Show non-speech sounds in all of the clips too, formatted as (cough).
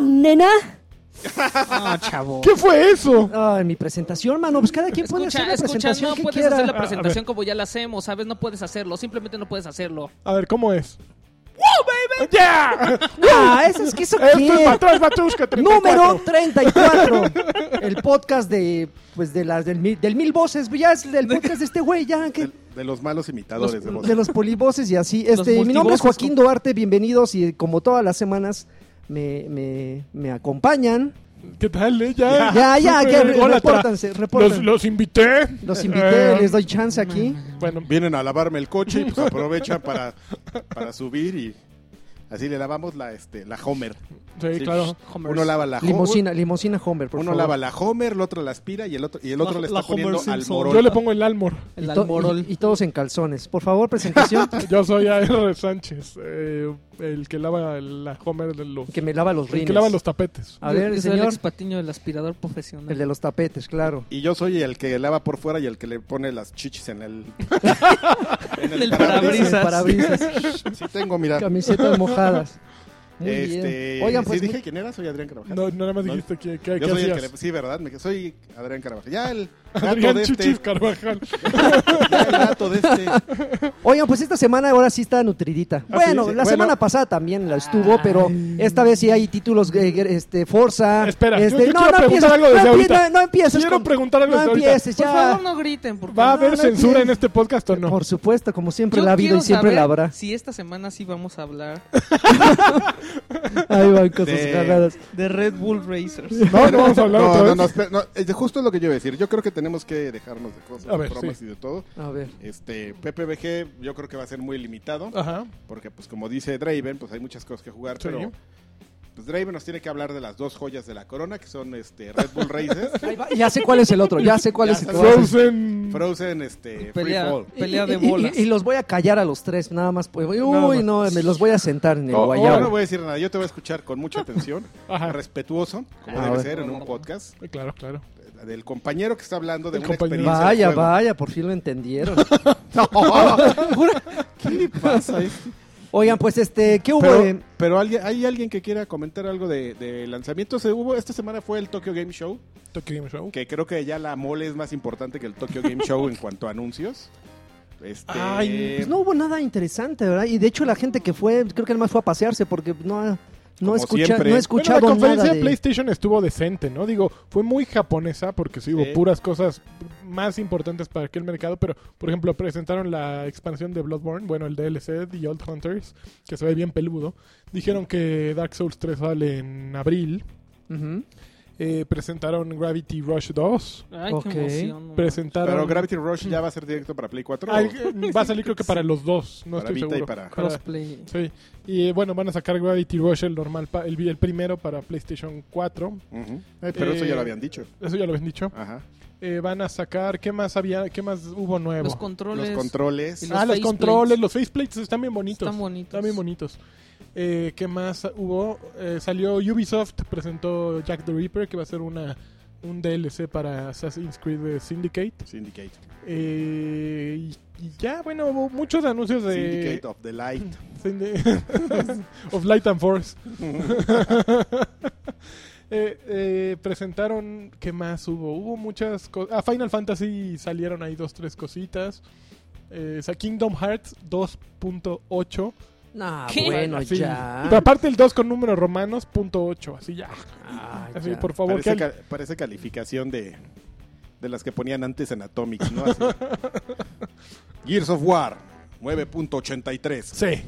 nena! Ah, No, Ah, chavo. ¿Qué fue eso? Ay, mi presentación, mano. Pues cada quien puede hacer Escucha, la escucha, presentación no que puedes quiera. hacer la a ver. presentación como ya la hacemos, ¿sabes? No puedes hacerlo, simplemente no puedes hacerlo. A ver, ¿cómo es? ¡Wow, baby! ¡Ya! No, eso Ah, es que eso Esto qué. es Matrás Machushka 34. Número 34. El podcast de pues de las del mil, del mil voces, ya es el podcast de este güey, ya que De, de los malos imitadores de voz. de los polivoces y así. Este, mi nombre es multivoces, Joaquín Duarte, bienvenidos y como todas las semanas me, me, me acompañan. ¿Qué tal, eh? Ya, Ya, ya, Súper. ya, Hola, tra- repórtanse, Los, repórtanse. Los, los invité. invité, Eh, les doy chance aquí. Bueno, Vienen a lavarme el coche y (laughs) pues aprovechan para, para subir y así le lavamos la este la Homer. sí, Sí, claro. Homers. Uno lava la Homer. Limosina, limosina Homer, por Uno favor. lava la Homer, el otro la aspira y el otro y el otro La- le la está Homer poniendo Simpson. al Yo morón. le pongo el Almor. El Y to- almorol. y- y todos en calzones. Por favor, (laughs) presentación. Yo soy A.R. Sánchez, eh, el que lava la Homer de los... que me lava los El rines. que lava los tapetes. A ver, Yo el soy señor. Alex Patiño, el aspirador profesional. El de los tapetes, claro. Y yo soy el que lava por fuera y el que le pone las chichis (laughs) en el en En el parabrisas. El parabrisas, (laughs) Sí tengo, mira. camisetas mojadas. Muy Este, bien. Oigan, ¿sí pues dije quién era, soy Adrián Carvajal. No, nada más No. dijiste que, que, que yo soy el que hacías. le, sí, verdad, Me- soy Adrián Carvajal. Ya el gato (laughs) Adrián de Chuchis este, Carvajal. ya el gato de este Oigan, pues esta semana ahora sí está nutridita. bueno, Ah, sí. la Bueno. semana pasada también la estuvo, pero esta vez sí hay títulos, eh, este, Forza. Espera, yo- este, yo quiero preguntar empieces, algo desde no, empie- ahorita. No, no empieces. Quiero con- preguntar algo No desde ahorita. empieces, Por ya. favor, no griten, porque ¿Va a no, haber no- censura tiene- en este podcast o no? Por supuesto, como siempre Yo la ha habido quiero y siempre saber la habrá. Si esta semana sí vamos a hablar Ahí van cosas De- ganadas. de Red Bull Racers. Ah, No, no vamos a hablar otra No, no, vez. no, espera, no, es de justo lo que yo iba a decir. Yo creo que tenemos que dejarnos de cosas, A ver, de bromas sí. y de todo. A ver. Este, PPBG yo creo que va a ser muy limitado, Ajá. porque pues como dice Draven, pues hay muchas cosas que jugar, Ah. Sí. pero pues Draven nos tiene que hablar de las dos joyas de la corona, que son este Red Bull (laughs) Races, Ahí va, Ya sé cuál es el otro, ya sé cuál Ya es el que sabes. va a ser. Frozen. Frozen, este, Free Pelea, Fall. pelea Y- de y- y- bolas. Y, los voy a callar a los tres, nada más. pues, Uy, no, me los voy a sentar en el Oh, yo no guayabo. voy a decir nada, yo te voy a escuchar con mucha atención, (laughs) Ajá. respetuoso, como Ah, debe bueno. ser en un podcast, Eh, Claro, claro. del compañero que está hablando de El una compañero. experiencia. de Vaya, juego. vaya, por fin lo entendieron. Oh, (laughs) (laughs) ¿Qué le pasa a este? Oigan, pues este, ¿qué hubo? Pero, de- pero alguien- hay alguien que quiera comentar algo de, de lanzamientos. Se hubo, esta semana fue el Tokyo Game Show, Tokyo Game Show. que creo que ya la mole es más importante que el Tokyo Game Show en cuanto a anuncios. Este, Ay, Pues no hubo nada interesante, ¿verdad? Y de hecho la gente que fue, creo que además fue a pasearse porque no ha, no Como escucha- siempre. no he Bueno, la escuchado conferencia nada de de- PlayStation estuvo decente, ¿no? Digo, fue muy japonesa porque sí hubo Sí. puras cosas más importantes para aquel mercado, pero por ejemplo presentaron la expansión de Bloodborne, bueno, el DLC The Old Hunters, que se ve bien peludo. Dijeron que Dark Souls 3 sale en abril. Ujú. Eh, presentaron Gravity Rush 2. Ay, Ok. qué emoción. no. Presentaron... pero Gravity Rush ya va a ser directo para Play 4. Ay, ¿o? eh, va a salir creo que (laughs) para los dos, no Para estoy Vita y seguro. para- Crossplay. Sí, y eh, bueno, van a sacar Gravity Rush el normal, pa- el, el primero para PlayStation 4. Ujú. Ay, pero eso Eh, ya lo habían dicho. Eso ya lo habían dicho. Ajá. Eh, van a sacar, ¿qué más había? ¿Qué más hubo nuevo? Los Los controles. controles. y ah, los faceplates. controles, los faceplates están bien bonitos. Están bonitos. Están bien bonitos. Eh, ¿Qué más hubo? Eh, salió Ubisoft, presentó Jack the Ripper, que va a ser una un DLC para Assassin's Creed eh, Syndicate. Syndicate. Eh, y, y ya, bueno, hubo muchos anuncios de... Syndicate of the Light. Syndi- (laughs) of Light and Force. (laughs) Eh, eh, presentaron, ¿qué más hubo? Hubo muchas cosas. A Final Fantasy salieron ahí dos, tres cositas. Eh, o sea, Kingdom Hearts 2.8. Nah, ¿Qué? bueno, Así. ya. Y aparte el 2 con números romanos, punto 8. Así ya. Ah, Así, ya. por favor. Parece, que al- ca- parece calificación de, de las que ponían antes en Atomic, ¿no? Así. Gears of War, 9.83. Sí.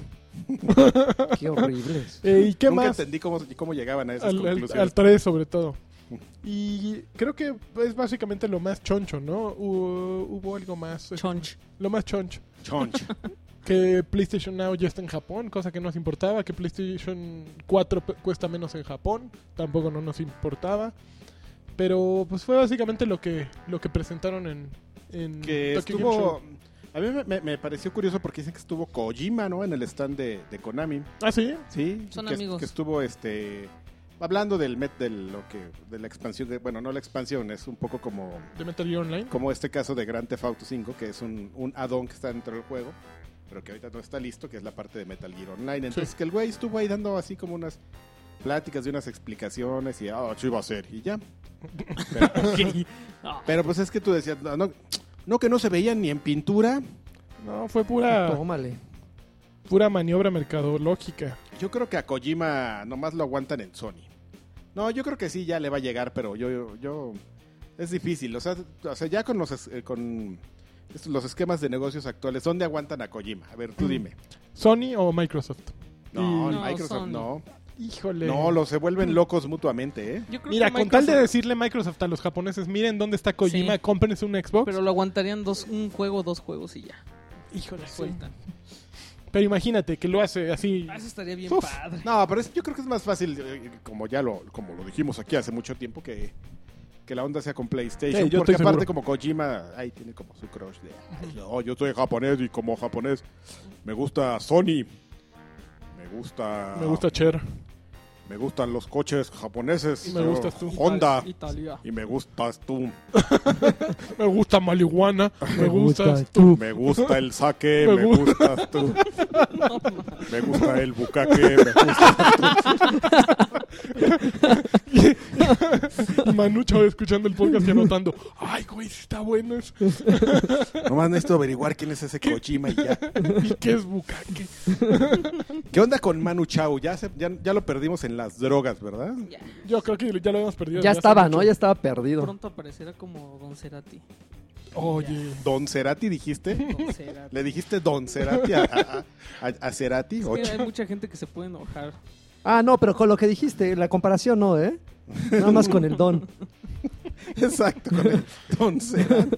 Qué horribles. Eh, ¿Y qué Nunca más? entendí cómo, cómo llegaban a esas Al, al, conclusiones. 3 sobre todo. Y creo que es básicamente lo más choncho, ¿no? Hubo, hubo algo más... eh, Chonch. lo más choncho. (laughs) Chonch. que PlayStation Now ya está en Japón, cosa que nos importaba, que PlayStation 4 pe- cuesta menos en Japón, tampoco no nos importaba. Pero pues fue básicamente lo que lo que presentaron en, en que Tokyo Game Show. estuvo... A mí me, me- me pareció curioso porque dicen que estuvo Kojima, ¿no? En el stand de, de Konami. Ah, sí. Sí. Son que, amigos. Que estuvo, este... Hablando del Met, de lo que... De la expansión, de- bueno, no la expansión, es un poco como... De Metal Gear Online. como este caso de Grand Theft Auto 5, que es un, un add-on que está dentro del juego, pero que ahorita no está listo, que es la parte de Metal Gear Online. Entonces, que el güey estuvo ahí dando así como unas pláticas de unas explicaciones y, ah, sí va a ser, y ya. Pero, Ah, pero, pues es que tú decías, no, no, no que no se veían ni en pintura. No, fue pura, Tómale. pura maniobra mercadológica. Yo creo que a Kojima nomás lo aguantan en Sony. No, yo creo que sí, ya le va a llegar, pero yo, yo, yo- es difícil. O sea, o sea, ya con los, es- eh, con estos- los esquemas de negocios actuales, ¿dónde aguantan a Kojima? A ver, tú dime. ¿Sony o Microsoft? No, Y- No, Microsoft Sony. no. Híjole. No, los se vuelven locos mutuamente, ¿eh? yo creo Mira, que con tal de Microsoft- decirle Microsoft a los japoneses, miren dónde está Kojima, Sí. cómprense un Xbox. Pero lo aguantarían dos, un juego, dos juegos y ya. Híjole, sí. Sueltan. Pero imagínate que lo hace así. Ah, Eso estaría bien Uf. padre. No, pero es- yo creo que es más fácil, eh, como ya lo, como lo dijimos aquí hace mucho tiempo, que, que la onda sea con PlayStation. Sí, yo porque estoy aparte, seguro. como Kojima, ahí tiene como su crush de, "Ay, no, yo soy japonés y como japonés me gusta Sony, me gusta, Me gusta Cher. me gustan los coches japoneses, Y me gustas tú. Honda Italia. y me gustas tú, Me gusta (laughs) marihuana. Me, gusta. tú. me Ah, gusta el saque, (laughs) Me me, gu- gustas tú, No, ma- me gusta el bucaque, me (laughs) gusta Manucho escuchando el podcast y anotando. Ay, güey, sí está bueno. eso. Nomás necesito averiguar quién es ese Kojima y ya. ¿Y qué es bucaque? ¿Qué onda con Manu Chao? Ya, se- ya, ya lo perdimos en las drogas, ¿verdad? ya. Yo creo que ya lo habíamos perdido. Ya desde hace estaba, mucho. ¿no? Ya estaba perdido. Pronto aparecerá como Don Cerati. Oye. Don Cerati dijiste. Don Cerati. ¿Le dijiste Don Cerati a, a, a- a Cerati? Es que Ocho. hay mucha gente que se puede enojar. Ah, no, pero con lo que dijiste, la comparación no, ¿eh? Nada más con el don. Exacto, con el Don Cerati.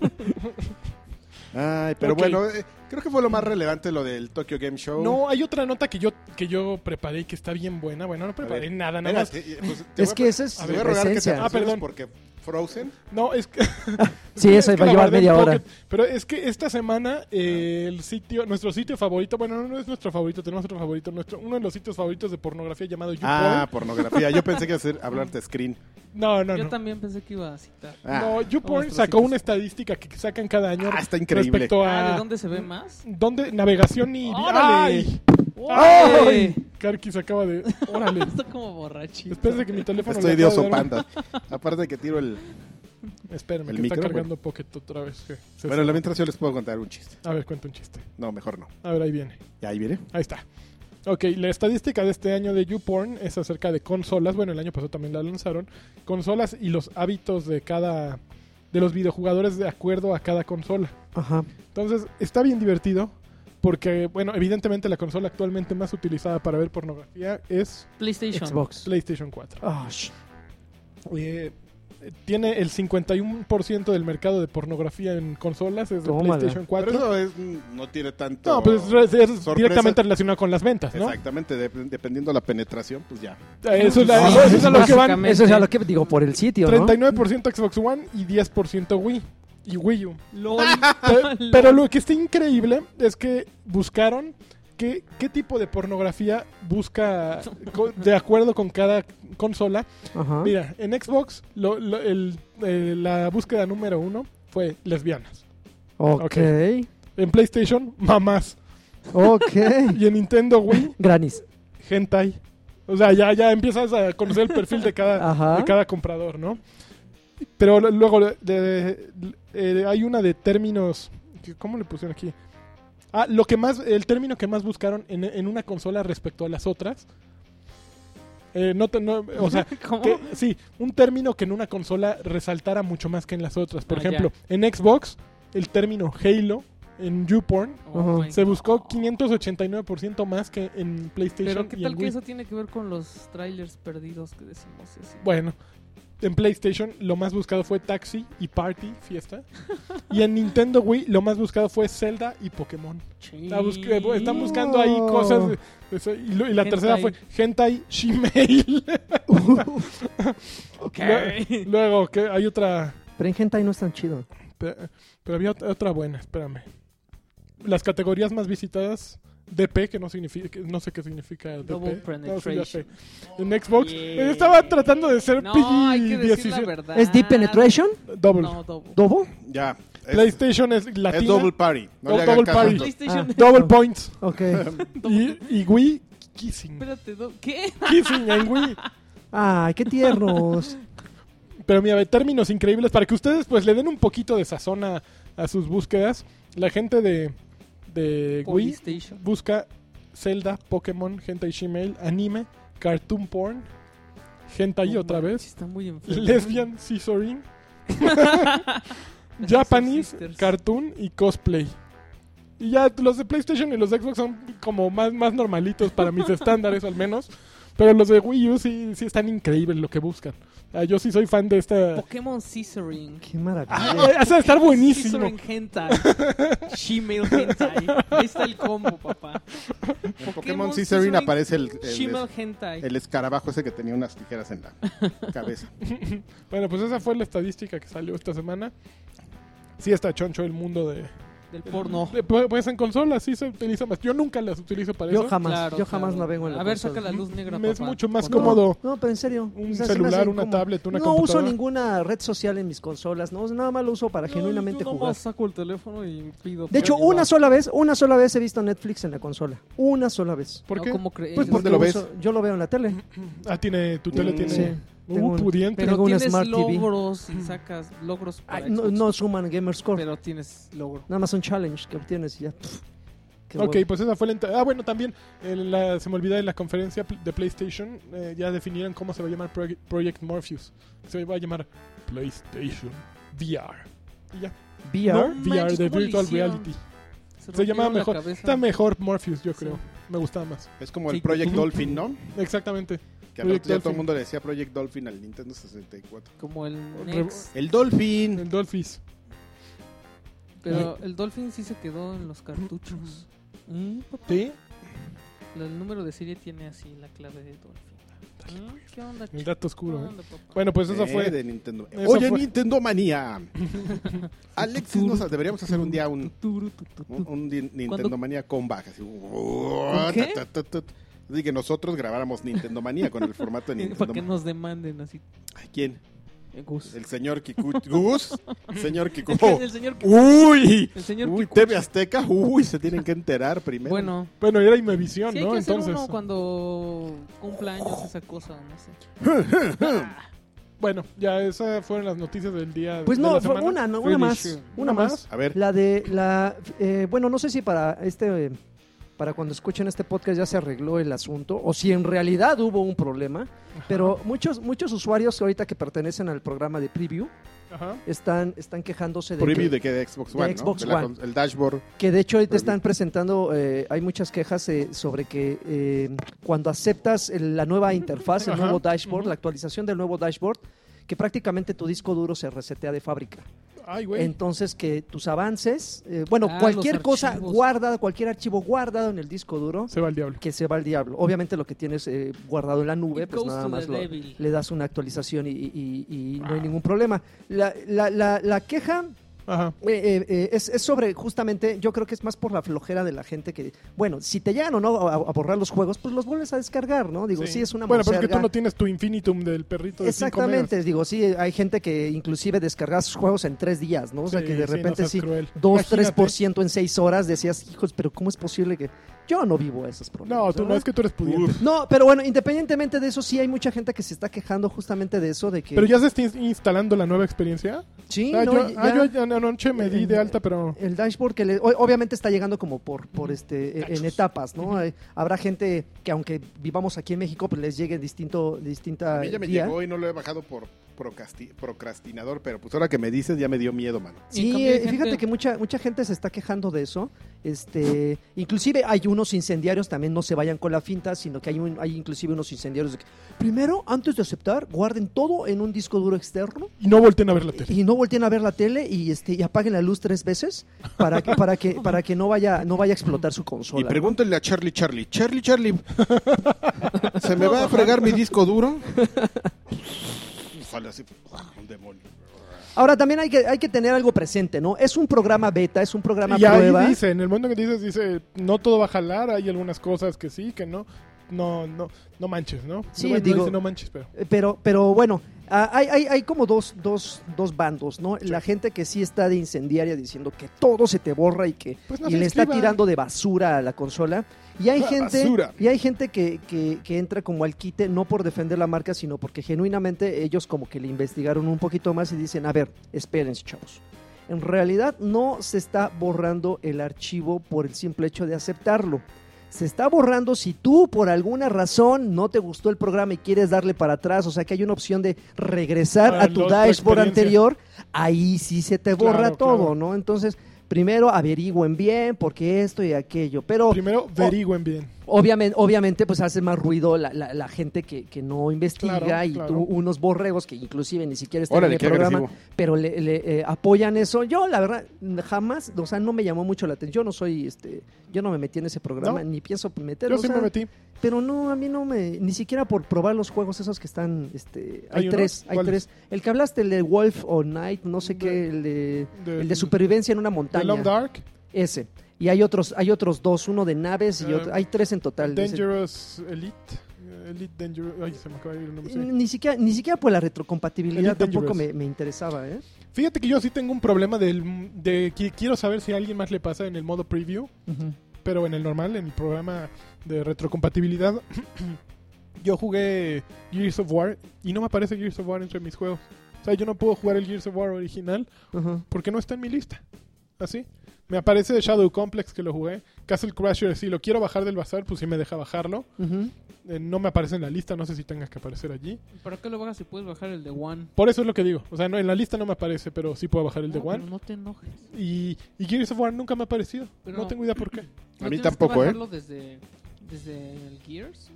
Ay, pero Ok. bueno, eh, creo que fue lo más relevante lo del Tokyo Game Show. No, hay otra nota que yo, que yo preparé y que está bien buena. Bueno, no preparé ver, nada, nada más. Espérate, eh, pues, te Es voy a- que esa es Te a voy a la rogar que te esencia. Ah, apresures perdón. porque Frozen. No, es que. (laughs) Sí, eso es que va a la llevar guardé en media Pocket. hora. Pero es que esta semana eh, el sitio, nuestro sitio favorito, bueno, no es nuestro favorito, tenemos otro favorito, nuestro, uno de los sitios favoritos de pornografía llamado YouPorn. Ah, pornografía. Yo pensé que iba a ser hablarte screen. no, no, Yo Ah, no. también pensé que iba a citar. Ah, no, YouPorn nuestros sacó sitios. una estadística que sacan cada año Ah, está increíble. respecto Ah, a ¿de dónde se ve más? dónde- navegación y ¡Órale! ¡Ay! ¡Órale! Karki se acaba (laughs) de órale. Está como borrachito. Espérense que mi teléfono estoy le de acaba oso dar un- panda. Aparte de que tiro el... Espérenme, ¿El que micro? está cargando Pocket otra vez. que se- Bueno, mientras yo les puedo contar un chiste. A ver, cuenta un chiste. No, mejor no. A ver, ahí viene. Y ahí viene. Ahí está. Ok, la estadística de este año de YouPorn es acerca de consolas. Bueno, el año pasado también la lanzaron. Consolas y los hábitos de cada. de los videojugadores de acuerdo a cada consola. Ajá. Entonces, está bien divertido. Porque, bueno, evidentemente la consola actualmente más utilizada para ver pornografía es PlayStation. Xbox. PlayStation 4. Ah, sh- Eh, tiene el 51% del mercado de pornografía en consolas, es de Tómala. PlayStation 4. Pero eso es- mm, no tiene tanto... no, pues es, es sorpresa. directamente relacionado con las ventas, ¿no? Exactamente, de- dependiendo la penetración, pues ya. Eso es, la- eso es a lo que van. Básicamente. Eso es a lo que digo, por el sitio, Ah, ¿no? 39% Xbox One y 10% Wii. Y Wii U. (laughs) LOL. Pe- Pero lo que está increíble es que buscaron qué, qué tipo de pornografía busca co- de acuerdo con cada consola. Ajá. Mira, en Xbox lo- lo- el- eh, la búsqueda número uno fue lesbianas. Ok. En PlayStation, mamás. Ok. (laughs) Y en Nintendo Wii, Granis. hentai. O sea, ya, ya empiezas a conocer el perfil de Ajá. cada, de cada comprador, ¿no? Pero lo- luego de- de- eh, hay una de términos... que- ¿Cómo le pusieron aquí? Ah, lo que más, el término que más buscaron en, en una consola respecto a las otras. Eh, no, te- no, o sea, ¿Cómo? que- sí, un término que en una consola resaltara mucho más que en las otras. Por Ah, ejemplo, en Xbox, el término Halo en YouPorn Oh my se buscó God. 589% más que en PlayStation Pero qué y en tal que Wii. eso tiene que ver con los trailers perdidos que decimos y así. Bueno, en PlayStation lo más buscado fue Taxi y Party, fiesta. y en Nintendo Wii lo más buscado fue Zelda y Pokémon. Está bus- eh, bu- están buscando ahí No. cosas. de- de eso. y, lo- y la Hentai. tercera fue Hentai Shemale. Ok. Lue- (laughs) Luego, que hay otra. Pero en Hentai no es tan chido. Pero, pero había ot- otra buena, espérame. Las categorías más visitadas. DP, que no significa, que no sé qué significa DP. Double No, sí, ya penetration. sé. en Xbox. Eh, Yeah. Estaba tratando de ser No, hay que decir la PG-17. verdad. ¿Es Deep Penetration? Double. No, double. ¿Dobo? Ya. Es, PlayStation es es latina. double party. No, le hagan double Ah. caso (laughs) a (laughs) party. estos. PlayStation. Ah. Double points. Ok. Y, y Wii, kissing. Espérate, ¿no? ¿qué? Kissing en (laughs) Wii. Ay, qué tiernos. Pero mira, de términos increíbles para que ustedes pues le den un poquito de sazón a, a sus búsquedas. La gente de, de Wii PlayStation. busca Zelda, Pokémon, Hentai Shemale, anime, cartoon porn, Hentai No otra manches, vez, (laughs) Está muy enfermo. (laughs) lesbian, scissoring, Japanese, Sisters. cartoon y cosplay. Y ya los de PlayStation y los de Xbox son como más, más normalitos para mis estándares al menos. Pero los de Wii U sí, sí están increíbles lo que buscan. Ah, yo sí soy fan de esta... Pokémon Scissoring. Qué maravilla. Ah, Has de estar buenísimo. Scissoring (laughs) Hentai. Shemale Hentai. Ahí está el combo, papá. En Pokémon Scissoring aparece el, el, Shemale Hentai. el escarabajo ese que tenía unas tijeras en la cabeza. Bueno, pues esa fue la estadística que salió esta semana. Sí está choncho el mundo de... Del porno. de- Pues en consolas sí se utiliza más. Yo nunca las utilizo para Yo eso. jamás, Claro, yo jamás claro. la vengo en la A ver, consola. saca la luz negra, Me es papá. mucho más Con- No, cómodo. No, pero en serio. Un se me hace celular, una incómodo. tablet, una no computadora. uso ninguna red social en mis consolas. No, nada más lo uso para genuinamente yo nomás jugar. saco el teléfono y pido. De hecho, para una llevar. sola vez, una sola vez he visto Netflix en la consola. Una sola vez. ¿Por No, qué? ¿cómo crees? Pues ¿Dónde porque lo ves? uso- yo lo veo en la tele. Ah, tiene... Tu tele Mm, tiene... Sí, Uh, tengo una. pudiente. Pero Tengo una tienes Smart TV. logros y sacas logros para Ay, Ah, no, Xbox, no suman Gamerscore. pero tienes logro. Nada más un challenge que obtienes y ya. pff, qué Ok, huevo. pues esa fue la... ent- Ah, bueno, también en la- se me olvidó de la conferencia pl- de PlayStation. eh, ya definieron cómo se va a llamar Proye- Project Morpheus. Se va a llamar PlayStation VR. Y ya. VR. pues, No, manches, VR de ¿cómo le Virtual hicieron? Reality. Se rompieron llama la mejor. cabeza. Está mejor Morpheus, yo creo. Sí. Me gustaba más. Es como Sí. el Project Dolphin, ¿no? Exactamente. Que Project al rato ya todo Dolphin. el mundo le decía Project Dolphin al Nintendo 64. Como el Re- Next, El Dolphin. El Dolphins. pero el Dolphin sí se quedó en los cartuchos. ¿Sí? El número de serie tiene así la clave de Dolphin. Mm, ¿Qué onda, El chico? dato oscuro, ¿eh? ¿Qué onda, papá? Bueno, pues eso Eh, fue. de Nintendo. Eso Oye, fue. (laughs) Nintendo Manía. Alexis, nos deberíamos hacer un día un, Turu, tu, tu, tu. un, un di- Nintendo Manía comeback. Así, qué? ta, ta, ta, ta. Así que nosotros grabáramos Nintendo Manía con el formato de (laughs) Para que Nintendo. nos demanden así. Ay, ¿Quién? eh, Gus. El señor (laughs) Kikuchi. Gus. El señor Es que Kikuchi. el señor, Oh. Uy. el señor Uy, Kikuchi- TV Azteca. Uy, se tienen que enterar primero. Bueno, Bueno, era Imevisión, sí hay ¿no? que hacer Entonces. uno cuando cumpla años esa cosa, no sé. Bueno, ya esas fueron las noticias del día. Pues de la no, fue semana. una, no, una Finish. más. Una más. A ver. La de la eh, bueno, no sé si para este eh, para cuando escuchen este podcast ya se arregló el asunto o si en realidad hubo un problema, pero muchos muchos usuarios ahorita que pertenecen al programa de preview Ajá. están están quejándose de Preview que, de qué? De Xbox de One. ¿no? Xbox De la One. cons- el dashboard. que de hecho ahorita Preview. están presentando eh, hay muchas quejas eh, sobre que eh, cuando aceptas el- la nueva interfaz, el Ajá. nuevo dashboard, Ujú. la actualización del nuevo dashboard, que prácticamente tu disco duro se resetea de fábrica. Ay, güey. Entonces que tus avances, eh, bueno, Ah, cualquier los cosa archivos. guardada, cualquier archivo guardado en el disco duro, Se va al diablo. que se va al diablo. Obviamente lo que tienes eh, guardado en la nube, It pues goes nada to más the lo- devil. le das una actualización y, y- y- y no hay ningún problema. La, la- la- la queja Ajá. eh, eh, eh, es, es sobre justamente, yo creo que es más por la flojera de la gente que, bueno, si te llegan o no a, a borrar los juegos, pues los vuelves a descargar, ¿no? Digo, sí, es una Bueno, pero es que monserga. tú no tienes tu infinitum del perrito de cinco megas. Exactamente, digo, sí, hay gente que inclusive descarga sus juegos en tres días, ¿no? O sea, Sí, que de sí, no repente seas sí, cruel. 2-3% en 6 horas, decías, hijos, pero ¿cómo es posible que yo no vivo esos problemas? No, tú no, es que tú eres pudiente. No, pero bueno, independientemente de eso, sí hay mucha gente que se está quejando justamente de eso, de que... Pero ya se está in- instalando la nueva experiencia. sí, ah, no, yo, ya- ah, yo ya anoche me di de Eh, alta, pero. El dashboard que le- o- obviamente está llegando como por, Mm, por este eh, en etapas, ¿no? Eh, Habrá gente que aunque vivamos aquí en México, pues les llegue distinto, distinta A mí ya me día. llegó y no lo he bajado por procrasti- procrastinador, pero pues ahora que me dices ya me dio miedo, mano. Y en Sí, cambio hay eh, fíjate gente- que mucha mucha gente se está quejando de eso. Este, inclusive hay unos incendiarios también no se vayan con la finta, sino que hay un, hay inclusive unos incendiarios de que primero antes de aceptar guarden todo en un disco duro externo Y no volteen a ver la tele. y no volteen a ver la tele y este y apaguen la luz tres veces para que para que para que no vaya no vaya a explotar su consola. Y pregúntenle a Charlie, Charlie, Charlie, Charlie. (laughs) ¿Se me va a fregar mi disco duro? Ojalá así. Un demonio. Ahora también hay que hay que tener algo presente, ¿no? Es un programa beta, es un programa Y ahí prueba. dice, en el momento que dices, dice, no todo va a jalar, hay algunas cosas que sí, que no. No, no, no manches, ¿no? Sí, Bueno, digo- dice, no manches, pero. Eh, Pero, pero bueno, Ah, hay, hay, hay como dos, dos, dos bandos, ¿no? La gente que sí está de incendiaria diciendo que todo se te borra y que Pues no y se le está inscriban. tirando de basura a la consola. Y hay Ah, gente, basura. y hay gente que, que- que entra como al quite, no por defender la marca, sino porque genuinamente ellos como que le investigaron un poquito más y dicen, a ver, espérense, chavos. En realidad no se está borrando el archivo por el simple hecho de aceptarlo. Se está borrando si tú por alguna razón no te gustó el programa y quieres darle para atrás, o sea que hay una opción de regresar Para a la tu otra dashboard experiencia. anterior, ahí sí se te borra Claro, todo, claro. ¿no? Entonces, primero averigüen bien porque esto y aquello. Pero Primero, averigüen bien. obviamente, obviamente pues hace más ruido la, la- la gente que, que no investiga Claro, y claro. tú, unos borregos que inclusive ni siquiera están en Órale, el qué programa, agresivo. pero le, le, eh, apoyan eso. Yo, la verdad, jamás, o sea, no me llamó mucho la atención. Yo no soy, este, yo no me metí en ese programa, No. ni pienso meterlo. Yo sí o sea, me metí. pero no, a mí no me. Ni siquiera por probar los juegos esos que están. Este, hay, ¿Hay unos? tres, hay ¿Cuáles? tres. El que hablaste, el de Wolf o Night, no sé De- qué, el de, del- el de supervivencia en una del Long montaña. Dark, Ese. Y hay otros, hay otros dos, uno de naves y Ah, otro. Hay tres en total. de ese. Dangerous Elite, eh, Elite Dangerous. Ay, se me acaba de ir el nombre. sí. Ni siquiera, ni siquiera por la retrocompatibilidad Elite tampoco Dangerous. me, me interesaba, ¿eh? Fíjate que yo sí tengo un problema del, de que quiero saber si a alguien más le pasa en el modo preview, pero en el normal, en el programa de retrocompatibilidad. (clears throat) yo jugué Gears of War y no me aparece Gears of War entre mis juegos. O sea, yo no puedo jugar el Gears of War original Ajá. porque no está en mi lista. Así. Me aparece Shadow Complex que lo jugué. Castle Crasher, si lo quiero bajar del bazar, pues sí me deja bajarlo. Ujú. Eh, no me aparece en la lista, no sé si tengas que aparecer allí. ¿Para qué lo bajas si puedes bajar el de One? Por eso es lo que digo. O sea, no, en la lista no me aparece, pero sí puedo bajar el de No, pero One. No te enojes. Y, y Gears of War nunca me ha aparecido. Pero- no tengo idea por qué. A mí tienes que tampoco, ¿eh? bajarlo desde, desde el Gears?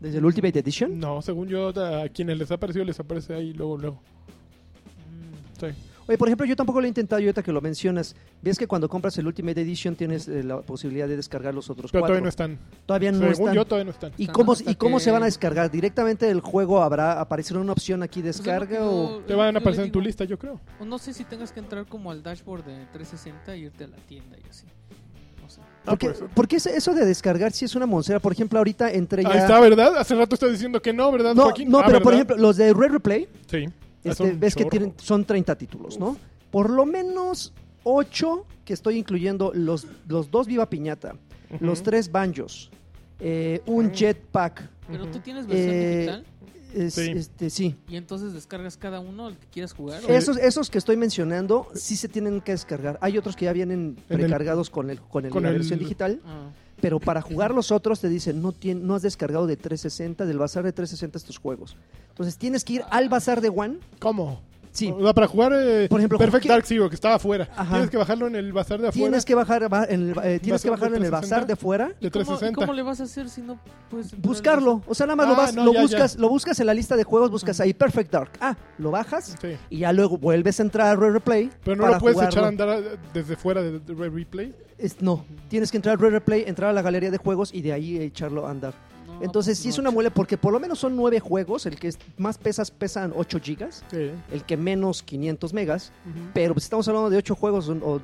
Desde el Ultimate Edition. No, según yo, a quienes les ha aparecido les aparece ahí luego, luego. Mm, Sí. Oye, por ejemplo, yo tampoco lo he intentado, y ahorita que lo mencionas, ves que cuando compras el Ultimate Edition tienes eh, la posibilidad de descargar los otros Pero cuatro. todavía no están. Todavía no según están. yo, todavía no están. ¿Y Hasta- cómo, hasta ¿Y cómo que- se van a descargar? ¿Directamente del juego habrá aparecerá una opción aquí pues es lo que descarga o...? yo- Te van yo le a aparecer en tu digo. lista, yo creo. O no sé si tengas que entrar como al dashboard de 360 y irte a la tienda y así. No sé. Porque, puede ser. porque ese- eso de descargar sí es una moncera. Por ejemplo, ahorita entre ya... Ahí está, ¿verdad? Hace rato estás diciendo que no, ¿verdad, no, Joaquín? no, Ah, pero por ¿verdad? ejemplo, los de Red Replay, Sí. Ah, este, son ves que chorro. tienen, son 30 títulos, ¿no? Por lo menos 8 que estoy incluyendo, los, los dos Viva Piñata, Ujú. los tres Banjos, eh, un Ujú. Jetpack, Pero tú tienes Eh, versión digital es- Sí. Este, sí. y entonces descargas cada uno el que quieras jugar. Sí. o- Esos, esos que estoy mencionando sí se tienen que descargar. Hay otros que ya vienen Eh. el- precargados con, el, con, el- con la el- versión digital, Ah, pero para jugar los otros te dicen, no, tien- no has descargado de 360, del bazar de 360 estos juegos. Entonces tienes que ir al bazar de One. ¿Cómo? Sí. O sea, para jugar eh, Por ejemplo, Perfect ¿qué- Dark Zero, que estaba afuera. Ajá. Tienes que bajarlo en el bazar de afuera. Tienes que bajar ba- en el, eh, tienes ¿Bazar que de bajarlo en el 360? bazar de fuera. ¿y De cómo- y 360. ¿Cómo le vas a hacer si no puedes entrar al Buscarlo, o sea, nada más lo, Ah, vas, no, lo ya, ya. buscas, lo buscas en la lista de juegos, buscas ahí Perfect Dark. Ah, lo bajas Sí. y ya luego vuelves a entrar a Red Replay. Pero no para lo puedes jugarlo. echar a andar eh, desde fuera de, de replay. Es- no, tienes que entrar al Red Replay, entrar a la galería de juegos y de ahí echarlo a andar. bazar? No, pues, Entonces sí no, es una muela porque por lo menos son nueve juegos, el que es- más pesas pesan 8 gigas, Sí. el que menos 500 megas, Ujú. pero pues estamos hablando de 8 juegos o- o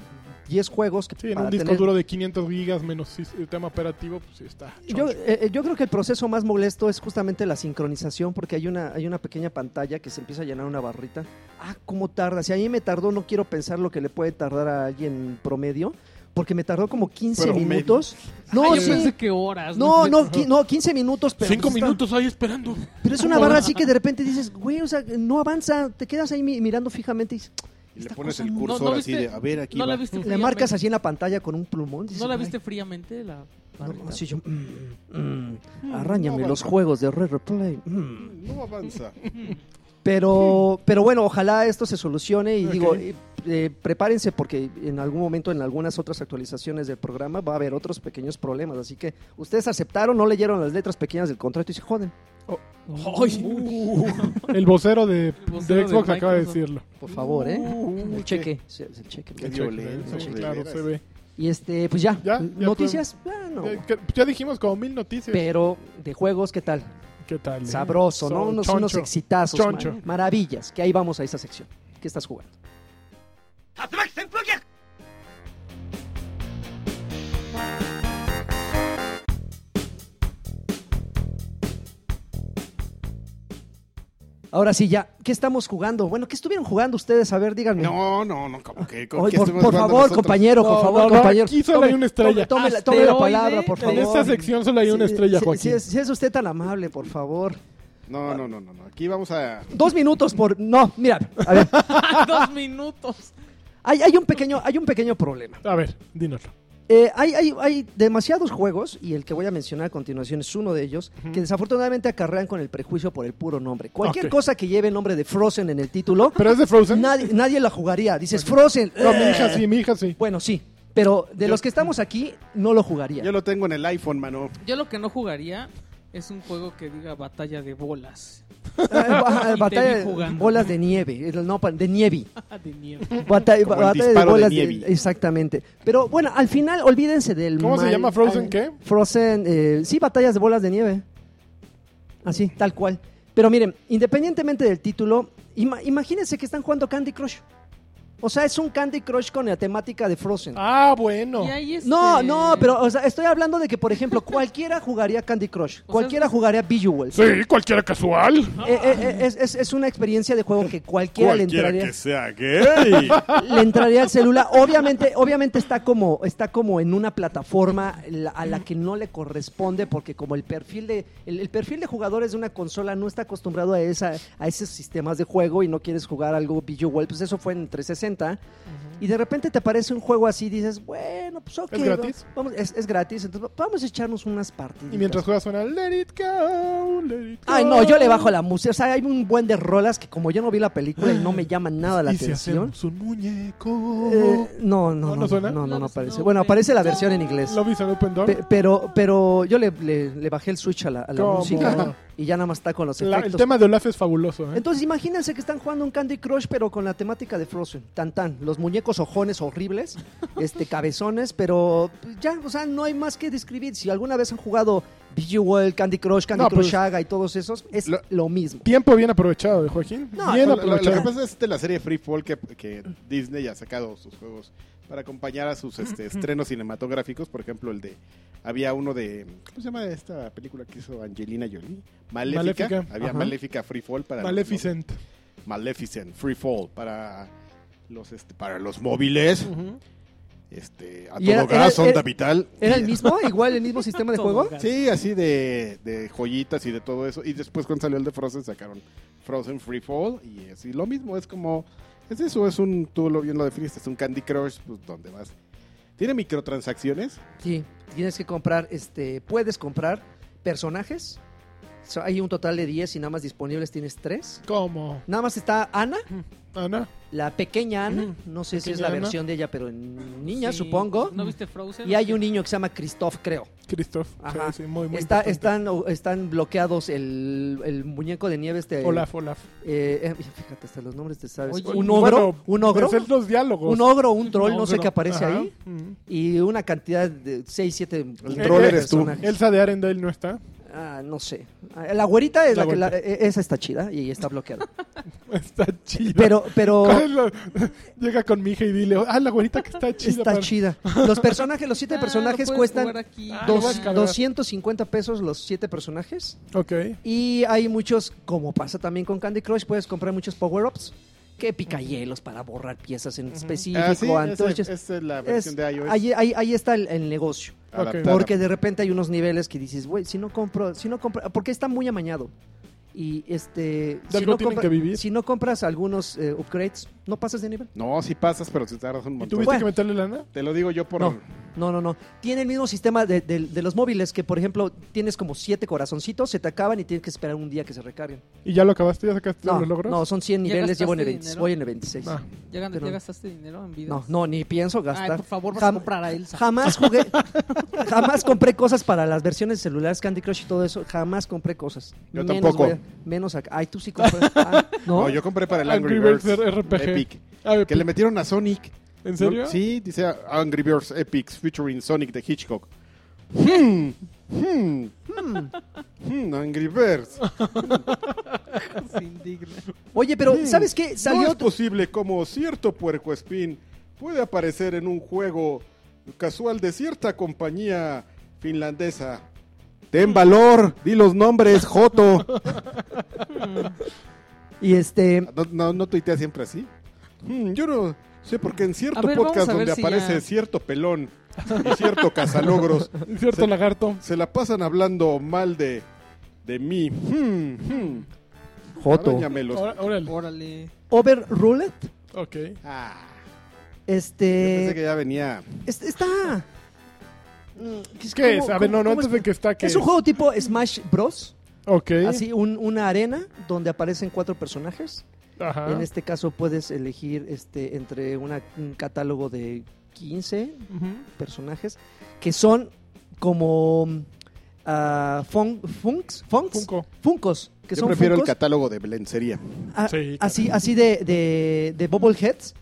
10 juegos que Sí, en para un disco tener- duro de 500 gigas menos sis- el tema operativo, pues sí está. Yo, choncho. (laughs) eh, eh, yo creo que el proceso más molesto es justamente la sincronización, porque hay una, hay una pequeña pantalla que se empieza a llenar una barrita. Ah, ¿cómo tarda? Si a mí me tardó, no quiero pensar lo que le puede tardar a alguien promedio, porque me tardó como 15 Promedio. minutos. No, No, yo sí. pensé que horas. No, (laughs) no, qui- no, 15 minutos. Pero Cinco pues está- minutos ahí esperando. Pero es una barra así que de repente dices, güey, o sea, no avanza, te quedas ahí mi- mirando fijamente y dices, Y le Esta pones cosa el no- cursor no, ¿no así de, viste? a ver, aquí No va. la viste le fríamente. marcas así en la pantalla con un plumón. dices, ¿No la "Ay, viste fríamente la (laughs) no, barrita? sí, yo, mm, mm, Mm, arráñame no los avanza. juegos de Red Replay. mm". No avanza. Pero, pero bueno, ojalá esto se solucione y Ok. digo, eh, eh, prepárense porque en algún momento, en algunas otras actualizaciones del programa, va a haber otros pequeños problemas. Así que ustedes aceptaron, no leyeron las letras pequeñas del contrato y se joden. Oh, Ay, Uh. (laughs) El vocero de, El vocero de Xbox de acaba de Microsoft. decirlo. Por favor, ¿eh? Uh, El qué- cheque. sí, es el cheque. Qué Sí, violento, sí, de claro, veras. se ve. Y este, pues ya. Ya, ya ¿Noticias? Ah, no. Ya, que- ya dijimos como mil noticias. Pero de juegos, ¿qué tal? ¿Qué tal? eh? Sabroso, ¿no? So- Unos, choncho. unos exitazos, Choncho. man. maravillas. Que ahí vamos a esa sección. ¿Qué estás jugando? Ahora sí, ya, ¿qué estamos jugando? Bueno, ¿qué estuvieron jugando ustedes? A ver, díganme. No, no, no, como que. como Oy, que por, estuvimos por jugando favor, nosotros. compañero, por No, favor, no, no, compañero. aquí solo hay una estrella. Tome, la, tome la Asteroide, palabra, por en favor. En esta sección solo hay una Sí, estrella, sí, Joaquín. sí es- sí es usted tan amable, por favor. No, no, no, no, no. Aquí vamos a. Dos minutos por... No, mira, a ver. (laughs) Dos minutos. Hay, hay un, pequeño, hay un pequeño problema. A ver, dínoslo. Eh, hay, hay- hay demasiados juegos, y el que voy a mencionar a continuación es uno de ellos, que desafortunadamente acarrean con el prejuicio por el puro nombre. Cualquier Ok. cosa que lleve el nombre de Frozen en el título, ¿Pero es de Frozen? nadie, nadie la jugaría. Dices, Frozen. No, mi eh. hija sí, mi hija sí. Bueno, sí, pero de Yo- los que estamos aquí, no lo jugaría. Yo lo tengo en el iPhone, mano. Yo lo que no jugaría es un juego que diga batalla de bolas. (laughs) Ah, ah, Y te batalla vi de jugando. bolas de nieve, el- no, pa- de nieve. de nieve. Bata- Como el batalla de disparo de bolas de- nieve. exactamente. Pero bueno, al final olvídense del ¿Cómo se mal- llama Frozen al- qué? Frozen, eh, sí, batallas de bolas de nieve. Así, tal cual. Pero miren, independientemente del título, ima- imagínense que están jugando Candy Crush. O sea, es un Candy Crush con la temática de Frozen. Ah, bueno. Y ahí este- No, no, pero o sea, estoy hablando de que, por ejemplo, cualquiera jugaría Candy Crush, cualquiera jugaría Visual. Sí, cualquiera casual. Eh, eh, eh, es, es- es una experiencia de juego que cualquiera, le entraría, sea gay. (laughs) le entraría al celular. Obviamente, obviamente está como, está como en una plataforma la- a la que no le corresponde, porque como el perfil de, el, el perfil de jugadores de una consola no está acostumbrado a esa, a esos sistemas de juego y no quieres jugar algo visual, pues eso fue en 360. Y de repente te aparece un juego así, dices, bueno, pues ok. ¿Es gratis? Vamos, es, es gratis, entonces vamos a echarnos unas partidas. (laughs) Y mientras juegas suena Let it go, let it go. Ay, no, yo le bajo la música. O sea, hay un buen de rolas que como yo no vi la película y no (gasps) me llaman nada la y si atención. hacemos un muñeco. eh, no, no, ¿No, no, no no, suena? no, no, no No, aparece. no, Bueno, no. aparece la versión en inglés. ¿Lo viste en Open Door? Pe- Pero, pero yo le, le- le bajé el switch a la, a la ¿Cómo? música y ya nada más está con los La- efectos. el tema de Olaf es fabuloso, ¿eh? pues, Entonces imagínense que están jugando un Candy Crush pero con la temática de Frozen, tan tan, los muñecos ojones (laughs) horribles, este cabezones, pero ya, o sea, no hay más que describir. Si alguna vez han jugado World, Candy Crush, Candy No, Crush pues, Saga y todos esos, es lo- lo, mismo. Tiempo bien aprovechado de Joaquín. No, bien Lo, lo- lo que aprovechado. pasa es de la serie Free Fall que, que Disney ha sacado sus juegos para acompañar a sus este, estrenos cinematográficos. Por ejemplo, el de. Había uno de. ¿Cómo se llama esta película que hizo Angelina Jolie? Maléfica. Maléfica. Había Ajá. Maléfica Free Fall para. los- Maleficent. Maleficent Free Fall para los, este, para los móviles. Ujú. Este, a Y era- todo gas, era- era- onda vital. ¿Era el mismo? ¿Igual el mismo sistema de juego? Tobogán. Sí, así de, de joyitas y de todo eso. Y después cuando salió el de Frozen sacaron Frozen Free Fall y así lo mismo. Es como, es eso, es un, tú lo bien lo definiste, es un Candy Crush, pues donde vas. Tiene microtransacciones. Sí, tienes que comprar, este, puedes comprar personajes. So, hay un total de 10 y nada más disponibles tienes 3. ¿Cómo? Nada más está Ana, Ana. la pequeña Ana, Ujú. no sé si Mm, Pequeña es la Ana. versión de ella, pero en niña Sí. supongo. ¿No viste Frozen? Y hay un niño que se llama Christoph, creo. Christoph. Ajá. Sí, sí, muy, muy Está, importante. están, o- están bloqueados el, el muñeco de nieve este. Olaf, Olaf. eh, eh, fíjate, hasta los nombres te sabes. Oye, un ogro, Bueno, un ogro, ves los diálogos. un ogro, un troll, no sé ogro. qué aparece Ajá. Mm. ahí. Ujú. Y una cantidad de 6, 7 El troll eres tú. Elsa de Arendelle no está. (laughs) Ah, no sé. Ah, La güerita es La la, que la- e- esa está chida y está bloqueada. Está chida. Pero, pero (laughs) Llega con mi hija y dile, ah, la güerita que está chida. está pa- chida. Los personajes, los siete (laughs) Ah, Este personajes lo puedes jugar cuestan aquí. Ah, lo voy a dos, descargar. 250 pesos los siete personajes. Ok. Y hay muchos, como pasa también con Candy Crush, puedes comprar muchos power-ups. Que picayelos para borrar piezas en específico. Ah, sí, esa antorchas. esa es la Es- versión de iOS. ahí, ahí- ahí está el, el negocio. adaptada. Porque de repente hay unos niveles que dices, güey, si no compro, si no compro, porque está muy amañado. Y este, si algo no, tienen compra- que vivir. si no compras algunos eh, upgrades, no pasas de nivel. No, si pasas, pero si tardas un ¿Y montón. tuviste Bueno. que meterle lana? Te lo digo yo por... No. No, no, no. Tiene el mismo sistema de, de- de los móviles que, por ejemplo, tienes como siete corazoncitos, se te acaban y tienes que esperar un día que se recarguen. ¿Y ya lo acabaste? ¿Ya sacaste No, los logros? no, son 100 ¿Ya niveles, llevo en el gastaste 20 dinero? voy en el 26. Ah, ¿Ya, gan- Pero- ya gastaste dinero en vida? No, no, ni pienso gastar. Ay, por favor, vas Jam- a comprar a Elsa. Jamás jugué, jamás compré cosas para las versiones celulares, Candy Crush y todo eso. Jamás compré cosas. Yo menos tampoco. voy a- menos acá. Ay, tú sí compras. Ah, no, No, yo compré para el Angry, Angry Birds, Birds RPG. Epic. A ver, Que le metieron a Sonic. ¿En serio? No, sí, dice Angry Birds Epics featuring Sonic the Hitchcock. Hmm, hmm, Mm. hmm, Angry Birds. Se indigna. Oye, pero ¿sabes qué? Hmm. No Salió es posible como cierto puercoespín puede aparecer en un juego casual de cierta compañía finlandesa. Ten valor, di los nombres, Joto. Y este, No, no, no tuitea siempre así. Hmm, yo no sé por qué en cierto A ver, vamos podcast a ver donde si aparece ya- cierto pelón y cierto cazalogros (laughs) Cierto Se- lagarto. se la pasan hablando mal de, de mí. Hmm, hmm. Joto. Aráñamelos. Ora- Órale. Órale. Over Roulette. Ok. Ah, yo Este, pensé que ya venía. este- está. ¿Qué, es? A ver, no, no, cómo antes de que está que. Es un juego tipo Smash Bros. Ok. Así, un- una arena donde aparecen cuatro personajes. Ajá. En este caso puedes elegir este, entre una- un catálogo de 15 Ujú. personajes que son como ah, fun- funks, funks, Funko. funcos, que Yo son prefiero funcos, el catálogo de Belencería. ah, Sí, claro. así, así de, de, de bobbleheads,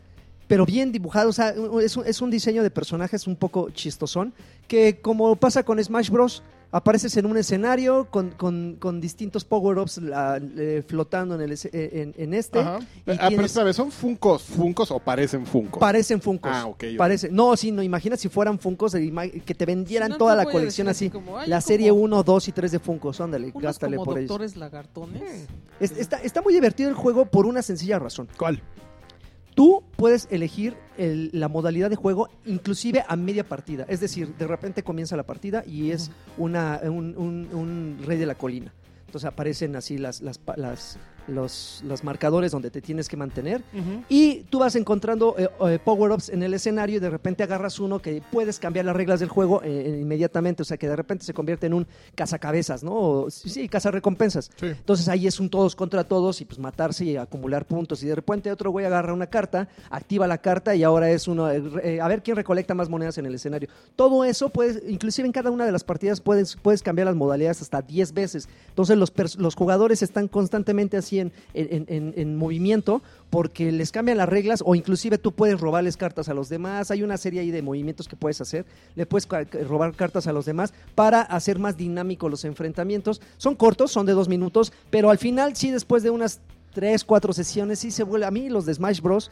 pero bien dibujado. O sea, un- es un, es un diseño de personajes un poco chistosón, que como pasa con Smash Bros., apareces en un escenario con, con- con distintos power-ups la- eh, flotando en, el, es- eh, en, en este. Ajá. y Ah, pero tienes- esta vez, ¿son funcos, funcos o parecen funcos? Parecen funcos. Ah, ok, ok. Parecen- No, sí, no, imagina si fueran funcos, eh, ima- que te vendieran Si no, toda te la voy a colección decir así. como, ay, La como serie 1, 2 y 3 de Funkos, ándale, unos gástale como por ellos. doctores lagartones. Es- está, está muy divertido el juego por una sencilla razón. ¿Cuál? Tú puedes elegir el- la modalidad de juego inclusive a media partida. Es decir, de repente comienza la partida y es una, un, un- un rey de la colina. Entonces aparecen así las, las, pa- las- los, los marcadores donde te tienes que mantener. Ujú. Y tú vas encontrando eh, eh, power-ups en el escenario y de repente agarras uno que puedes cambiar las reglas del juego eh, eh, inmediatamente. O sea, que de repente se convierte en un cazacabezas, ¿no? O, sí, sí, cazarrecompensas. Sí. Entonces ahí es un todos contra todos y pues matarse y acumular puntos. Y de repente otro güey agarra una carta, activa la carta y ahora es uno, eh, re- eh, a ver quién recolecta más monedas en el escenario. Todo eso, puedes, inclusive en cada una de las partidas puedes, puedes cambiar las modalidades hasta 10 veces. Entonces los, pers- los jugadores están constantemente así en, en- en- en movimiento porque les cambian las reglas o inclusive tú puedes robarles cartas a los demás. Hay una serie ahí de movimientos que puedes hacer. Le puedes ca- robar cartas a los demás para hacer más dinámicos los enfrentamientos. Son cortos, son de dos minutos, pero al final sí, después de unas tres, cuatro sesiones, sí se vuelve... A mí los de Smash Bros.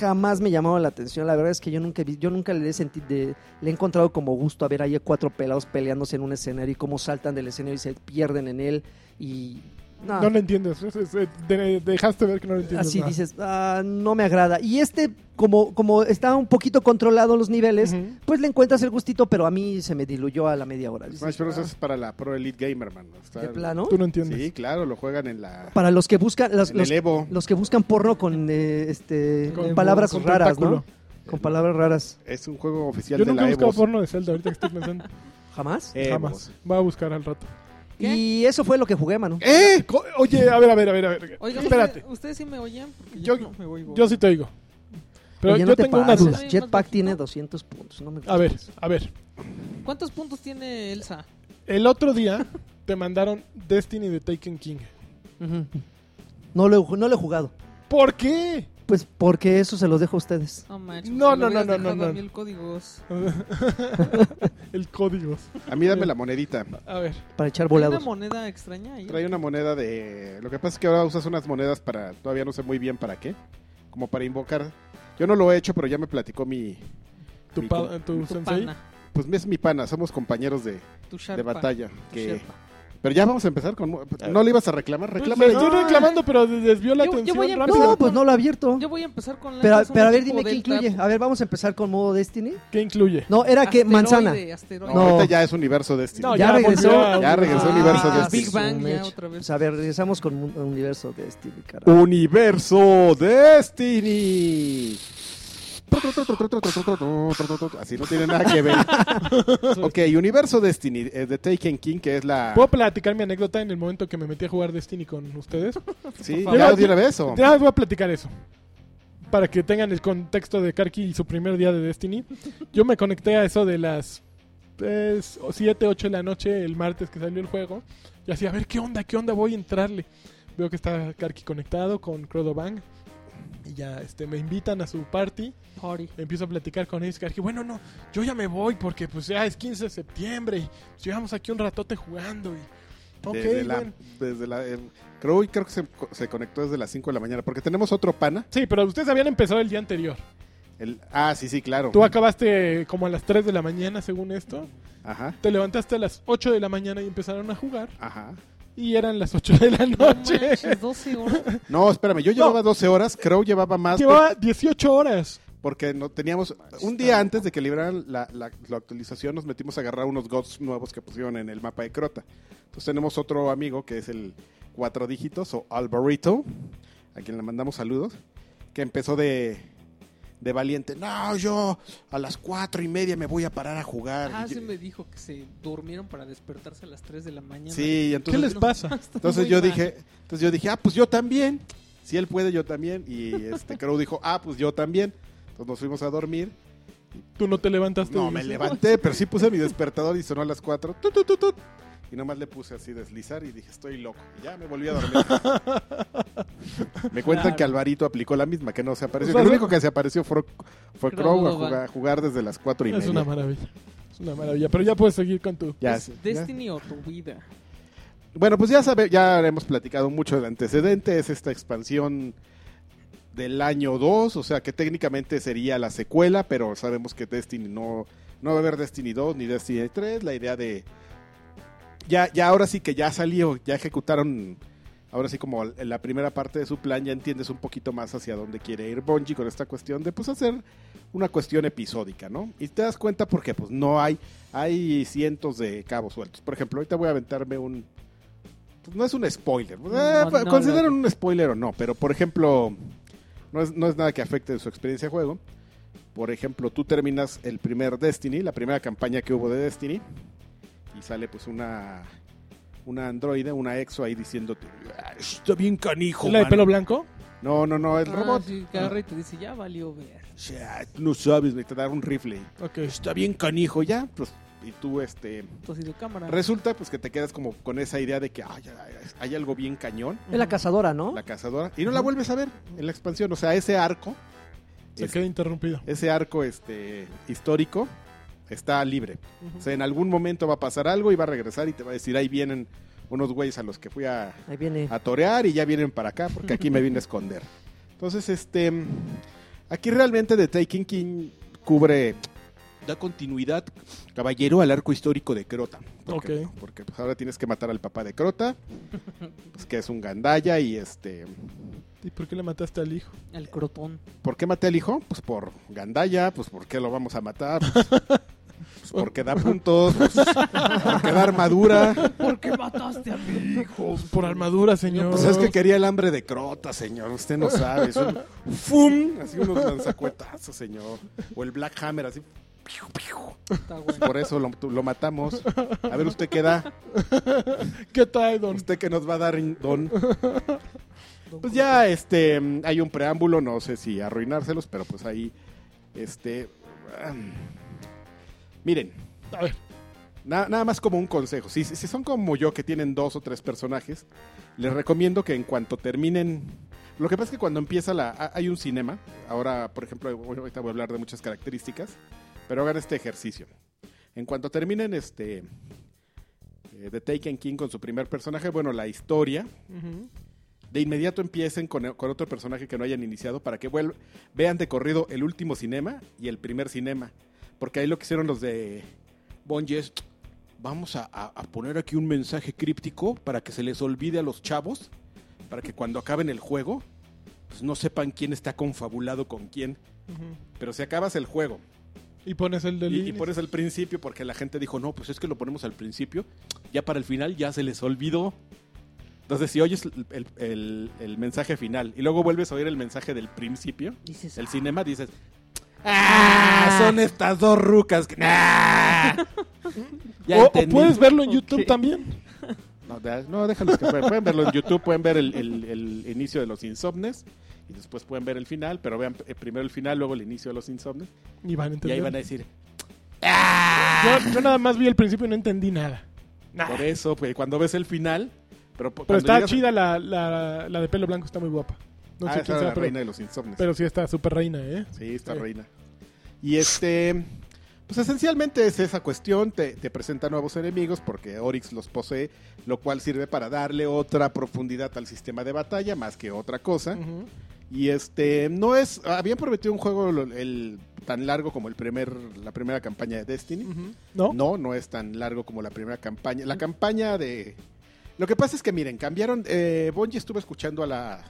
jamás me llamaban la atención. La verdad es que yo nunca, vi- yo nunca le, he senti- de- le he encontrado como gusto a ver ahí a cuatro pelados peleándose en un escenario y cómo saltan del escenario y se pierden en él. Y... no, No lo entiendes. Es- es- es- de- dejaste ver que no lo entiendes. Así nada. dices, "Ah, no me agrada. Y este, como, como está un poquito controlado los niveles, Ujú. pues le encuentras el gustito, pero a mí se me diluyó a la media hora. Dices, Smash Bros. es para la Pro Elite Gamer, man. Está- ¿De plano? Tú no entiendes. Sí, claro, lo juegan en la. Para los que buscan, los, en los- el Evo. los que buscan porro con eh, este Con- con palabras con raras, ¿no? tentáculo. Con palabras raras. Es un juego oficial Yo de nunca he la Evo. buscado porno de Zelda. Ahorita que (laughs) estoy pensando. Jamás. Eh, Jamás. Voy a buscar al rato. ¿Qué? Y eso fue lo que jugué, mano. ¿Eh? Co- Oye, a ver, a ver, a ver. A ver. Oigan, Espérate. ¿ustedes, ustedes sí me oyen? Porque Yo- yo, no me voy. voy. Yo sí te oigo. Pero Oye, yo no te tengo una pases, duda. Jetpack tiene 200 puntos. no me A ver, a ver. ¿Cuántos puntos tiene Elsa? El otro día te mandaron Destiny de Taken King. Ujú. no, lo, he- no lo he jugado. ¿Por qué? (laughs) Pues porque eso se los dejo a ustedes. No, manches, No, me no, lo hubieras no, no, dejado no, a no. mí el códigos. El código. A mí dame la monedita. A ver. Para echar ¿Hay una volados. moneda extraña ahí? Trae una moneda de. Lo que pasa es que ahora usas unas monedas para. Todavía no sé muy bien para qué. Como para invocar. Yo no lo he hecho, pero ya me platicó mi. Tu, mi pa- com- tu Tu sensei. pana, Pues es mi pana, somos compañeros de, tu de sharpa, batalla. tu Que, sherpa. pero ya vamos a empezar con. mu- No le ibas a reclamar, Pues, reclámale. estoy tú. reclamando, pero des- desvió la Yo- yo atención voy a- rápido. No, pues no lo he abierto. Yo voy a empezar con la... Pero, pero a ver, dime qué incluye. A ver, vamos a empezar con modo Destiny. ¿Qué incluye? No, era que manzana. No, No. ahorita ya es universo de Destiny. No, ya volvió regresó. a- Ya regresó Ah, Universo Big Destiny. Bang, ya otra vez. Pues a ver, regresamos con un- Universo Destiny, carajo. Uh. Universo Destiny. Así no tiene nada que ver. ok, Universo Destiny eh, de Taken King, que es la. ¿Puedo platicar mi anécdota en el momento que me metí a jugar Destiny con ustedes? Sí, favor. ¿Ya lo di una vez o? Ya les ah, voy a platicar eso. Para que tengan el contexto de Karki y su primer día de Destiny. Yo me conecté a eso de las 7, 8 de la noche el martes que salió el juego. Y así, a ver qué onda, qué onda, voy a entrarle. Veo que está Karki conectado con Crodobang. Y ya este, me invitan a su party. Party. Empiezo a platicar con ellos. Karki, bueno, no, yo ya me voy porque pues ya es 15 de septiembre. Y pues, llevamos aquí un ratote jugando. Y... Ok, desde la, bueno. desde la, eh, creo, hoy creo que se, se conectó desde las 5 de la mañana, porque tenemos otro pana. Sí, pero ustedes habían empezado el día anterior. El, ah, sí, sí, claro. Tú acabaste como a las 3 de la mañana, según esto. Ajá, Te levantaste a las 8 de la mañana y empezaron a jugar. ajá. y eran las 8 de la No noche. manches, 12 horas. (laughs) No, espérame, yo llevaba 12 horas, Crow llevaba (laughs) más Llevaba 18 horas. por- porque no teníamos un día antes de que libraran la, la- la actualización nos metimos a agarrar unos gods nuevos que pusieron en el mapa de Crota. Entonces tenemos otro amigo que es el cuatro dígitos o Alvarito, a quien le mandamos saludos, que empezó de de valiente. No, yo a las cuatro y media me voy a parar a jugar. Ah, Y- se me dijo que se durmieron para despertarse a las 3 de la mañana. (laughs) sí, y ¿Qué entonces les pasa? Está Entonces muy yo mal. dije, entonces yo dije, ah, pues yo también. Si él puede, yo también. Y este Crow dijo, ah, pues yo también. Entonces nos fuimos a dormir. Tú no te levantaste. No y- me levanté, pero sí puse mi despertador y sonó a las 4. tut, tut, tut, tut. Y nomás le puse así deslizar y dije, estoy loco. Y ya me volví a dormir. me cuentan Claro. que Alvarito aplicó la misma, que no se apareció. O sea, que no- lo único que se apareció fue, fue Crow Crow a Dodovan. jugar, a jugar desde las 4 y Es media. una maravilla. Es una maravilla. Pero ya puedes seguir con tu. Ya, Es sí, ya. Destiny o tu vida. Bueno, pues ya sabe, ya hemos platicado mucho del antecedente, es esta expansión del año 2, o sea que técnicamente sería la secuela, pero sabemos que Destiny no, no va a haber Destiny 2 ni Destiny 3, la idea de ya, ya ahora sí que ya salió, ya ejecutaron, ahora sí como en la primera parte de su plan, ya entiendes un poquito más hacia dónde quiere ir Bungie con esta cuestión de pues hacer una cuestión episódica, ¿no? Y te das cuenta porque pues no hay, hay cientos de cabos sueltos. Por ejemplo, ahorita voy a aventarme un... pues, no es un spoiler, eh, no, no, consideran no. un spoiler o no, pero por ejemplo, no es, no es nada que afecte su experiencia de juego. Por ejemplo, tú terminas el primer Destiny, la primera campaña que hubo de Destiny, y sale pues una una androide, una exo ahí diciéndote, "Ah, está bien canijo. ¿La de mano". pelo blanco? No, no, no, el Ah, robot. sí, agarra y te dice, ya valió ver. O sea, tú no sabes, me te dar un rifle. Ok. Está bien canijo ya, pues y tú este Entonces, de cámara. resulta pues que te quedas como con esa idea de que "Ay, ay, ay, hay algo bien cañón, Es la cazadora, ¿no? la cazadora, y no la vuelves a ver en la expansión, o sea, ese arco Se es- queda interrumpido. ese arco este histórico está libre. Ujú. O sea, en algún momento va a pasar algo y va a regresar y te va a decir, ahí vienen unos güeyes a los que fui a, Ahí viene. a torear y ya vienen para acá porque aquí me vine a esconder. Entonces, este, aquí realmente The Taking King cubre, da continuidad, caballero, al arco histórico de Crota. Porque, Ok. porque, pues, ahora tienes que matar al papá de Crota, pues, que es un gandalla y este... ¿Y por qué le mataste al hijo? El crotón. ¿Por qué maté al hijo? Pues por gandalla, pues por qué lo vamos a matar, pues, pues, porque da puntos, pues, porque da armadura. ¿Por qué mataste a mi hijo? Por armadura, señor. Pues es que quería el hambre de crota, señor. Usted no sabe. Es un ¡Fum! Así unos lanzacuetazos, señor. O el Black Hammer, así. piu, piu. Está bueno. Por eso lo, lo matamos. A ver, ¿usted qué da? ¿Qué trae, don? ¿Usted qué nos va a dar, don? Pues ya, este, hay un preámbulo, no sé si arruinárselos, pero pues ahí, este... ah, Miren, A ver. Na- nada más como un consejo. Si, si son como yo que tienen dos o tres personajes, les recomiendo que en cuanto terminen. Lo que pasa es que cuando empieza la. ha- Hay un cinema. Ahora, por ejemplo, hoy- ahorita voy a hablar de muchas características. Pero hagan este ejercicio. En cuanto terminen este. eh, The Taken King con su primer personaje, bueno, la historia. Ujú. De inmediato empiecen con, con otro personaje que no hayan iniciado para que vuel- vean de corrido el último cinema y el primer cinema. Porque ahí lo que hicieron los de Bungie es, vamos a, a- a poner aquí un mensaje críptico para que se les olvide a los chavos, para que cuando acaben el juego, pues no sepan quién está confabulado con quién. Ujú. Pero si acabas el juego Y pones el del. y, y pones al principio, porque la gente dijo, no, pues es que lo ponemos al principio, ya para el final ya se les olvidó. Entonces, si oyes el, el- el- el mensaje final y luego vuelves a oír el mensaje del principio, Dices, el cinema, dices, ¡ah! Son estas dos rucas. que- (laughs) ¡Ah! Ya o, o entendí. puedes verlo en YouTube Ok. también. No, de- no, déjalos que pueden, pueden verlo en YouTube, pueden ver el, el- el inicio de los insomnes y después pueden ver el final, pero vean eh, primero el final, luego el inicio de los insomnes Y van a y entender. ahí van a decir, yo, yo nada más vi el principio y no entendí nada. Nada. Por eso, pues, cuando ves el final. Pero, Ah. Pero está chida la, la, la de pelo blanco, está muy guapa. No sé quién sea, Ah, la pero, reina de los insomnes. pero sí está súper reina, ¿eh? sí, está sí. reina. Y este. Pues esencialmente es esa cuestión. Te, te presenta nuevos enemigos porque Oryx los posee, lo cual sirve para darle otra profundidad al sistema de batalla, más que otra cosa. Ujú. Y este, no es. Habían prometido un juego lo- el- tan largo como el primer, la primera campaña de Destiny. Ujú. ¿No? No, no es tan largo como la primera campaña. La campaña de Lo que pasa es que, miren, cambiaron. Eh, Bungie estuvo escuchando a, la,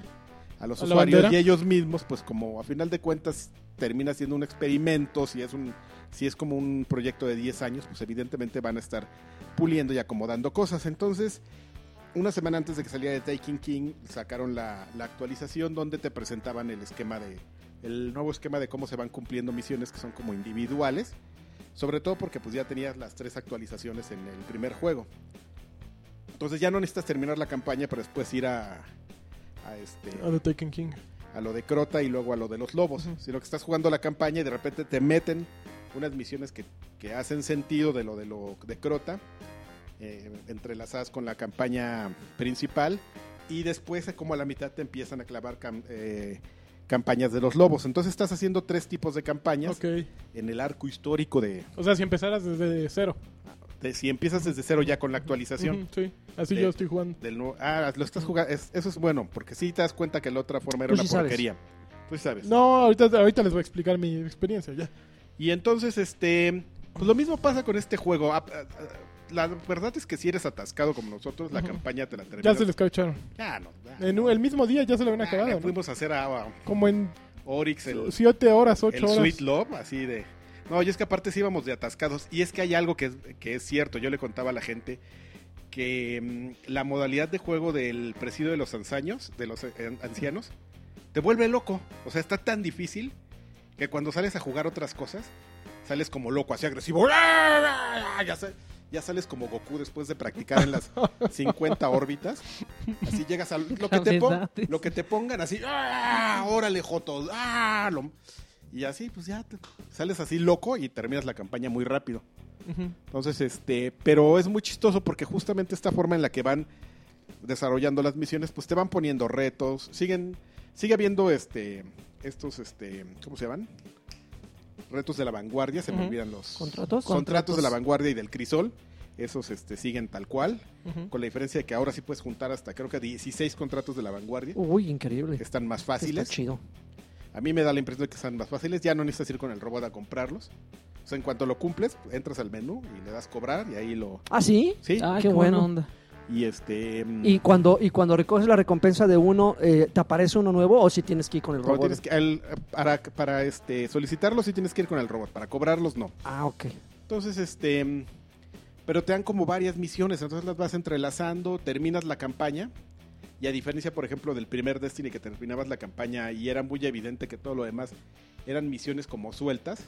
a los ¿A la usuarios bandera? y ellos mismos, pues como a final de cuentas termina siendo un experimento, si es, un, si es como un proyecto de 10 años, pues evidentemente van a estar puliendo y acomodando cosas. Entonces, una semana antes de que saliera de Taking King, sacaron la, la actualización donde te presentaban el esquema de. El nuevo esquema de cómo se van cumpliendo misiones que son como individuales. Sobre todo porque pues ya tenías las tres actualizaciones en el primer juego. Entonces ya no necesitas terminar la campaña para después ir a, a este, A The Ah, Taken King. a lo de Crota y luego a lo de los lobos, Ujú. sino que estás jugando la campaña y de repente te meten unas misiones que, que hacen sentido de lo de lo de Crota, eh, entrelazadas con la campaña principal, y después eh, como a la mitad te empiezan a clavar cam- eh, campañas de los lobos. Entonces estás haciendo tres tipos de campañas Ok. en el arco histórico de, O sea, si empezaras desde cero. de- si empiezas desde cero ya con la actualización. Ujú, sí. Así De- yo estoy jugando. del nuevo- ah, lo estás jugando. es- eso es bueno, porque sí te das cuenta que la otra forma era Tú sí una sabes. porquería. Tú sí sabes. No, ahorita, ahorita les voy a explicar mi experiencia ya. Y entonces, este. Pues lo mismo pasa con este juego. Ah, ah, ah, La verdad es que si eres atascado como nosotros, la Ujú. campaña te la terminas. Ya se les caucharon. Ya no. ya. En un- el mismo día ya se lo habían Ah, acabado. le ¿no? fuimos a hacer a, a Como en Oryx el, 7 horas, 8 el horas. Sweet Love, así de. No, y es que aparte sí íbamos de atascados. Y es que hay algo que es, que es cierto. Yo le contaba a la gente que mm, la modalidad de juego del presidio de los anzaños, de los eh, ancianos, te vuelve loco. O sea, está tan difícil que cuando sales a jugar otras cosas, sales como loco, así agresivo. (laughs) Ya, sa- ya sales como Goku después de practicar en las 50 órbitas. Así llegas a lo que te, pon- Habilidades. lo que te pongan, así. ¡ah! ¡Órale, Joto! ¡ah! Lo- y así, pues ya te- sales así loco y terminas la campaña muy rápido. Ujú. Entonces, este, pero es muy chistoso porque justamente esta forma en la que van desarrollando las misiones, pues te van poniendo retos, siguen, sigue habiendo este, estos, este, ¿cómo se llaman? Retos de la vanguardia, se me Ujú. olvidan los ¿Contratos? contratos Contratos. de la vanguardia y del crisol, esos, este, siguen tal cual, Ujú. con la diferencia de que ahora sí puedes juntar hasta creo que 16 contratos de la vanguardia, Uy, increíble. que están más Está fáciles. chido. A mí me da la impresión de que están más fáciles. Ya no necesitas ir con el robot a comprarlos. O sea, en cuanto lo cumples, entras al menú y le das cobrar y ahí lo. ¿Ah, sí? Sí. Ah, Qué qué, buena bueno. onda. Y este. mm, Y cuando, y cuando recoges la recompensa de uno, eh, ¿te aparece uno nuevo o si tienes que ir con el cuando robot? tienes que- al- para para este, solicitarlos sí tienes que ir con el robot. Para cobrarlos no. Ah, ok. Entonces, este. mm, Pero te dan como varias misiones. Entonces las vas entrelazando. Terminas la campaña. Y a diferencia, por ejemplo, del primer Destiny que terminabas la campaña y era muy evidente que todo lo demás eran misiones como sueltas.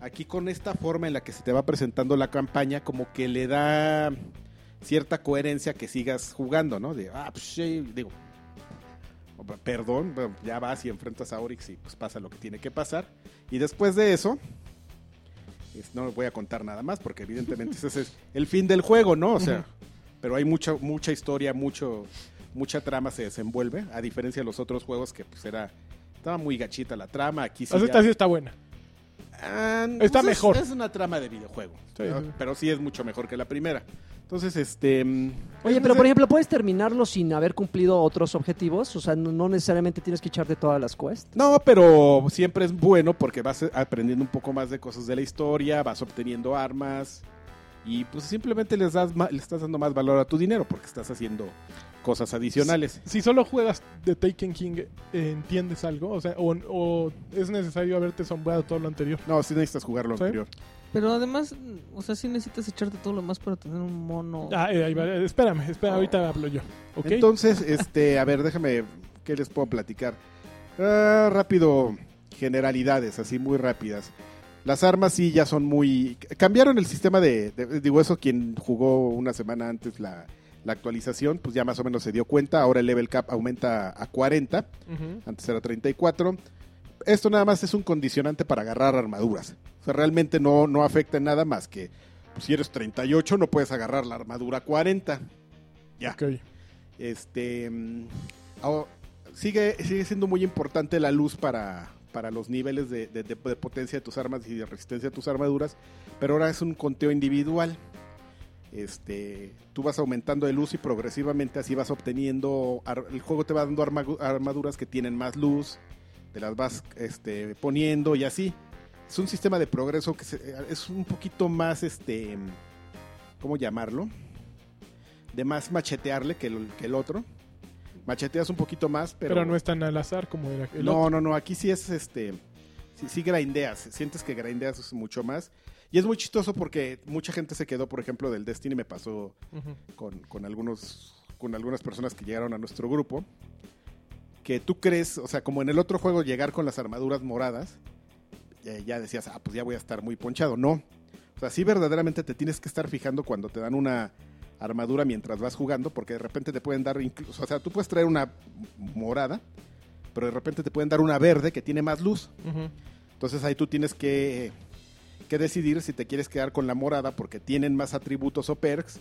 Aquí con esta forma en la que se te va presentando la campaña, como que le da cierta coherencia que sigas jugando, ¿no? De, ah, pues sí, digo, o, p- perdón, bueno, ya vas y enfrentas a Oryx y pues pasa lo que tiene que pasar. Y después de eso, es- no voy a contar nada más porque evidentemente ese es el fin del juego, ¿no? O sea, pero hay mucha, mucha historia, mucho, mucha trama se desenvuelve, a diferencia de los otros juegos que pues era... Estaba muy gachita la trama, aquí sí O sea, ya- esta sí está buena. Ah, Está es- mejor. Es, una trama de videojuego. Sí, ¿no? sí. Pero sí es mucho mejor que la primera. Entonces, este. mm, Oye, es- pero es- por ejemplo, ¿puedes terminarlo sin haber cumplido otros objetivos? O sea, no, no necesariamente tienes que echarte todas las quests. No, pero siempre es bueno porque vas aprendiendo un poco más de cosas de la historia, vas obteniendo armas y pues simplemente les das ma- le estás dando más valor a tu dinero porque estás haciendo cosas adicionales. Si solo juegas The Taken King, eh, ¿entiendes algo? O sea, o, o es necesario haberte sombreado todo lo anterior. No, sí necesitas jugar lo Sí. anterior. Pero además, mm, o sea, sí necesitas echarte todo lo más para tener un mono. Ah, eh, ahí va, eh, espérame, espérame, ahorita hablo yo. ¿Ok? Entonces, este, a ver, déjame, ¿qué les puedo platicar? Ah, rápido, generalidades, así muy rápidas. Las armas sí ya son muy... Cambiaron el sistema de... de- digo, eso quien jugó una semana antes la, la actualización, pues ya más o menos se dio cuenta. Ahora el level cap aumenta a 40, Ujú. antes era 34. Esto nada más es un condicionante para agarrar armaduras. O sea, realmente no, no afecta en nada más que... pues, si eres 38 no puedes agarrar la armadura 40. Ya. Ok. Este mm, ahora, sigue, sigue siendo muy importante la luz para, para los niveles de, de- de- de potencia de tus armas y de resistencia de tus armaduras, pero ahora es un conteo individual. Este, tú vas aumentando de luz y progresivamente así vas obteniendo. ar- El juego te va dando armagu- armaduras que tienen más luz, te las vas este, poniendo y así. Es un sistema de progreso que se- es un poquito más, este, ¿cómo llamarlo? de más machetearle que el, que el otro. Macheteas un poquito más, pero... Pero, no es tan al azar como era el no, otro. no, no, aquí sí es este. Sí, sí grindeas, sientes que grindeas mucho más. Y es muy chistoso porque mucha gente se quedó, por ejemplo, del Destiny, me pasó Ujú. con, con algunos, con algunas personas que llegaron a nuestro grupo, que tú crees, o sea, como en el otro juego llegar con las armaduras moradas, ya, ya decías, ah, pues ya voy a estar muy ponchado. No, o sea, sí verdaderamente te tienes que estar fijando cuando te dan una armadura mientras vas jugando, porque de repente te pueden dar, incluso, o sea, tú puedes traer una morada, pero de repente te pueden dar una verde que tiene más luz. Ujú. Entonces ahí tú tienes que, que decidir si te quieres quedar con la morada porque tienen más atributos o perks,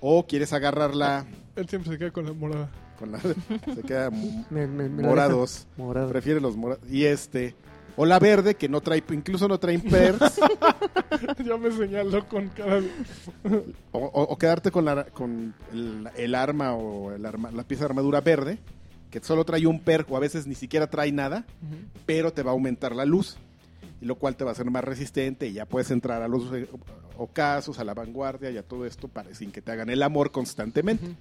o quieres agarrarla Él siempre se queda con la morada. (laughs) con la se queda m- Me- me- me la morados dejan- Morado. prefiere los morados y este o la verde que no trae incluso no traen perks ya me señaló con cara de... o, o- o quedarte con la con el, el arma o el arma- la pieza de armadura verde que solo trae un perk o a veces ni siquiera trae nada Ujú. pero te va a aumentar la luz y lo cual te va a hacer más resistente y ya puedes entrar a los eh, ocasos a la vanguardia y a todo esto para sin que te hagan el amor constantemente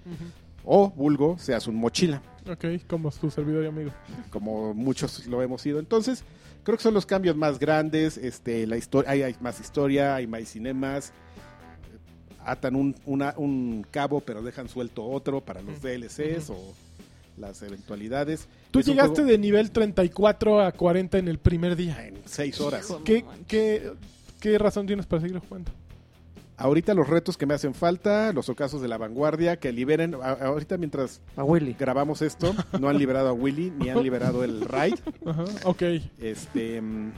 o vulgo seas un mochila Ok, como tu servidor y amigo. como muchos lo hemos sido. Entonces, creo que son los cambios más grandes. Este, la historia, hay, hay más historia, hay más cinemas. eh, Atan un, una- un cabo, pero dejan suelto otro para los DLCs o las eventualidades. Tú Es un llegaste juego de nivel 34 a 40 en el primer día. en seis horas. Hijo, no ¿Qué, manches. qué, qué razón tienes para seguir jugando? Ahorita los retos que me hacen falta, los ocasos de la vanguardia, que liberen. a- ahorita mientras A Willy. grabamos esto, no han liberado a Willy ni han liberado el Raid. Ajá, ok. Este. mm,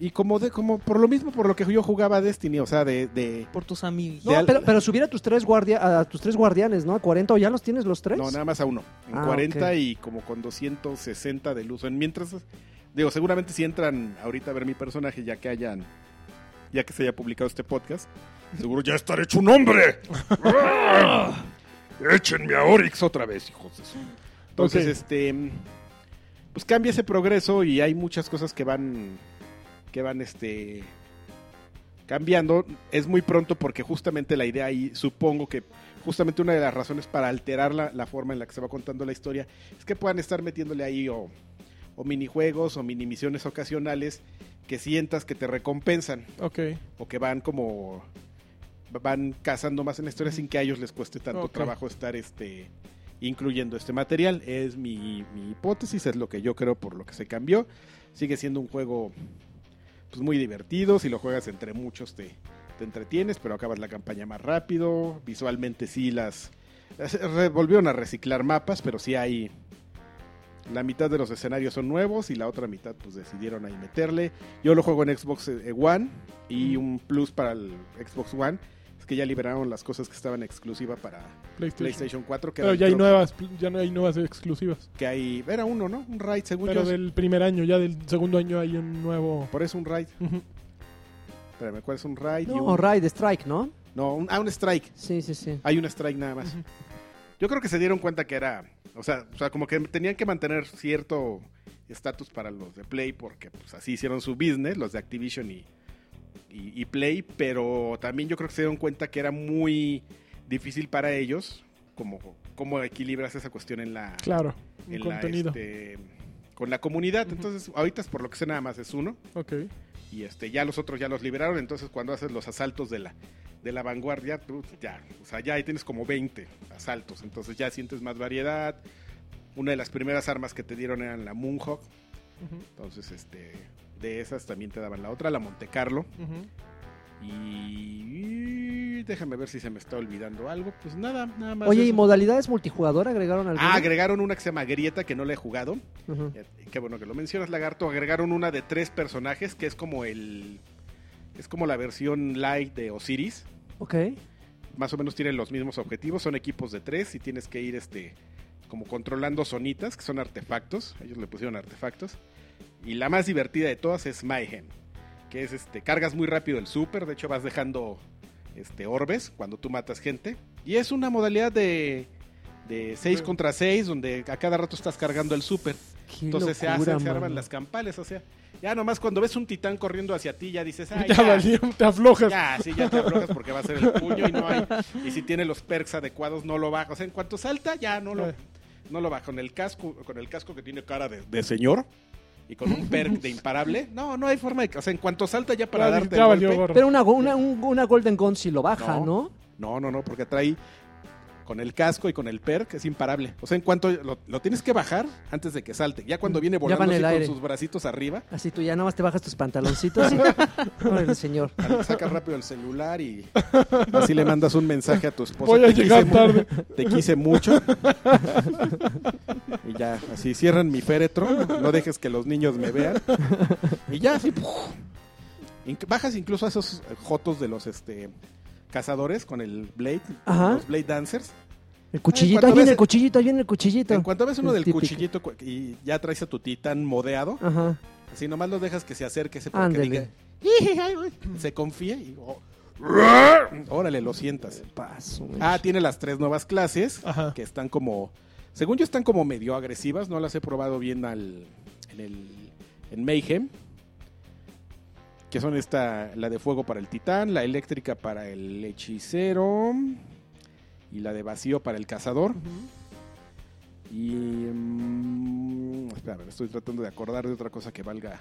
Y como de, como por lo mismo por lo que yo jugaba Destiny, o sea, de, de- Por tus amigos. No, de al- pero, pero subir a tus tres guardia, a tus tres guardianes, ¿no? A 40 o ya los tienes los tres. No, nada más a uno. En Ah, 40 ok. y como con 260 de luz. En mientras. Digo, seguramente si entran ahorita a ver mi personaje, ya que hayan. Ya que se haya publicado este podcast, seguro ya estaré hecho un hombre. ¡Ah! Échenme a Oryx otra vez, hijos de su- Entonces, Ok. este. mm, Pues cambia ese progreso y hay muchas cosas que van. Que van, este. Cambiando. Es muy pronto porque justamente la idea ahí, supongo que justamente una de las razones para alterar la, la forma en la que se va contando la historia es que puedan estar metiéndole ahí o, o minijuegos o mini misiones ocasionales que sientas que te recompensan Ok. o que van como van cazando más en la historia sin que a ellos les cueste tanto Ok. trabajo estar este incluyendo este material es mi, mi hipótesis es lo que yo creo por lo que se cambió sigue siendo un juego pues muy divertido si lo juegas entre muchos te, te entretienes pero acabas la campaña más rápido visualmente sí las las- re- volvieron a reciclar mapas pero sí hay la mitad de los escenarios son nuevos y la otra mitad pues decidieron ahí meterle yo lo juego en Xbox eh, One y un plus para el Xbox One es que ya liberaron las cosas que estaban exclusiva para PlayStation. PlayStation 4. Que Pero eran ya hay creo nuevas, pl- ya no hay nuevas exclusivas. Que hay, era uno, ¿no? Un raid, según Pero yo. del primer año, ya del segundo año hay un nuevo. Por eso un raid. Ujú. Espérame, ¿cuál es un raid? y No, un- Raid Strike, ¿no? No, un- ah, un strike. Sí, sí, sí. Hay un strike nada más. Yo creo que se dieron cuenta que era, o sea, o sea como que tenían que mantener cierto estatus para los de Play porque pues, así hicieron su business, los de Activision y, y- y Play, pero también yo creo que se dieron cuenta que era muy difícil para ellos como cómo equilibras esa cuestión en la, Claro, un en la, contenido. este, con la comunidad. Ujú. Entonces, ahorita es por lo que sé nada más es uno Ok. y este ya los otros ya los liberaron, entonces cuando haces los asaltos de la de la vanguardia, tú ya, o sea, ya ahí tienes como 20 asaltos, entonces ya sientes más variedad. Una de las primeras armas que te dieron eran la Moonhawk, Ujú, entonces este de esas también te daban la otra, la Monte Carlo ujú. y déjame ver si se me está olvidando algo, pues nada, nada más. Oye, eso. ¿y modalidades multijugador agregaron alguna? Ah, agregaron una que se llama Grieta que no la he jugado. Ujú. Ya, Qué bueno que lo mencionas, Lagarto. Agregaron una de tres personajes que es como el. Es como la versión light de Osiris. Ok. Más o menos tienen los mismos objetivos. Son equipos de tres y tienes que ir este. Como controlando zonitas, que son artefactos. Ellos le pusieron artefactos. Y la más divertida de todas es Mayhem. Que es este. Cargas muy rápido el super. De hecho, vas dejando este orbes cuando tú matas gente. Y es una modalidad de. De 6 Sí. contra 6, donde a cada rato estás cargando el super. Entonces se hacen, se arman las campales, o sea, ya nomás cuando ves un titán corriendo hacia ti ya dices, ah, ya, valió, te aflojas. ya, sí, ya te aflojas porque va a ser el puño y no hay. Y si tiene los perks adecuados, no lo baja. O sea, en cuanto salta, ya no lo, Ay. no lo baja. Con el casco, con el casco que tiene cara de, de señor y con un perk de imparable, no, no hay forma de. O sea, en cuanto salta ya para Ya darte el valió golpe. gorro. Pero una, go- una, un- una Golden Gun si lo baja, No. ¿no? No, no, no, porque trae con el casco y con el perk es imparable. O sea, en cuanto lo, lo tienes que bajar antes de que salte. Ya Mm. cuando viene Ya va en volando así el aire. con sus bracitos arriba, Así tú ya nada más te bajas tus (laughs) pantaloncitos. y- Órale, señor. al- sacas rápido el celular y así le mandas un mensaje a tu esposa. Voy a "Te quise llegar mu- tarde. Te quise mucho. y ya, así cierran mi féretro. No dejes que los niños me vean. Y ya, así. ¡puf! Inc- Bajas incluso a esos eh, jotos de los este cazadores con el Blade, Ajá. los Blade Dancers. El cuchillito, Ay, ahí viene ¿cuántas el cuchillito, ahí viene el cuchillito. En cuanto ves uno Es del típico. cuchillito cu- y ya traes a tu titán modeado, Ajá. así nomás lo dejas que se acerque, se, porque Ándele. diga, "Ay, güey", se confía y oh, órale, lo sientas. Paso, güey. Ah, tiene las tres nuevas clases Ajá. que están como, según yo están como medio agresivas, no las he probado bien al, en, el, en Mayhem, que son esta, la de fuego para el titán, la eléctrica para el hechicero y la de vacío para el cazador. Y. mm, espérame, me estoy tratando de acordar de otra cosa que valga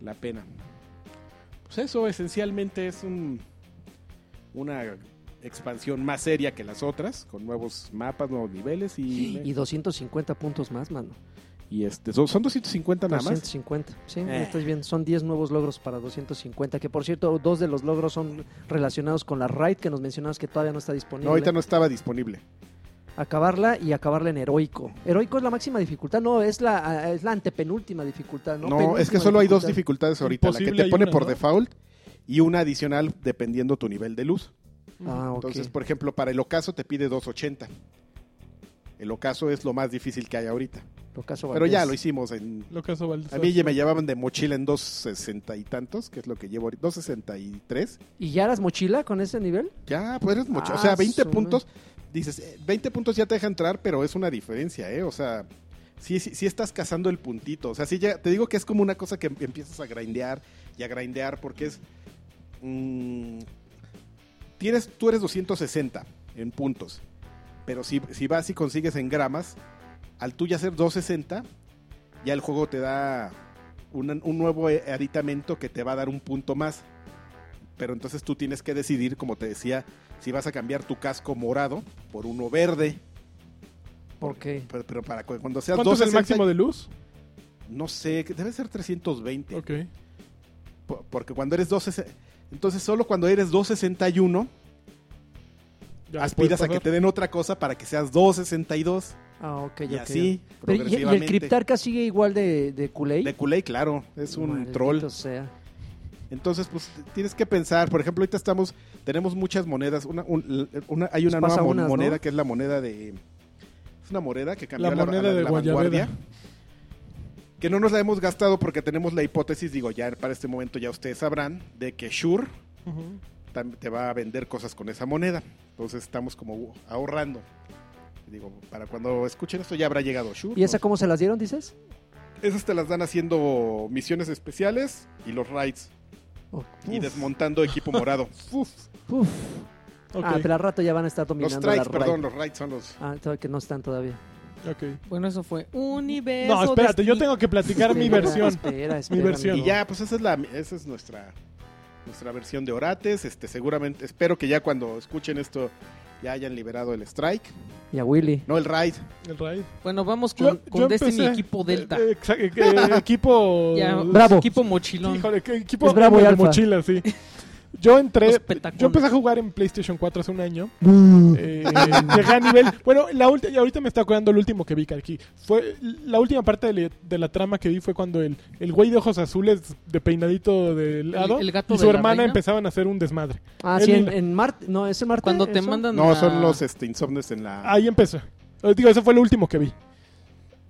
la pena. Pues eso esencialmente es un, una expansión más seria que las otras, con nuevos mapas, nuevos niveles y. Y 250 puntos más, mano. y este, son, son 250 nada más. 250. Sí, Eh. estás bien. Son 10 nuevos logros para 250. Que por cierto, dos de los logros son relacionados con la raid que nos mencionabas que todavía no está disponible. No, ahorita no estaba disponible. Acabarla y acabarla en heroico. Heroico es la máxima dificultad, no, es la, ah, es la antepenúltima dificultad. No, No, es que solo hay dos dificultades. dificultades ahorita: la que Imposible te hay pone una, por ¿no? default y una adicional dependiendo tu nivel de luz. Ah, ok. Entonces, por ejemplo, para el ocaso te pide 280. El ocaso es lo más difícil que hay ahorita. Lo caso Pero ya Valdés. lo hicimos en... Lo que eso vale. A mí ya me llevaban de mochila en 260 y tantos, que es lo que llevo ahorita. 263. ¿Y ya eras mochila con ese nivel? Ya, pues eres mochila. Ah, o sea, 20 su- puntos. Dices, eh, 20 puntos ya te deja entrar, pero es una diferencia, ¿eh? O sea, sí, sí, sí estás cazando el puntito. O sea, sí ya, te digo que es como una cosa que em- empiezas a grindear y a grindear porque es... mm, tienes, tú eres 260 en puntos. Pero si, si vas y consigues en gramas, al tú ya ser 260, ya el juego te da un, un nuevo eh, aditamento que te va a dar un punto más. Pero entonces tú tienes que decidir, como te decía, si vas a cambiar tu casco morado por uno verde. Porque Pero, pero para cu- cuando seas ¿Cuánto es el 260, máximo de luz? No sé, que debe ser 320. Ok. po- Porque cuando eres 260... Entonces solo cuando eres 261 Ya aspiras puedes a que te pasar. den otra cosa para que seas 262. Ah, ok, y ok. así, Pero ¿y- ¿y, el progresivamente. Criptarca sigue igual de, de Kulei? De Kulei, claro, es un Maldito troll. sea. Entonces, pues t- tienes que pensar, por ejemplo, ahorita estamos, tenemos muchas monedas. Una, un- una- hay Pues una nueva pasa mon- unas, ¿no? moneda que es la moneda de. Es una moneda que cambió La a a moneda de Guayabera. Que no nos la hemos gastado porque tenemos la hipótesis, digo, ya para este momento ya ustedes sabrán, de que Shure Ujú. tam- te va a vender cosas con esa moneda. Entonces estamos como ahorrando. Digo, para cuando escuchen esto ya habrá llegado Shure. ¿Y esa ¿no? cómo se las dieron, dices? Esas te las dan haciendo misiones especiales y los raids. Oh, Y uf, desmontando (laughs) equipo morado. Uf. uf. Ok, Ah, pero al rato ya van a estar Los dominando strikes, la raid. perdón, los raids son los. Ah, todavía que no están todavía. ok. Bueno, eso fue universo. No, espérate, yo Destiny. tengo que platicar mi Espera, versión. Espera, espérame. versión. Y ya, pues esa es la, esa es nuestra, nuestra versión de Orates. Este, seguramente, espero que ya cuando escuchen esto ya hayan liberado el strike, Y a Willy. no el raid. El raid. Bueno, vamos con, Yo- con yo Destiny empecé- equipo Delta. Eh, exa- eh, eh, equipo. Ya, Bravo. Equipo mochilón. Híjole, qué equipo Es bravo y de alfa. mochila, sí. Yo entré. Los petacones. Yo empecé a jugar en PlayStation 4 hace un año. Eh, llegué a nivel. Bueno, la ulti- y ahorita me está acordando el último que vi aquí. Fue la última parte de, le- de la trama que vi fue cuando el, el güey de ojos azules de peinadito de lado el gato y su de la hermana reina. empezaban a hacer un desmadre. Ah, Él sí, y en, la- en Marte. No, es en Marte. Cuando te eso? mandan. No, a- son los este, insomnes en la. Ahí empezó. Eh, Digo, eso fue lo último que vi.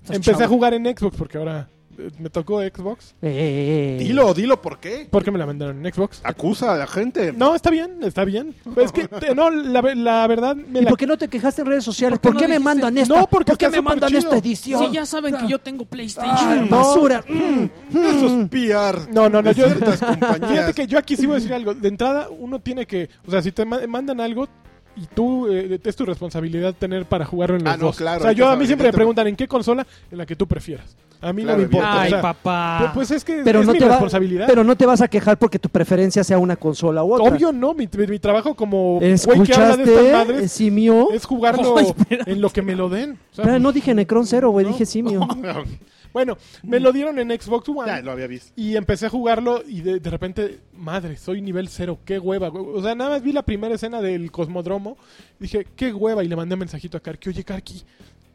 Estás Empecé a chavo. jugar en Xbox porque ahora eh, me tocó Xbox. Eh, Dilo, dilo, ¿por qué? ¿Por qué me la mandaron en Xbox? Acusa a la gente. No, está bien, está bien. Pues es que, te- no, la, ve- la verdad me ¿Y la... por qué no te quejaste en redes sociales? ¿Por ¿Por qué qué, me no dijiste- mandan esta? No, porque ¿Por qué está me súper mandan chido. esta edición? Mm, Sí, ya saben que yo tengo Ah, PlayStation. no. basura. Mm, Esos PR. No, no, no, Pues de yo- (laughs) ciertas Fíjate compañías. que yo aquí sí voy a decir algo. De entrada, uno tiene que... O sea, si te ma- mandan algo... Y tú, eh, es tu responsabilidad tener para jugarlo en los Ah, no, dos. claro, o sea, yo a mí entonces, siempre me evidentemente. preguntan en qué consola en la que tú prefieras. A mí Claro, no me importa. evidente. o Ay, sea, papá. pues, pues es que Pero es no mi te va- responsabilidad. Pero no te vas a quejar porque tu preferencia sea una consola u otra. Obvio no, mi, mi- mi trabajo como güey que habla de estas ¿Escuchaste, madres simio? es jugarlo Ay, espérate. en lo que me lo den. O sea, Espera, no dije Necron Zero, güey, No. dije simio. Bueno, me lo dieron en Xbox One. Ya lo había visto. Y empecé a jugarlo y de, de repente, madre, soy nivel cero, qué hueva. güey. O sea, nada más vi la primera escena del Cosmodromo, dije, qué hueva, y le mandé un mensajito a Karki, oye Karki,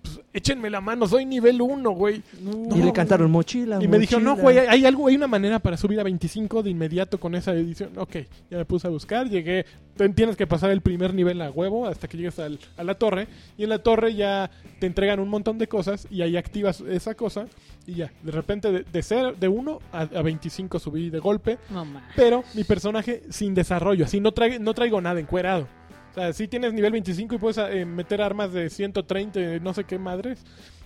pues, échenme la mano, soy nivel uno, güey. y le (laughs) No, cantaron mochila, Y me dijeron, no, mochila". güey, hay- hay algo, hay una manera para subir a 25 de inmediato con esa edición. Ok, ya me puse a buscar, llegué, ten- tienes que pasar el primer nivel a huevo hasta que llegues al- a la torre. Y en la torre ya te entregan un montón de cosas y ahí activas esa cosa y ya, de repente de, de, cero- de 1 a, a 25 subí de golpe. No, ma. Pero mi personaje sin desarrollo, así no, trae- no traigo nada encuerado. O sea, sí tienes nivel 25 y puedes eh, meter armas de 130, eh, no sé qué madres,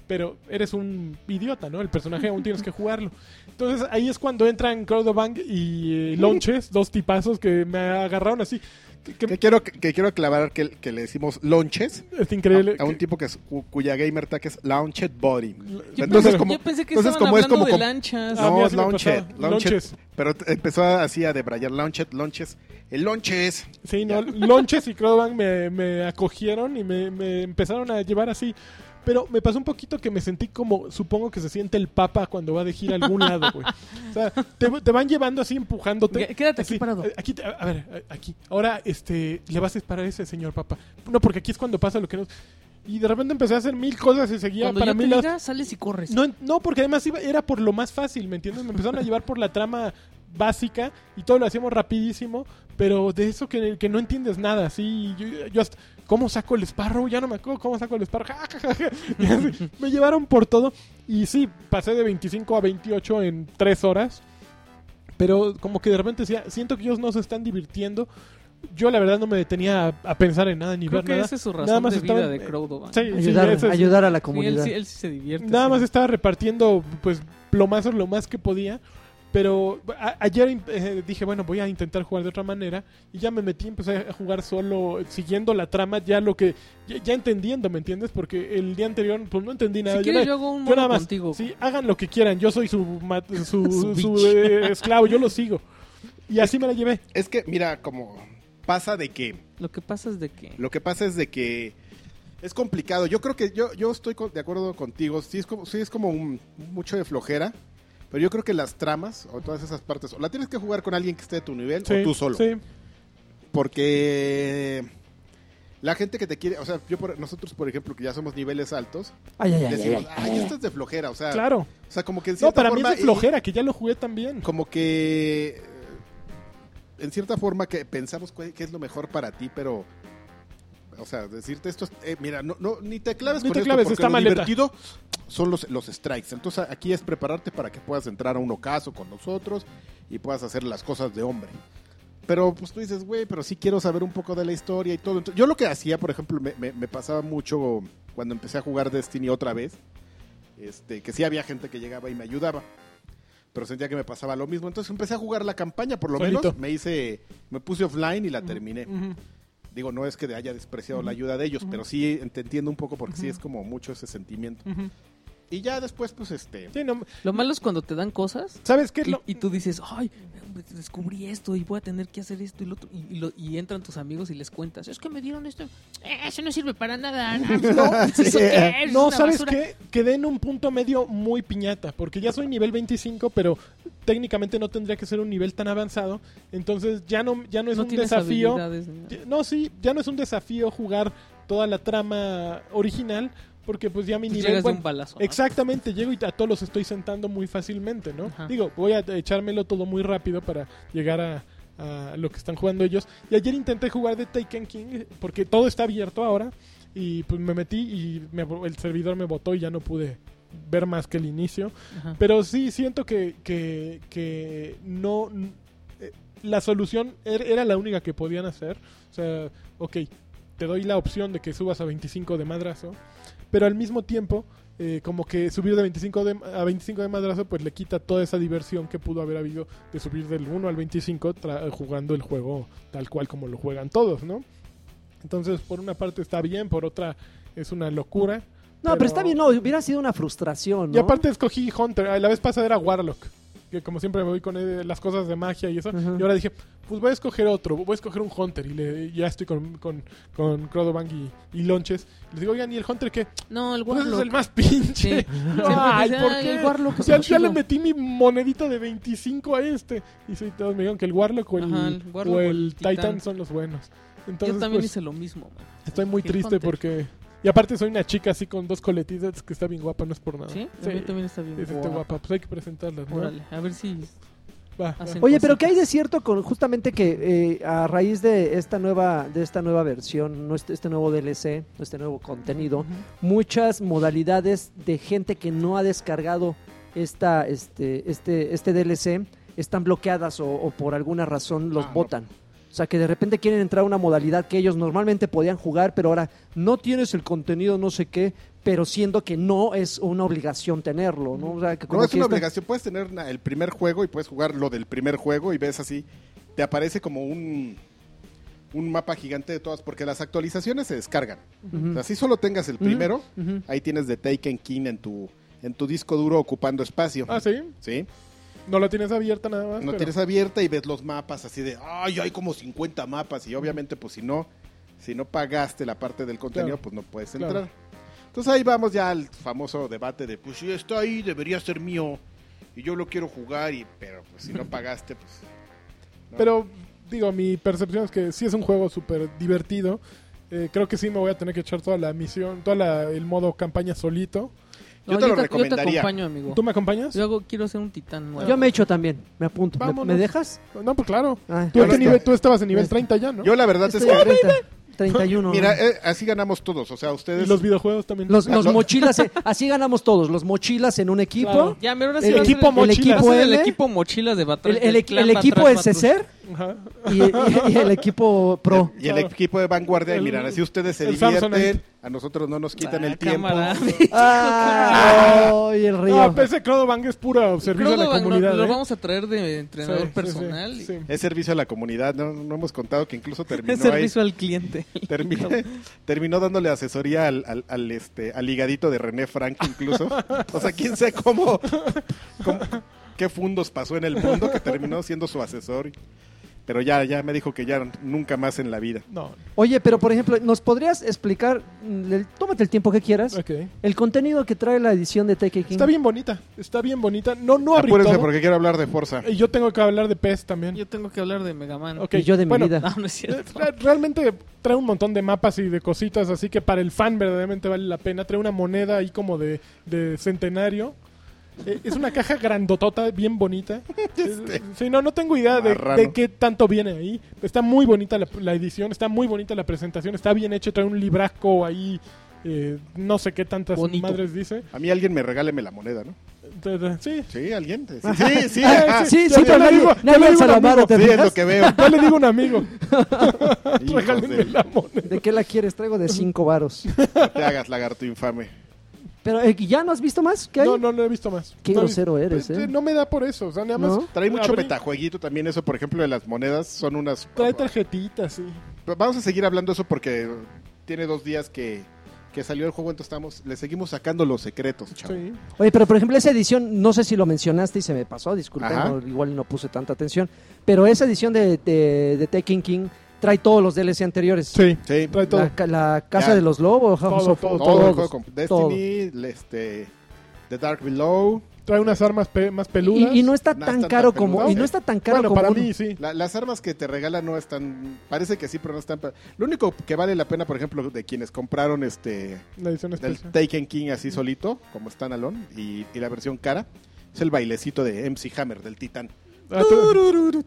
pero eres un idiota, ¿no? El personaje aún tienes que jugarlo. Entonces ahí es cuando entran Crowdbank y eh, Launches, dos tipazos que me agarraron así. Que, que- Que quiero, que quiero aclarar que, que le decimos lonches es increíble. a, a un que- tipo que es, cu- cuya gamer tag es Launched Body. Yo Entonces, pensé- como, yo pensé que entonces, estaban como es hablando como. de com- lanchas. Ah, no, mira, es sí me Launched. pasaba. Launched. Launches. Pero t- empezó así a debrayar Launched, Launches. El Launches. Sí, (laughs) no, Lonches y Crowdbank me, me acogieron y me, me empezaron a llevar así. Pero me pasó un poquito que me sentí como, supongo que se siente el papa cuando va de gira a algún lado, güey. O sea, te, te van llevando así, empujándote. Qu- quédate aquí Así, parado. eh, Aquí, te- a ver, eh, aquí. Ahora, este, le vas a disparar a ese señor papa. No, porque aquí es cuando pasa lo que nos... Y de repente empecé a hacer mil cosas y seguía Cuando para yo mí te las... diga, sales y corres. No, no, porque además iba- era por lo más fácil, ¿me entiendes? Me empezaron a llevar por la trama básica y todo lo hacíamos rapidísimo, pero de eso que, que no entiendes nada, sí, yo, yo hasta, ¿cómo saco el Sparrow? Ya no me acuerdo cómo saco el Sparrow. Ja, ja, ja, ja. Y así, me llevaron por todo y sí, pasé de 25 a 28 en 3 horas, pero como que de repente decía, siento que ellos no se están divirtiendo. Yo la verdad no me detenía a, a pensar en nada ni Creo ver que nada. esa es su Nada razón más de vida estaban- de Crowdoban. Sí, sí, Ayudar, ese es- ayudar a la Sí, él, comunidad. sí, él sí se divierte. Nada sí. más estaba repartiendo, pues, lo más lo más que podía. Pero a- ayer eh, dije, bueno, voy a intentar jugar de otra manera. Y ya me metí, empecé a jugar solo, eh, siguiendo la trama, ya lo que. Ya, ya entendiendo, ¿me entiendes? Porque el día anterior, pues no entendí Si nada. Yo quieres, na- yo hago un yo nada mono más. contigo. Sí, hagan lo que quieran. Yo soy su, ma- (laughs) su, Su su, bitch. eh, esclavo, yo lo sigo. Y así me la llevé. Es que, mira, como pasa de que. Lo que pasa es de que. Lo que pasa es de que es complicado. Yo creo que yo, yo estoy con- de acuerdo contigo. Sí es como, sí es como un- mucho de flojera. Pero yo creo que las tramas o todas esas partes, o la tienes que jugar con alguien que esté de tu nivel Sí, o tú solo. Sí. Porque la gente que te quiere, o sea, yo por- nosotros por ejemplo que ya somos niveles altos, Ay, ay, ay, ay, decimos, ay. ay, esto es de flojera, o sea, Claro. o sea como que No, en Ah, cierta para mí forma, es de y- flojera, que ya lo jugué también. como que eh, en cierta forma que pensamos cu- que es lo mejor para ti, pero o sea, decirte esto es, eh, mira, no, no ni te claves Ni con te esto, claves, porque está lo maleta. divertido son los, los strikes. Entonces aquí es prepararte para que puedas entrar a un ocaso con nosotros y puedas hacer las cosas de hombre. Pero pues tú dices, güey, pero sí quiero saber un poco de la historia y todo. Entonces, yo lo que hacía, por ejemplo, me, me- me pasaba mucho cuando empecé a jugar Destiny otra vez, este, que sí había gente que llegaba y me ayudaba. Pero sentía que me pasaba lo mismo. Entonces empecé a jugar la campaña, por lo Solito. menos. Me hice, me puse offline y la terminé. Ujú. Digo, no es que haya despreciado la ayuda de ellos, pero sí te entiendo un poco porque sí es como mucho ese sentimiento. Ujú. Y ya después, pues este. Sí, no, Lo malo es cuando te dan cosas ¿Sabes qué es y, lo, y tú dices, ay, descubrí esto y voy a tener que hacer esto y lo otro. Y, y lo- y entran tus amigos y les cuentas, es que me dieron esto. "Eh, eso no sirve para (laughs) nada. No, ¿eso qué es? Eh, No, Una ¿sabes basura". qué? Quedé en un punto medio muy piñata, porque ya soy nivel 25, pero técnicamente no tendría que ser un nivel tan avanzado, entonces ya no, ya no es No un tienes desafío. habilidades ni nada. Ya- No, sí, ya no es un desafío jugar toda la trama original, porque pues ya mi Tú nivel... llegas de bueno, un balazo. ¿no? Exactamente, llego y a todos los estoy sentando muy fácilmente, ¿no? Ajá. Digo, voy a echármelo todo muy rápido para llegar a, a lo que están jugando ellos. Y ayer intenté jugar de Taken King porque todo está abierto ahora y pues me metí y me- el servidor me botó y ya no pude ver más que el inicio. Ajá. Pero sí siento que, que, que no... n- eh, La solución er- era la única que podían hacer. O sea, ok, te doy la opción de que subas a 25 de madrazo, pero al mismo tiempo, eh, como que subir de 25 de, a 25 de madrazo, pues le quita toda esa diversión que pudo haber habido de subir del 1 al 25 tra- jugando el juego tal cual como lo juegan todos, ¿no? Entonces, por una parte está bien, por otra es una locura. No, pero está bien, no, hubiera sido una frustración, ¿no? Y aparte escogí Hunter. Ah, La vez pasada era Warlock. Que como siempre me voy con eh, las cosas de magia y eso. Ajá. Y ahora dije, pues voy a escoger otro. Voy a escoger un Hunter. Y le, y ya estoy con, con, con Crodobank y, y Lonches. Y les digo, oigan, ¿y el Hunter qué? No, el Pues ese es el Warlock. más pinche. (laughs) Sí. Ah, Siempre Ay, dice, ¿por "Ay, qué? el Warlock O es sea, más ya le chido". metí mi monedita de 25 a este. Y sí, todos me dijeron que el Warlock o el, Ajá, el Warlock o o el, el Titan. Titán. son los buenos. Entonces, Yo también pues, hice lo mismo, man. estoy muy que el triste Hunter. porque... Y aparte soy una chica así con dos coletitas que está bien guapa, no es por nada. ¿Sí? A mí también está bien. Es este guapa, pues hay que presentarlas, ¿no? Órale, Ah, a ver si Va, va. hacen Oye, pero ¿qué cositas. hay de cierto con justamente que eh, a raíz de esta nueva de esta nueva versión, no este, este nuevo DLC, este nuevo contenido, muchas modalidades de gente que no ha descargado esta este este este DLC están bloqueadas o, o por alguna razón los Ah, no. botan. O sea, que de repente quieren entrar a una modalidad que ellos normalmente podían jugar, pero ahora no tienes el contenido no sé qué, pero siendo que no es una obligación tenerlo, ¿no? O sea, que como No es que este una esta- obligación. Puedes tener una- el primer juego y puedes jugar lo del primer juego y ves así. Te aparece como un, un mapa gigante de todas, porque las actualizaciones se descargan. Ujú. O sea, si solo tengas el primero, Ujú. ahí tienes The Taken King en tu, en tu disco duro ocupando espacio. Ah, sí. ¿Sí? No la tienes abierta nada más. No pero- tienes abierta y ves los mapas así de, ay, hay como 50 mapas y obviamente pues si no, si no pagaste la parte del contenido Claro. pues no puedes Claro. entrar. Entonces ahí vamos ya al famoso debate de, pues si está ahí debería ser mío y yo lo quiero jugar y pero (laughs) pues si no pagaste pues... ¿no? Pero, digo, mi percepción es que sí es un juego súper divertido. Eh, creo que sí me voy a tener que echar toda la misión, todo el modo campaña solito. yo No, te lo Yo te recomendaría. acompaño, amigo. ¿Tú me acompañas? Yo hago- quiero ser un titán nuevo. Yo me echo también, me apunto. ¿Me- ¿Me, Vámonos. dejas? No, pues claro. Ah, Tú, Yo a qué no- nivel- tú estabas en nivel Yo- Este. 30 ya, ¿no? Yo la verdad es estoy a que... 30, 31. (laughs) Mira, ¿no? eh, así ganamos todos, o sea, Y ustedes... los videojuegos también. los, los lo- mochilas, eh, así ganamos todos, los mochilas en un equipo. Claro. Ya, pero ahora sí El va a ser equipo el, mochilas. va a ser El el M. equipo mochilas de El, batalla. el- el Clan equipo Batrash es César Ajá. y, y- y el equipo (laughs) pro. Y el Claro. equipo de vanguardia, y Ah. El- miran, así ustedes se el Samsonite. divierten, a nosotros no nos quitan Ah, el (laughs) tiempo. cámara. Ah, ¡Ay, el río! No, pues- PC Crodobank es pura servicio a la Creo que comunidad. lo, lo ¿eh? vamos a traer de entrenador Sí, sí, personal. sí, sí. (laughs) (laughs) Es servicio a la comunidad, no, no hemos contado que (laughs) incluso terminó Es ahí. servicio al cliente. (laughs) Terminó, terminó dándole asesoría al, al, al, este, al higadito de René Frank incluso. O sea, quién sabe cómo, cómo- qué fundos pasó en el mundo que terminó siendo su asesor. Pero ya, ya me dijo que ya nunca más en la vida. No, Oye, pero por ejemplo, ¿nos podrías explicar? mm, el- tómate el tiempo que quieras. ok. El contenido que trae la edición de Take King. Está bien bonita, está bien bonita. No, no abrí Apúrense todo. porque quiero hablar de Forza. Y yo tengo que hablar de PES (laughs) también. Yo tengo que hablar de Mega Man. Ok, Y yo de mi bueno, (laughs) Ah, vida. (laughs) (laughs) No, no es cierto. Eh, Re- Realmente trae un montón de mapas y de cositas, así que para el fan verdaderamente vale la pena. Trae una moneda ahí como de, de centenario. Eh, es una caja grandotota, bien (laughs) bonita. Eh, Sí, no, no tengo idea de, Marrano. de qué tanto viene ahí. Está muy bonita la, la edición, está muy bonita la presentación, está bien hecho, trae un librasco ahí. eh, no sé qué tantas Bonito. madres dice. A mí alguien me regáleme la moneda, ¿no? Te- te- Sí. Sí, alguien. Sí, sí, sí. Ah, ajá. sí, Yo sí, pero le nadie, digo- nadie yo le digo alza a la un mano. amigo. ¿te Sí, es fijas? lo (laughs) que veo. Yo le digo a un amigo, (laughs) Hijos regálenme de- la moneda. ¿De qué la quieres? Traigo de cinco varos. no te hagas lagarto infame. Pero, eh, ¿ya no has visto más? ¿Qué hay? No, no lo he visto más. Qué No he grosero visto- eres, ¿eh? No me da por eso. O sea, nada más. ¿No? Trae mucho abrí- metajueguito también eso, por ejemplo, de las monedas. Son unas... Trae tarjetitas, sí. Vamos a seguir hablando de eso porque tiene dos días que, que salió el juego, entonces estamos, le seguimos sacando los secretos, chavo. Sí. Oye, pero por ejemplo, esa edición, no sé si lo mencionaste y se me pasó, disculpen, Ajá. no, igual no puse tanta atención, pero esa edición de, de, de Taken King trae todos los DLC anteriores. Sí. Sí, Trae todo. La, ca- la Casa Ya. de los Lobos, House Todo, of- todo, todo, todos, el juego con Destiny, este, The Dark Below. Trae unas armas pe- más peludas. Y, y no está No tan está tan caro peludo, como... Y ok. no está tan caro bueno, como... para un- mí sí. La- las armas que te regalan no están, parece que sí, pero no están. pa- Lo único que vale la pena, por ejemplo, de quienes compraron este La edición del especial. Taken King así solito, como standalone, y, y la versión cara, es el bailecito de MC Hammer, del Titán. Ah, tú-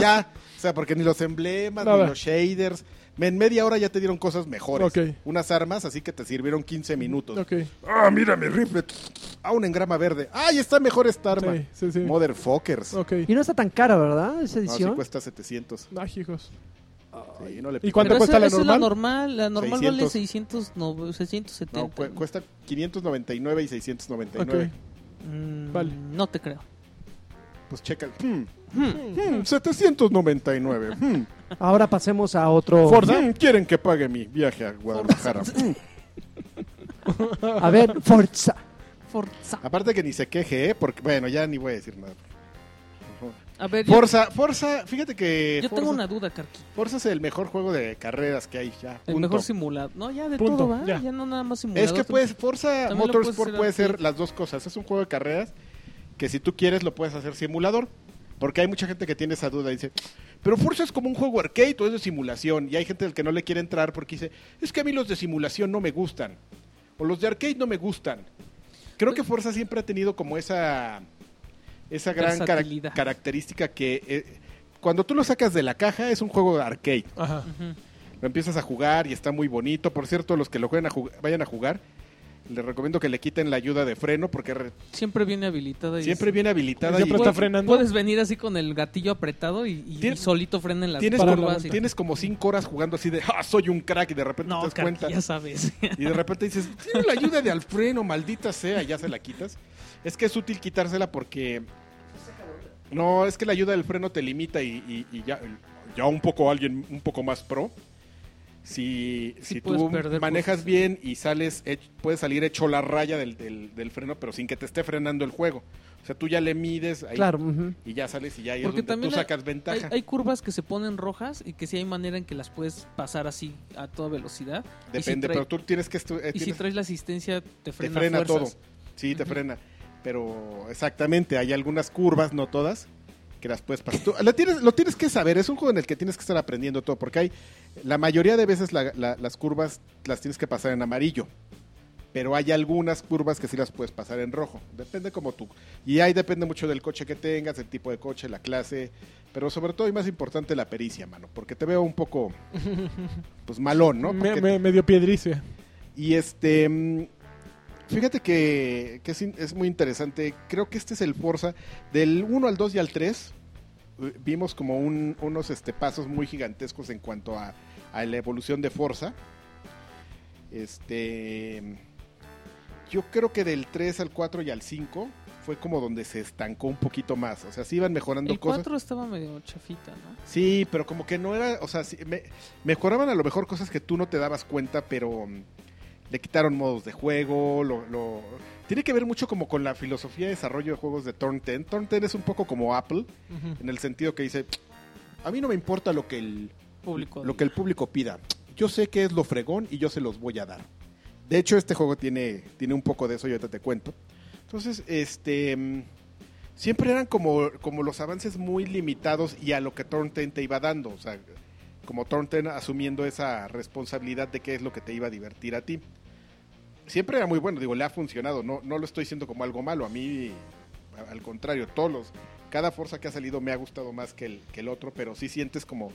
Ya, o sea, porque ni los emblemas, Nada. ni los shaders, En media hora ya te dieron cosas mejores. Ok. Unas armas, así que te sirvieron 15 minutos. Ok. Ah, mira mi rifle. Ah, un engrama verde. Ay, está mejor esta arma. Sí, sí, sí. Motherfuckers. Ok. Y no está tan cara, ¿verdad? Esa No, sí edición. cuesta 700. Ah, hijos. Sí, no le ¿Y pico. cuánto Pero cuesta esa- la esa es la normal? normal. La normal vale 600, 670. No, cu- cuesta 599 y 699. Ok. Mm, Vale. No te creo. Pues checa. Hmm, Hmm. hmm, 799. hmm. Ahora pasemos a otro. Forza, hmm, quieren que pague mi viaje a Guadalajara. Hmm. (laughs) A ver, Forza. Forza. Aparte que ni se queje, ¿eh? porque bueno, ya ni voy a decir nada. A ver, yo- Forza, Forza, fíjate que yo, Forza, tengo una duda, Carqui. Forza es el mejor juego de carreras que hay ya. El punto. mejor simulado. No, ya de Punto, todo va. ya. Ya. no nada más simulado. Es que pues Forza También lo Motorsport puedes puede hacer ser así. las dos cosas. Es un juego de carreras que si tú quieres lo puedes hacer simulador. Porque hay mucha gente que tiene esa duda y dice, pero Forza es como un juego arcade o es de simulación. Y hay gente al que no le quiere entrar porque dice, es que a mí los de simulación no me gustan. O los de arcade no me gustan. Creo que Forza siempre ha tenido como esa, esa gran cara- Versatilidad. característica que eh, cuando tú lo sacas de la caja es un juego de arcade. Ajá. Ujú. Lo empiezas a jugar y está muy bonito. Por cierto, los que lo jueguen a jug- vayan a jugar, les recomiendo que le quiten la ayuda de freno porque re- Siempre viene habilitada. Y siempre viene habilitada. Siempre está Y frenando. Puedes venir así con el gatillo apretado y, y- y Tien- solito frenen las tienes, para como, curvas. y- (laughs) tienes como cinco horas jugando así de, ¡ah, soy un crack! Y de repente No, te das Carqui, cuenta. ya sabes. Y de repente dices, tiene la ayuda de al freno, maldita sea, y ya se la quitas. Es que es útil quitársela porque... No, es que la ayuda del freno te limita y, y- y ya, ya un poco alguien un poco más pro. Si, Sí si puedes tú perder manejas cosas. bien y sales, hech- puedes salir hecho la raya del, del- del freno, pero sin que te esté frenando el juego. O sea, tú ya le mides ahí Claro. ujú. y ya sales y ya ahí Porque es donde también tú hay- sacas Hay, (laughs) ventaja. hay curvas que se ponen rojas y que sí hay manera en que las puedes pasar así a toda velocidad. y si Depende, trae- pero tú tienes que... estu- eh, Y si tienes- traes la asistencia, te te frena, frena todo. fuerzas. Sí, te Ujú. frena. Pero exactamente, hay algunas curvas, no todas, que las puedes pasar. Tú- la tienes, lo tienes que saber, es un juego en el que tienes que estar aprendiendo todo, porque hay la mayoría de veces la- la- las curvas las tienes que pasar en amarillo. Pero hay algunas curvas que sí las puedes pasar en rojo. Depende como tú. Y ahí depende mucho del coche que tengas, el tipo de coche, la clase. Pero sobre todo y más importante la pericia, mano. Porque te veo un poco, pues malón, ¿no? Me, Porque- me- medio piedricia. y este. mm, Fíjate que, que es, in- es muy interesante. Creo que este es el Forza. Del 1 al 2 y al 3 eh, vimos como un- unos este, pasos muy gigantescos en cuanto a, a la evolución de Forza. Este. Yo creo que del 3 al 4 y al 5 fue como donde se estancó un poquito más. O sea, sí iban mejorando El cosas. 4 estaba medio chafita, ¿no? Sí, pero como que no era, o sea, sí, me- mejoraban a lo mejor cosas que tú no te dabas cuenta, pero mm, le quitaron modos de juego, lo, lo- Tiene que ver mucho como con la filosofía de desarrollo de juegos de Turn 10. Turn 10 es un poco como Apple, Ujú. en el sentido que dice, a mí no me importa lo que el, Público. lo que el público pida, yo sé qué es lo fregón y yo se los voy a dar. De hecho, este juego tiene, tiene un poco de eso, yo te, te cuento. Entonces, este... mm, Siempre eran como, como los avances muy limitados y a lo que Turn 10 te iba dando. O sea, como Turn 10 asumiendo esa responsabilidad de qué es lo que te iba a divertir a ti. Siempre era muy bueno, digo, le ha funcionado. No, no lo estoy diciendo como algo malo. A mí, a- al contrario, todos los. Cada Forza que ha salido me ha gustado más que el, que el otro, pero sí sientes como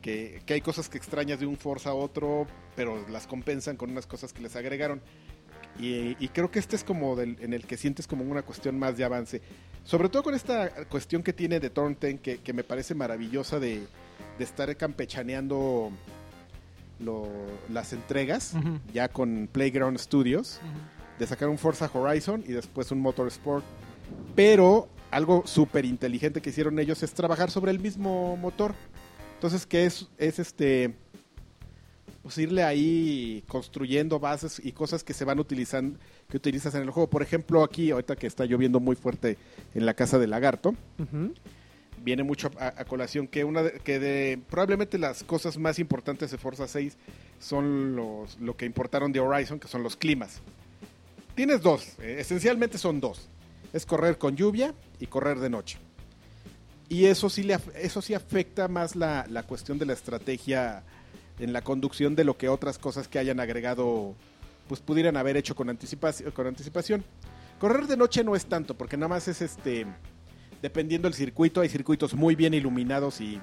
que, que hay cosas que extrañas de un Forza a otro, pero las compensan con unas cosas que les agregaron. Y, y creo que este es como del- en el que sientes como una cuestión más de avance. Sobre todo con esta cuestión que tiene de Thornton, que, que me parece maravillosa de, de estar campechaneando lo- las entregas, Ujú. ya con Playground Studios, Ujú. de sacar un Forza Horizon y después un Motorsport. Pero algo súper inteligente que hicieron ellos es trabajar sobre el mismo motor. Entonces, que es, es este. Pues irle ahí construyendo bases y cosas que se van utilizando, que utilizas en el juego. Por ejemplo, aquí, ahorita que está lloviendo muy fuerte en la casa del lagarto, Ujú. viene mucho a, a colación que una de- que de, probablemente las cosas más importantes de Forza 6 son los lo que importaron de Horizon, que son los climas. Tienes dos, eh, esencialmente son dos. Es correr con lluvia y correr de noche. Y eso sí, le, af- eso sí afecta más la, la cuestión de la estrategia en la conducción de lo que otras cosas que hayan agregado pues pudieran haber hecho con, anticipaci- con anticipación. Correr de noche no es tanto, porque nada más es este dependiendo del circuito, hay circuitos muy bien iluminados y,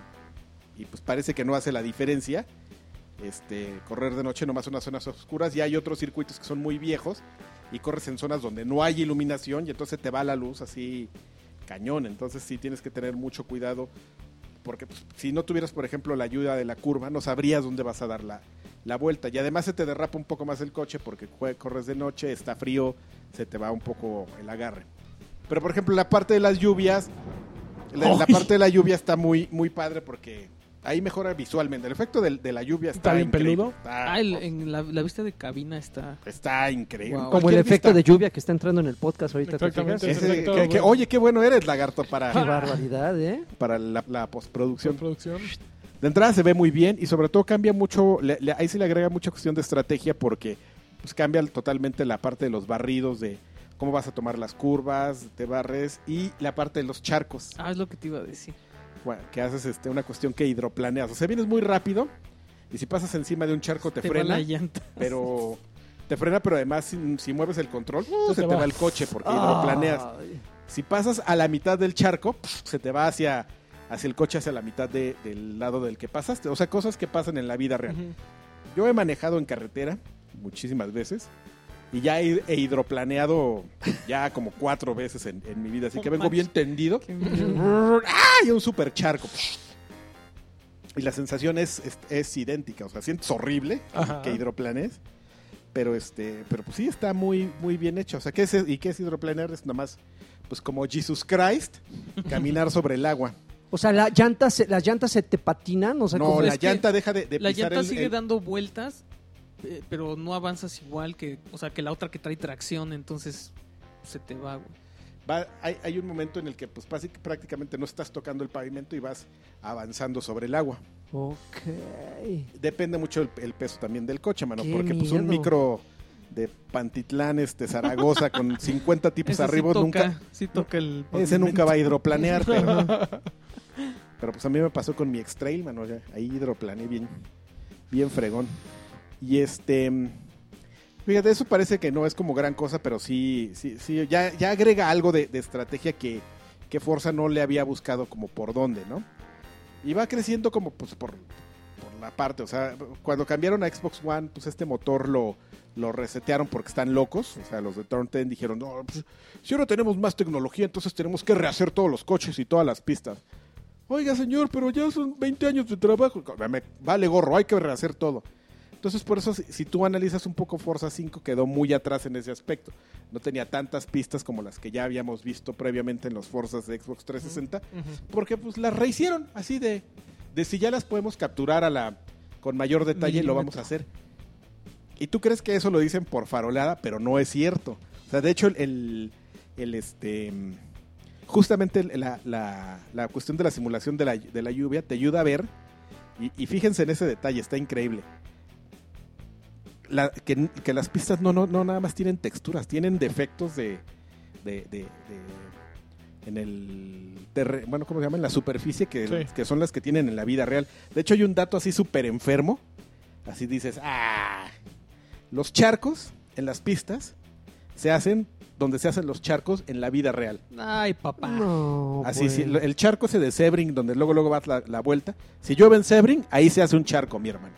y, pues parece que no hace la diferencia. este, correr de noche nomás en unas zonas oscuras. Y hay otros circuitos que son muy viejos y corres en zonas donde no hay iluminación y entonces te va la luz así cañón. Entonces sí tienes que tener mucho cuidado porque pues, si no tuvieras, por ejemplo, la ayuda de la curva, no sabrías dónde vas a dar la, la vuelta. Y además se te derrapa un poco más el coche porque jue- corres de noche, está frío, se te va un poco el agarre. Pero, por ejemplo, la parte de las lluvias, la, la parte de la lluvia está muy, muy padre porque ahí mejora visualmente. El efecto del- de, la lluvia está, ¿Está bien increíble. peludo? Está, Ah, el- en la, la vista de cabina está. está increíble. Wow. Como el Cualquier efecto vista. de lluvia que está entrando en el podcast ahorita. ¿te Exactamente. fijas? Ese- Perfecto, que- que- bueno. oye, qué bueno eres, lagarto, Qué para, barbaridad, ¿eh? para la, la postproducción. producción. De entrada se ve muy bien y sobre todo cambia mucho, le- le- ahí se le agrega mucha cuestión de estrategia porque pues, cambia totalmente la parte de los barridos, de cómo vas a tomar las curvas, te barres y la parte de los charcos, Ah, es lo que te iba a decir. bueno, que haces este, una cuestión que hidroplaneas. O sea, vienes muy rápido y si pasas encima de un charco te, Te va frena, la llanta. pero te frena, pero además si, si mueves el control, uh, Se te se te va. Ah. va el coche porque hidroplaneas. Ay. Si pasas a la mitad del charco, pf, se te va hacia, hacia el coche, hacia la mitad de- del lado del que pasaste. O sea, cosas que pasan en la vida real. Ujú. Yo he manejado en carretera muchísimas veces y ya he, he hidroplaneado ya como cuatro veces en, en mi vida. Así que vengo bien tendido. Qué miedo. ¡Ah! Y un super charco. Y la sensación es, es, es idéntica. O sea, sientes horrible Ajá. que hidroplanes. Pero este, pero pues sí está muy, muy bien hecho. O sea, ¿qué es, ¿y qué es hidroplanear? Es nomás, pues como Jesus Christ, caminar sobre el (laughs) agua. O sea, la llanta se- las llantas se te patinan, o sea, no, como- la es que llanta deja de, de la pisar llanta el- sigue el- dando vueltas, eh, pero no avanzas igual que, o sea, que la otra que trae tracción, entonces se te va, güey. va- hay, hay un momento en el que pues basic- prácticamente no estás tocando el pavimento y vas avanzando sobre el agua. Ok. Depende mucho el, el peso también del coche, mano, ¡Qué porque pues un miedo! micro de Pantitlán, este (laughs) Zaragoza con 50 tipos Ese sí pues, arriba toca, nunca sí toca el ese pavimento. nunca va a hidroplanear, pero, pero, pues a mí me pasó con mi X-Trail, mano, ya, ahí hidroplaneé bien bien fregón. Y este fíjate, eso parece que no es como gran cosa, pero sí sí sí ya ya agrega algo de, de estrategia que que Forza no le había buscado como por dónde, ¿no? Y va creciendo como pues por, por la parte, o sea, cuando cambiaron a Xbox One, pues este motor lo, lo resetearon porque están locos, o sea, los de Turn 10 dijeron, no, pues, si ahora tenemos más tecnología, entonces tenemos que rehacer todos los coches y todas las pistas. Oiga, señor, pero ya son 20 años de trabajo. Me vale gorro, hay que rehacer todo. Entonces, por eso, si, si tú analizas un poco Forza 5, quedó muy atrás en ese aspecto. No tenía tantas pistas como las que ya habíamos visto previamente en los Forzas de Xbox 360 Ujú. porque pues las rehicieron así de, de si ya las podemos capturar a la con mayor detalle lo vamos a hacer. Y tú crees que eso lo dicen por farolada, pero no es cierto. O sea, de hecho el, el, el, este mm, justamente el- la, la- la cuestión de la simulación de la, de la lluvia te ayuda a ver y, y fíjense en ese detalle, está increíble. La- que, que las pistas no, no, no nada más tienen texturas, tienen defectos de, de- de- de en el terre- bueno, ¿cómo se llama? En la superficie que, Sí. que son las que tienen en la vida real. De hecho, hay un dato así súper enfermo. Así dices, ah, los charcos en las pistas se hacen donde se hacen los charcos en la vida real. Ay, papá. No, Así, pues. sí, lo- el charco ese de Sebring, donde luego luego vas la, la vuelta. Si llueve en Sebring, ahí se hace un charco, mi hermano.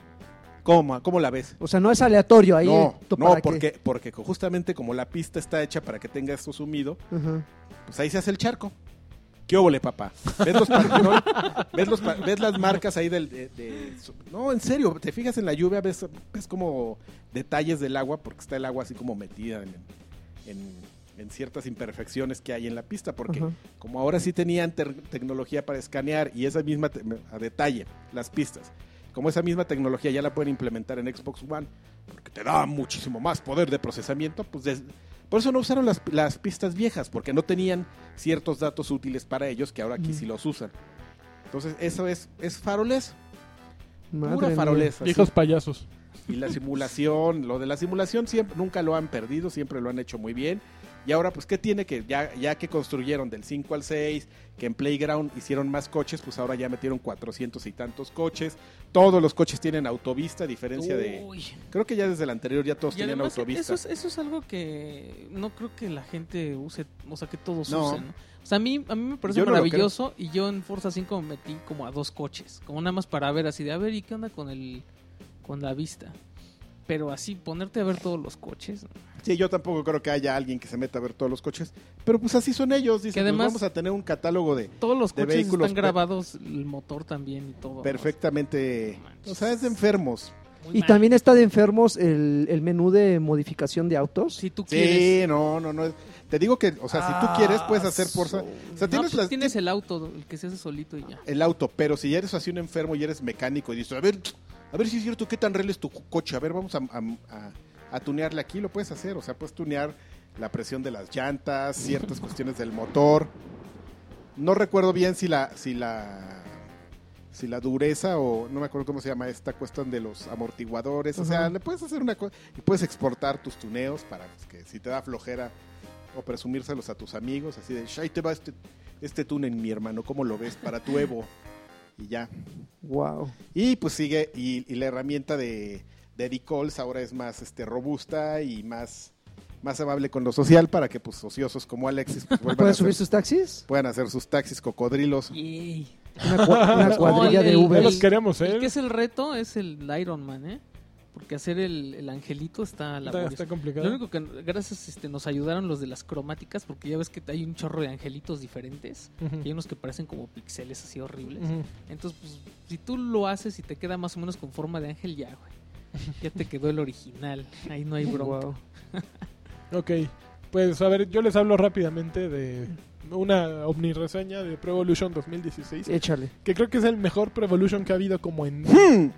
¿Cómo, cómo la ves? O sea, no es aleatorio ahí. no, ¿tú para no, qué? porque, porque justamente como la pista está hecha para que tenga esto sumido, Ajá. pues ahí se hace el charco. ¿Qué óvole, papá? ¿Ves, los par- no, ¿Ves, los par- ves las marcas ahí del... de- de- No, en serio, te fijas en la lluvia, ves, ves como detalles del agua, porque está el agua así como metida en, en- en ciertas imperfecciones que hay en la pista, porque Ajá. como ahora sí tenían ter- tecnología para escanear y esa misma, te- a detalle, las pistas, como esa misma tecnología ya la pueden implementar en Xbox One, porque te da muchísimo más poder de procesamiento, pues des- por eso no usaron las, las pistas viejas, porque no tenían ciertos datos útiles para ellos que ahora aquí sí los usan. Entonces, eso es, es faroles, Madre pura mía. faroles. así. Viejos payasos. Y la simulación, lo de la simulación siempre, nunca lo han perdido, siempre lo han hecho muy bien. Y ahora, pues, ¿qué tiene que? Ya, ya que construyeron del 5 al 6, que en Playground hicieron más coches, pues ahora ya metieron 400 y tantos coches. Todos los coches tienen autovista, a diferencia de... Uy. Creo que ya desde el anterior ya todos Y tenían además, autovista. eso es, eso es algo que no creo que la gente use, o sea, que todos No. usen. ¿no? O sea, a mí, a mí me parece Yo no lo maravilloso y yo en Forza 5 me metí como a dos coches, como nada más para ver así de, a ver, ¿y qué onda con el con la vista. Pero así, ponerte a ver todos los coches. ¿no? Sí, yo tampoco creo que haya alguien que se meta a ver todos los coches. Pero pues así son ellos. Dicen, Que pues, además- vamos a tener un catálogo de Todos los De coches vehículos están per- grabados, el motor también y todo. ¿no? perfectamente... manches. O sea, es de enfermos. Muy Y mal. también está de enfermos el, el menú de modificación de autos. si tú quieres. Sí, no, no, no. Te digo que, o sea, si tú quieres, puedes hacer fuerza. O sea, No, tienes, pues, las- tienes el auto, el que se hace solito y ya. el auto, pero si ya eres así un enfermo y eres mecánico y dices, a ver, a ver si es cierto, ¿qué tan real es tu co- coche? A ver, vamos a, a- a- a tunearle aquí, lo puedes hacer, o sea, puedes tunear la presión de las llantas, ciertas cuestiones del motor. No recuerdo bien si la, si la, si la dureza o no me acuerdo cómo se llama esta cuestión de los amortiguadores, o sea, Ajá. le puedes hacer una cosa y puedes exportar tus tuneos para pues, que si te da flojera o presumírselos a tus amigos, así de, "Sh, ahí te va este, este tune en mi hermano, ¿cómo lo ves? Para tu Evo. Y ya. Wow. Y pues sigue, y, y la herramienta de, de Recalls ahora es más este, robusta y más, más amable con lo social para que pues ociosos como Alexis pues, vuelvan a ¿Pueden hacer, subir sus taxis? puedan hacer sus taxis cocodrilos. Yay. Una, (laughs) cua- una cuadrilla No, el- de el- Ya Uber. los queremos, ¿eh? El que es el reto es el Iron Man, ¿eh? Porque hacer el, el angelito está Está, laborioso. está Lo complicado. único que gracias este, nos ayudaron los de las cromáticas, porque ya ves que hay un chorro de angelitos diferentes. Ujú. Y hay unos que parecen como pixeles así horribles. Ujú. Entonces, pues, si tú lo haces y te queda más o menos con forma de ángel, ya, güey. Ya te quedó el original. Ahí no hay bronca. Wow. Ok, pues a ver, yo les hablo rápidamente de una omnireseña de Pro Evolution 2016, Échale. que creo que es el mejor Pro Evolution que ha habido como en Hmm.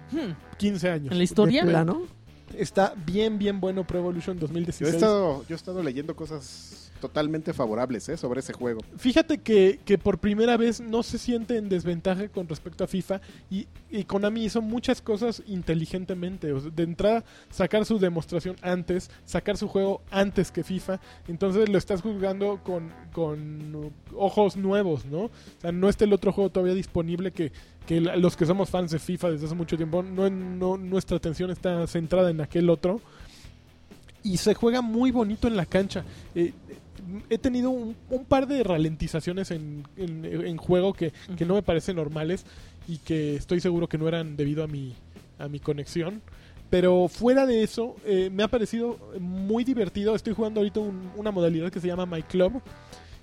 15 años. ¿En la ¿De historia? plano? Está bien, bien bueno Pro Evolution Yo, he 2016. estado, yo he estado leyendo cosas totalmente favorables ¿eh? sobre ese juego. Fíjate que, que por primera vez no se siente en desventaja con respecto a FIFA y, y Konami hizo muchas cosas inteligentemente. O sea, de entrada, sacar su demostración antes, sacar su juego antes que FIFA. Entonces lo estás juzgando con, con ojos nuevos, ¿no? O sea, no está el otro juego todavía disponible que, que la- los que somos fans de FIFA desde hace mucho tiempo, no, no- nuestra atención está centrada en aquel otro. Y se juega muy bonito en la cancha. Eh, he tenido un, un par de ralentizaciones en, en- en juego que, que no me parecen normales y que estoy seguro que no eran debido a mi, a mi conexión. Pero fuera de eso, eh, me ha parecido muy divertido. Estoy jugando ahorita un- una modalidad que se llama My Club,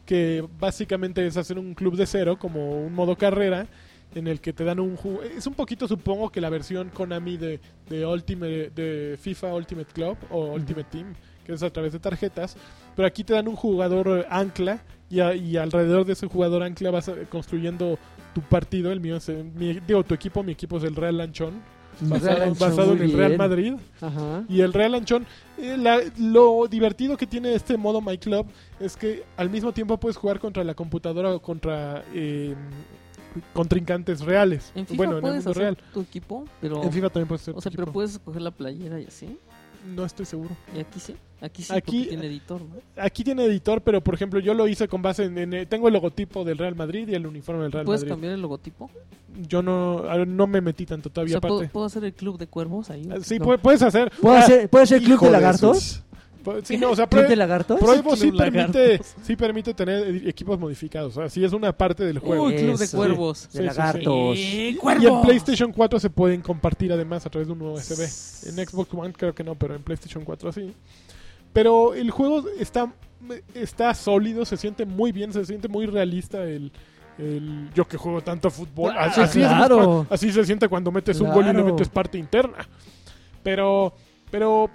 que básicamente es hacer un club de cero, como un modo carrera, en el que te dan un juego. Es un poquito, supongo, que la versión Konami de, de, Ultimate, de FIFA Ultimate Club o Ultimate Team, que es a través de tarjetas. Pero aquí te dan un jugador eh, ancla y, a- y alrededor de ese jugador ancla vas eh, construyendo tu partido. El mío es, eh, mi- digo, tu equipo, mi equipo es el Real Lanchón, basado, Real Anchón, basado en muy el Real bien. Madrid. Ajá. Y el Real Anchón, eh, la- lo divertido que tiene este modo My Club es que al mismo tiempo puedes jugar contra la computadora o contra eh, contrincantes reales. En FIFA bueno, en el puedes mundo hacer real. tu equipo, pero... En FIFA también puedes hacer o sea, tu pero equipo. puedes escoger la playera y así. No estoy seguro. Y aquí sí. Aquí sí, Aquí- porque tiene editor, ¿no? Aquí tiene editor, pero por ejemplo yo lo hice con base en... en, eh, tengo el logotipo del Real Madrid y el uniforme del Real ¿Puedes Madrid. cambiar el logotipo? Yo no, a- no me metí tanto O todavía sea, ¿puedo, aparte. puedo hacer el club de cuervos ahí? Ah, Sí, No. pu- puedes hacer. ¿Puedo Ah, hacer, ¿puedo hacer club hijo de de lagartos? pu- sí, no, o sea, ¿Club pre- de lagartos? Pro Evo sí Club permite, Lagartos. sí permite tener e- equipos modificados. Así es una parte del juego. Uy, club de Eso. cuervos. de sí, sí. lagartos. ¡Eh, Y en cuervos! PlayStation 4 se pueden compartir además a través de un USB. En Xbox One creo que no, pero en PlayStation 4 sí. Pero el juego está, está sólido, se siente muy bien, se siente muy realista el... el- yo que juego tanto fútbol, Ah, así, así es- claro. así se siente cuando metes un gol y le Claro. metes parte interna. Pero, pero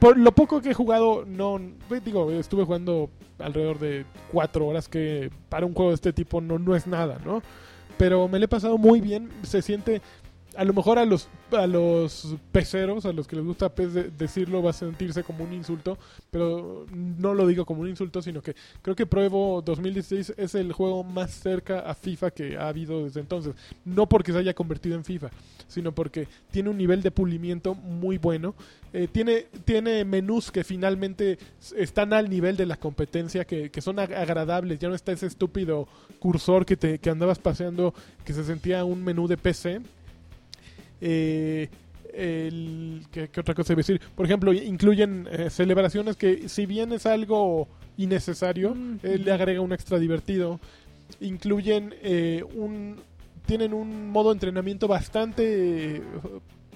por lo poco que he jugado, no pues, digo, estuve jugando alrededor de cuatro horas que para un juego de este tipo no, no es nada, ¿no? Pero me lo he pasado muy bien, se siente, a lo mejor a los a los peceros, a los que les gusta pez de- decirlo, va a sentirse como un insulto, pero no lo digo como un insulto, sino que creo que Pro Evo 2016 es el juego más cerca a FIFA que ha habido desde entonces. No porque se haya convertido en FIFA, sino porque tiene un nivel de pulimiento muy bueno. Eh, tiene, tiene menús que finalmente s- están al nivel de la competencia, que, que son ag- agradables. Ya no está ese estúpido cursor que, te, que andabas paseando, que se sentía un menú de PC. Eh, el, ¿qué, qué otra cosa iba a decir? Por ejemplo, incluyen eh, celebraciones que, si bien es algo innecesario, Mm. eh, le agrega un extra divertido. Incluyen eh, un. Tienen un modo de entrenamiento bastante eh,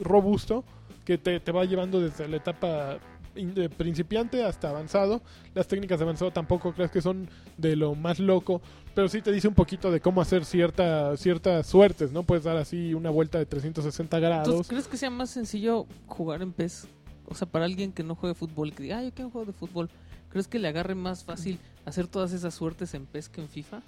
robusto que te, te va llevando desde la etapa in- de principiante hasta avanzado. Las técnicas de avanzado tampoco crees que son de lo más loco, pero sí te dice un poquito de cómo hacer cierta, ciertas suertes, ¿no? Puedes dar así una vuelta de 360 Entonces, grados. ¿crees que sea más sencillo jugar en PES? O sea, para alguien que no juegue fútbol, que diga, ah, yo quiero un juego de fútbol, ¿crees que le agarre más fácil hacer todas esas suertes en PES que en FIFA?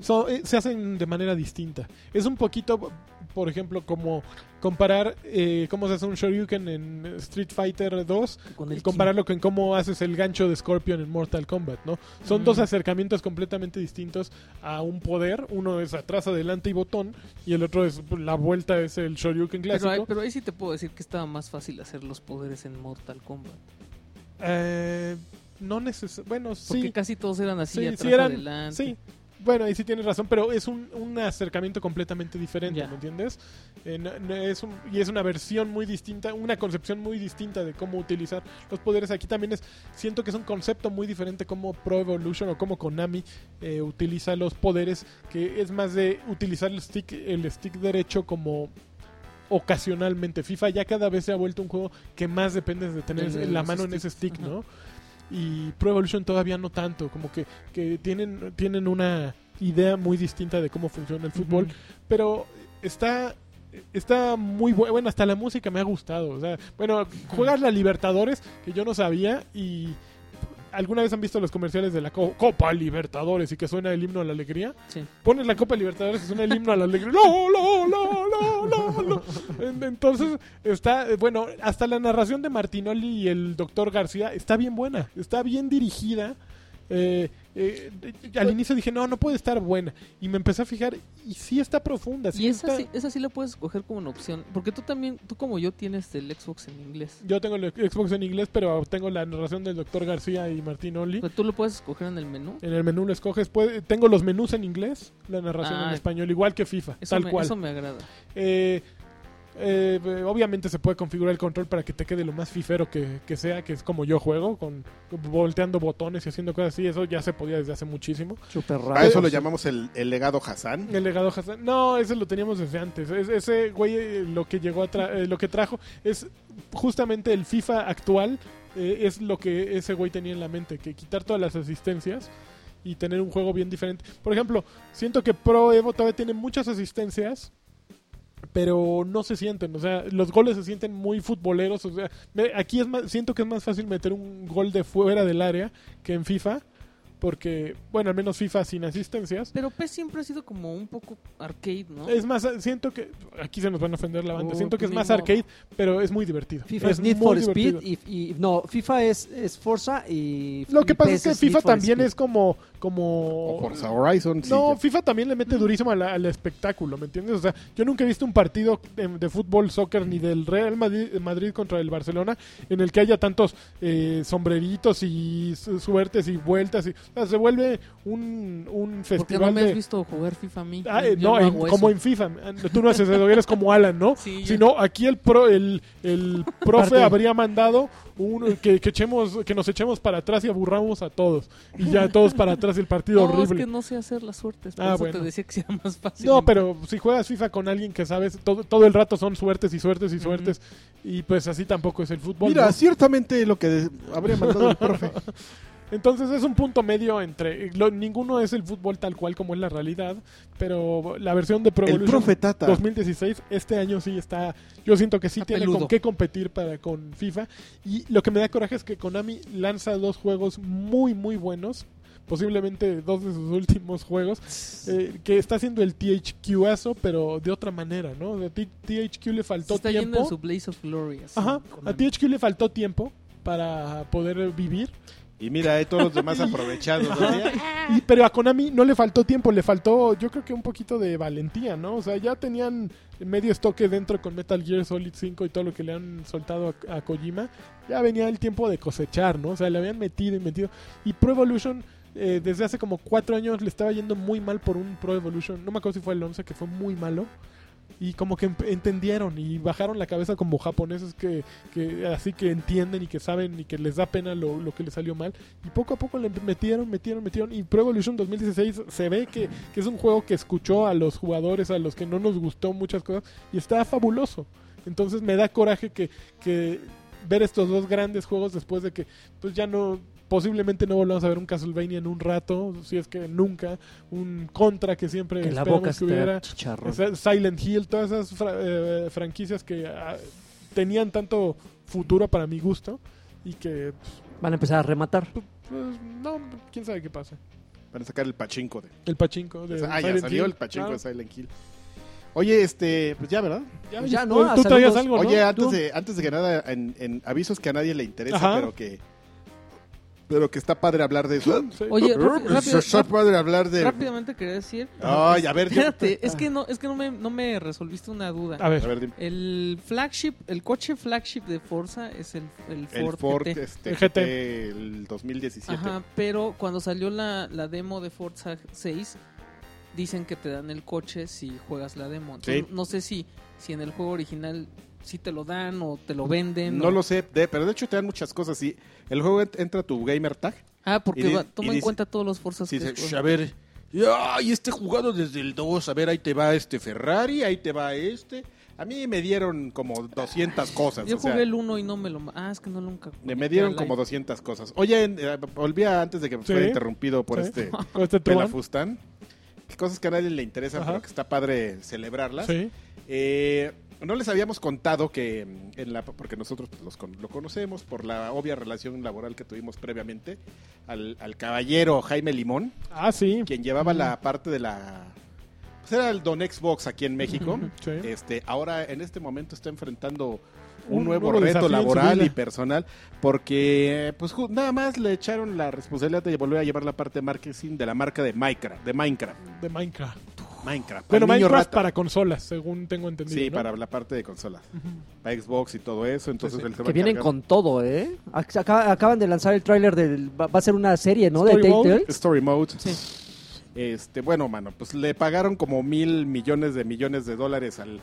So- eh, se hacen de manera distinta. Es un poquito, por ejemplo, como comparar eh, cómo se hace un Shoryuken en Street Fighter 2 Con Y el compararlo con cómo haces el gancho de Scorpion en Mortal Kombat, ¿no? Son Mm. dos acercamientos completamente distintos a un poder. Uno es atrás, adelante y botón. Y el otro es la vuelta, es el Shoryuken King. clásico. pero, ahí, pero ahí sí te puedo decir que estaba más fácil hacer los poderes en Mortal Kombat. Eh, no neces... Bueno, Porque sí. casi todos eran así, Sí, atrás, sí eran- adelante. Sí. Bueno, ahí sí tienes razón, pero es un, un acercamiento completamente diferente, Ya. ¿me entiendes? Eh, no- no es un- y es una versión muy distinta, una concepción muy distinta de cómo utilizar los poderes. Aquí también es, siento que es un concepto muy diferente como Pro Evolution o como Konami eh, utiliza los poderes, que es más de utilizar el stick, el stick derecho como ocasionalmente. FIFA ya cada vez se ha vuelto un juego que más dependes de tener De la los mano en ese stick, sticks, ajá. ¿no? Y Pro Evolution todavía no tanto, como que, que tienen, tienen una idea muy distinta de cómo funciona el fútbol, Ujú. pero está está muy bu- bueno, hasta la música me ha gustado, o sea, bueno, juegas la Libertadores que yo no sabía y ¿Alguna vez han visto los comerciales de la co- Copa Libertadores y que suena el himno a la alegría? Sí. Pones la Copa Libertadores y suena el himno a la alegría. ¡Lo, lo, lo, lo, lo, lo! En- Entonces, está, eh, bueno, hasta la narración de Martinoli y el doctor García está bien buena, está bien dirigida. Eh, eh, eh, al inicio dije, no, no puede estar buena. Y me empecé a fijar y sí está profunda. sí Y esa está- sí, esa sí la puedes escoger como una opción. Porque tú también, tú como yo, tienes el Xbox en inglés. Yo tengo el Xbox en inglés, pero tengo la narración del doctor García y Martinoli. Pero tú lo puedes escoger en el menú. En el menú lo escoges. Puede- tengo los menús en inglés, la narración en Ah. español, igual que FIFA, Eso, tal me, cual. eso me agrada. Eh, eh, eh, obviamente se puede configurar el control para que te quede lo más fifero que, que sea, que es como yo juego, con volteando botones y haciendo cosas así. Eso ya se podía desde hace muchísimo. Súper A raro. eso lo llamamos el, el legado Hassan. El legado Hassan. No, ese lo teníamos desde antes. Es- ese güey eh, lo que llegó a tra- eh, lo que trajo es justamente el FIFA actual. eh, es lo que ese güey tenía en la mente, que quitar todas las asistencias y tener un juego bien diferente. Por ejemplo, siento que Pro Evo todavía tiene muchas asistencias, pero no se sienten. O sea, los goles se sienten muy futboleros. O sea, me- aquí es más, siento que es más fácil meter un gol de fuera del área que en FIFA. Porque, bueno, al menos FIFA sin asistencias. Pero PES siempre ha sido como un poco arcade, ¿no? Es más, siento que. Aquí se nos van a ofender la banda. Oh, siento que es ni más modo. arcade, pero es muy divertido. FIFA es Es Need muy for divertido. Speed y, y- no, FIFA es, es Forza y Lo que y pasa es PES que FIFA Need for también Speed. es como. O como Forza Horizon, Oh, sí, no, ya. FIFA también le mete durísimo a la- al espectáculo, ¿me entiendes? O sea, yo nunca he visto un partido de, de fútbol, soccer, ni del Real Madrid, Madrid contra el Barcelona, en el que haya tantos eh, sombreritos y su- suertes y vueltas. Y, o sea, se vuelve un, un Porque no festival me has de- visto jugar FIFA a mí. Ah, Yo eh, no, en- hago eso. como en FIFA. Tú no haces eso, eres como Alan, ¿no? Sí, yo- Sino aquí el pro, el, (laughs) el profe Parte. habría mandado un, que, que, echemos, que nos echemos para atrás y aburramos a todos. Y ya todos para atrás y el (laughs) partido no, horrible. es que no sé hacer las suertes. Por Ah, eso bueno. te decía que sea más fácil. No, pero si juegas FIFA con alguien que sabes, todo, todo el rato son suertes y suertes y suertes. Y pues así tampoco es el fútbol. Mira, ¿no? ciertamente lo que de- habría mandado el profe. Entonces es un punto medio entre. lo- ninguno es el fútbol tal cual como es la realidad. Pero la versión de Pro el Evolution profe Tata. 2016, este año sí está, yo siento que sí Está tiene peludo. con qué competir para con FIFA y lo que me da coraje es que Konami lanza dos juegos muy muy buenos, posiblemente dos de sus (laughs) últimos juegos, eh, que está haciendo el THQ-azo pero de otra manera, ¿no? O sea, T- THQ le Se faltó está yendo en tiempo. su Blaze of Glory. así, Ajá, con- a THQ le faltó tiempo para poder vivir, Y mira, ahí todos los demás aprovechados. ¿no? Y- pero a Konami no le faltó tiempo, le faltó yo creo que un poquito de valentía, ¿no? O sea, ya tenían medio estoque dentro con Metal Gear Solid 5 y todo lo que le han soltado a, a Kojima. Ya venía el tiempo de cosechar, ¿no? O sea, le habían metido y metido. Y Pro Evolution, eh, desde hace como cuatro años le estaba yendo muy mal por un Pro Evolution. No me acuerdo si fue el 11, que fue muy malo. Y como que emp- entendieron y bajaron la cabeza como japoneses que, que así que entienden y que saben y que les da pena lo, lo que les salió mal. Y poco a poco le metieron, metieron, metieron. Y Pro Evolution 2016 se ve que, que es un juego que escuchó a los jugadores, a los que no nos gustó muchas cosas. Y está fabuloso. Entonces me da coraje que, que ver estos dos grandes juegos después de que pues ya no posiblemente no volvamos a ver un Castlevania en un rato, si es que nunca, un Contra que siempre Que la esperamos boca que está hubiera, chicharrón. esa- Silent Hill, todas esas fra- eh, franquicias que ah, tenían tanto futuro para mi gusto y que Van a empezar a rematar. pues, pues, no, quién sabe qué pasa. Van a sacar el pachinko de. El pachinko de ah, ya Silent salió Hill, el pachinko claro. de Silent Hill. Oye, este, pues ya, ¿verdad? Ya, Pues ya, tú- ¿no? Ah, Tú traías saludos. algo, ¿no? Oye, antes Tú. de, antes de que nada, en, en avisos que a nadie le interesa, Ajá. pero que. Pero que está padre hablar de eso. Sí. Oye, ráp- rápido, está ráp- padre hablar de. rápidamente quería decir. pues, Ay, a ver, yo- Espérate, es que no, es que no me, no me resolviste una duda. a A ver, ver, dime. El flagship, el coche flagship de Forza es el, el Ford, El Ford, GT. este, El GT. GT, el 2017. Ajá, pero cuando salió la, la demo de Forza 6, dicen que te dan el coche si juegas la demo. Entonces, Sí. No sé si, si en el juego original si te lo dan o te lo venden. No o- lo sé, de- pero de hecho te dan muchas cosas. Sí, el juego ent- entra a tu gamer tag. Ah, y porque di- va- y toma en dice- cuenta todos los Forzas Sí, que dice, juegas. "Sh, a ver, y, ay, este jugado desde el 2, a ver, ahí te va este Ferrari, ahí te va este. A mí me dieron como 200 cosas. Yo o sea, jugué el 1 y no me lo... ma- Ah, es que no nunca... me- me dieron Live. como 200 cosas. Oye, en- eh, volví a- antes de que fuera Sí. interrumpido por Sí. (laughs) este este tú, Juan. Pelafustán. que Cosas que a nadie le interesan, Ajá. pero que está padre celebrarlas. Sí. Eh, no les habíamos contado que, mm, en la, porque nosotros pues, los con- lo conocemos por la obvia relación laboral que tuvimos previamente, al, al caballero Jaime Limón, Ah, sí. quien llevaba la parte de la... Pues era el Don Xbox aquí en México. Sí. Este, ahora en este momento está enfrentando un, Un nuevo, nuevo reto desafío en su laboral vida. y personal porque pues ju- nada más le echaron la responsabilidad de volver a llevar la parte de marketing de la marca de Minecraft, de Minecraft, De Minecraft. Minecraft. Bueno, al niño Minecraft rata. para consolas, según tengo entendido. Sí, ¿no? para la parte de consolas. Ujú. para Xbox y todo eso. Entonces Sí, sí. él se va Que a vienen encargar- con todo, ¿eh? Ac- acaba- acaban de lanzar el tráiler del... Va, va a ser una serie, ¿no? De Story Mode. Telltale. Story Mode. Sí. Este, bueno, mano, pues le pagaron como mil millones de millones de dólares al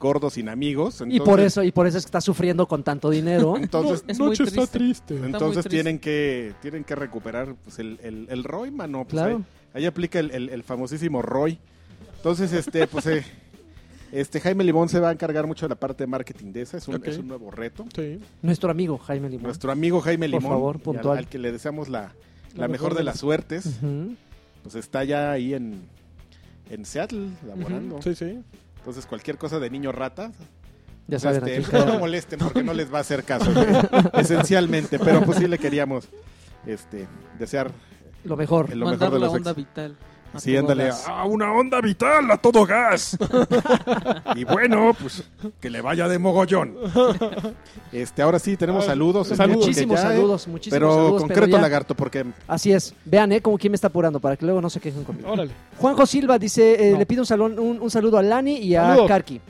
gordo sin amigos. Y entonces- por eso, y por eso es que está sufriendo con tanto (laughs) dinero. Entonces, No, es muy Noche está triste. triste. entonces triste. tienen que tienen que recuperar pues, el, el, el Roy, mano. pues, Claro. ahí, ahí aplica el, el- el famosísimo Roy. Entonces, este, pues eh, este Jaime Limón se va a encargar mucho de la parte de marketing de esa. Es un, Ok. es un nuevo reto. Sí. Nuestro amigo Jaime Limón. Nuestro amigo Jaime Por Limón, favor, y al- puntual. Al, que le deseamos la, la mejor de las suertes. Ujú. pues está ya ahí en, en Seattle laborando. Ujú. Sí, sí. Entonces, cualquier cosa de niño rata, Ya pues, saben, este, ¿eh? aquí (laughs) no lo está. molesten porque no les va a hacer caso, (laughs) esencialmente. Pero pues sí le queríamos este, desear lo mejor. lo Mandar mejor de la los onda ex- vital. a Sí, todo ándale, gas. a una onda vital, a todo gas. y bueno, pues que le vaya de mogollón. Este, ahora sí, tenemos Ah, saludos. saludos. porque pues, Muchísimos ya, eh, saludos, muchísimos Pero saludos. concreto, ya- lagarto, porque Así es. Vean, ¿eh? Como quién me está apurando para que luego no se quejen conmigo. (laughs) Órale. Juanjo Silva dice, eh, No. le pido un, salón, un, un saludo a Lani y a Saludos. Karki.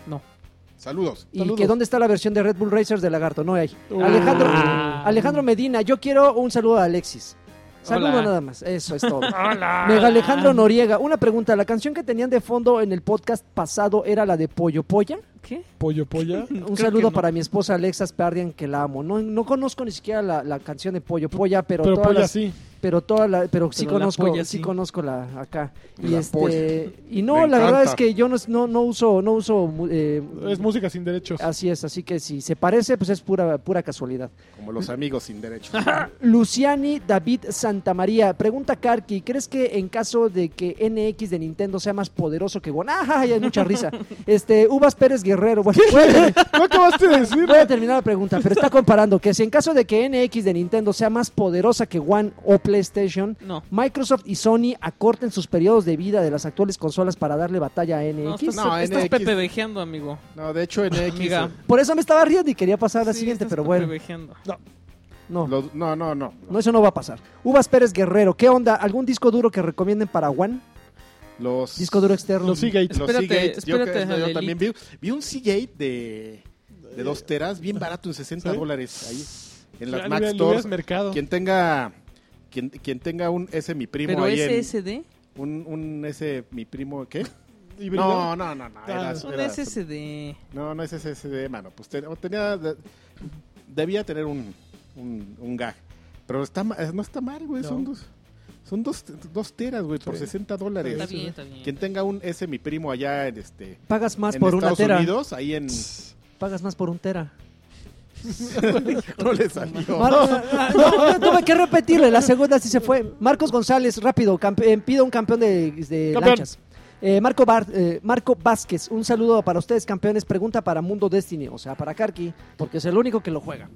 saludos. Y Saludos. que dónde está la versión de Red Bull Racers de Lagarto, no hay. Uh. Alejandro, Alejandro Medina, yo quiero un saludo a Alexis. Saludo Hola. nada más, eso es todo. Mega Alejandro Noriega, una pregunta, ¿la canción que tenían de fondo en el podcast pasado era la de Pollo Polla? Mm, ¿Qué? Pollo, polla. Un Creo saludo que no. para mi esposa Alexa Spardian, que la amo. No, no conozco ni siquiera la, la canción de Pollo Polla, pero, Pero todas polla las- sí. pero toda la, pero sí Pero la conozco, polla sí. sí. conozco la acá. Y La este, polla. y no, Me la verdad encanta. es que yo no, no, no uso, no uso eh, Es música sin derechos. Así es, así que si se parece, pues es pura, pura casualidad. Como los amigos sin derecho. (laughs) Luciani David Santamaría, pregunta Karki, ¿crees que en caso de que NX de Nintendo sea más poderoso que One? ¡Ah, hay mucha risa! Este, Uvas Pérez Guerrero, bueno, voy, a, ter- ¿No acabaste de decir? voy a terminar la pregunta, pero está comparando que si en caso de que NX de Nintendo sea más poderosa que One o PlayStation, No. Microsoft y Sony acorten sus periodos de vida de las actuales consolas para darle batalla a No, NX. estás, No, estás NX. pepevejeando, amigo. No, de hecho, en X. Amiga. Por eso me estaba riendo y quería Ah, pasar a la Sí, siguiente, estás pero bueno, pepevejeando. no. los- no, no, no. No, eso no va a pasar. Uvas Pérez Guerrero, ¿qué onda? ¿Algún disco duro que recomienden para One? Los. Disco duro externo. Los Seagate. Los Espérate, Seagate, yo espérate, que- yo, Jalelí. también vi, vi un Seagate de, de Eh, dos teras, bien barato, en 60 ¿Sí? dólares ahí en Ya las le Mac hubieras- le hubieras Stores. mercado. Quien tenga, quien, quien tenga un ese mi primo Pero ahí en- SSD, un, un ese mi primo ¿qué? Híbrido. No, no, no, no. era- es un era- SSD. No, no es SSD, mano. Pues te- tenía, de- debía tener un, un, un gag. Pero está, ma- eh, no está mal, güey. Son No. dos, son dos, dos teras, güey, por Sí. 60 dólares. Está bien, está bien. Quien tenga un ese mi primo allá en este Pagas más en por una Estados tera. Unidos, ahí en, pagas más por un tera. (laughs) No le salió. Marcos- ah, no, yo tuve que repetirle, la segunda sí se fue. Marcos González, rápido, camp- eh, pido un campeón de, de Campeón. lanchas. Eh, Marco, Bar- eh, Marco Vázquez, un saludo para ustedes, campeones. Pregunta para Mundo Destiny, o sea, para Karki, porque es el único que lo juega.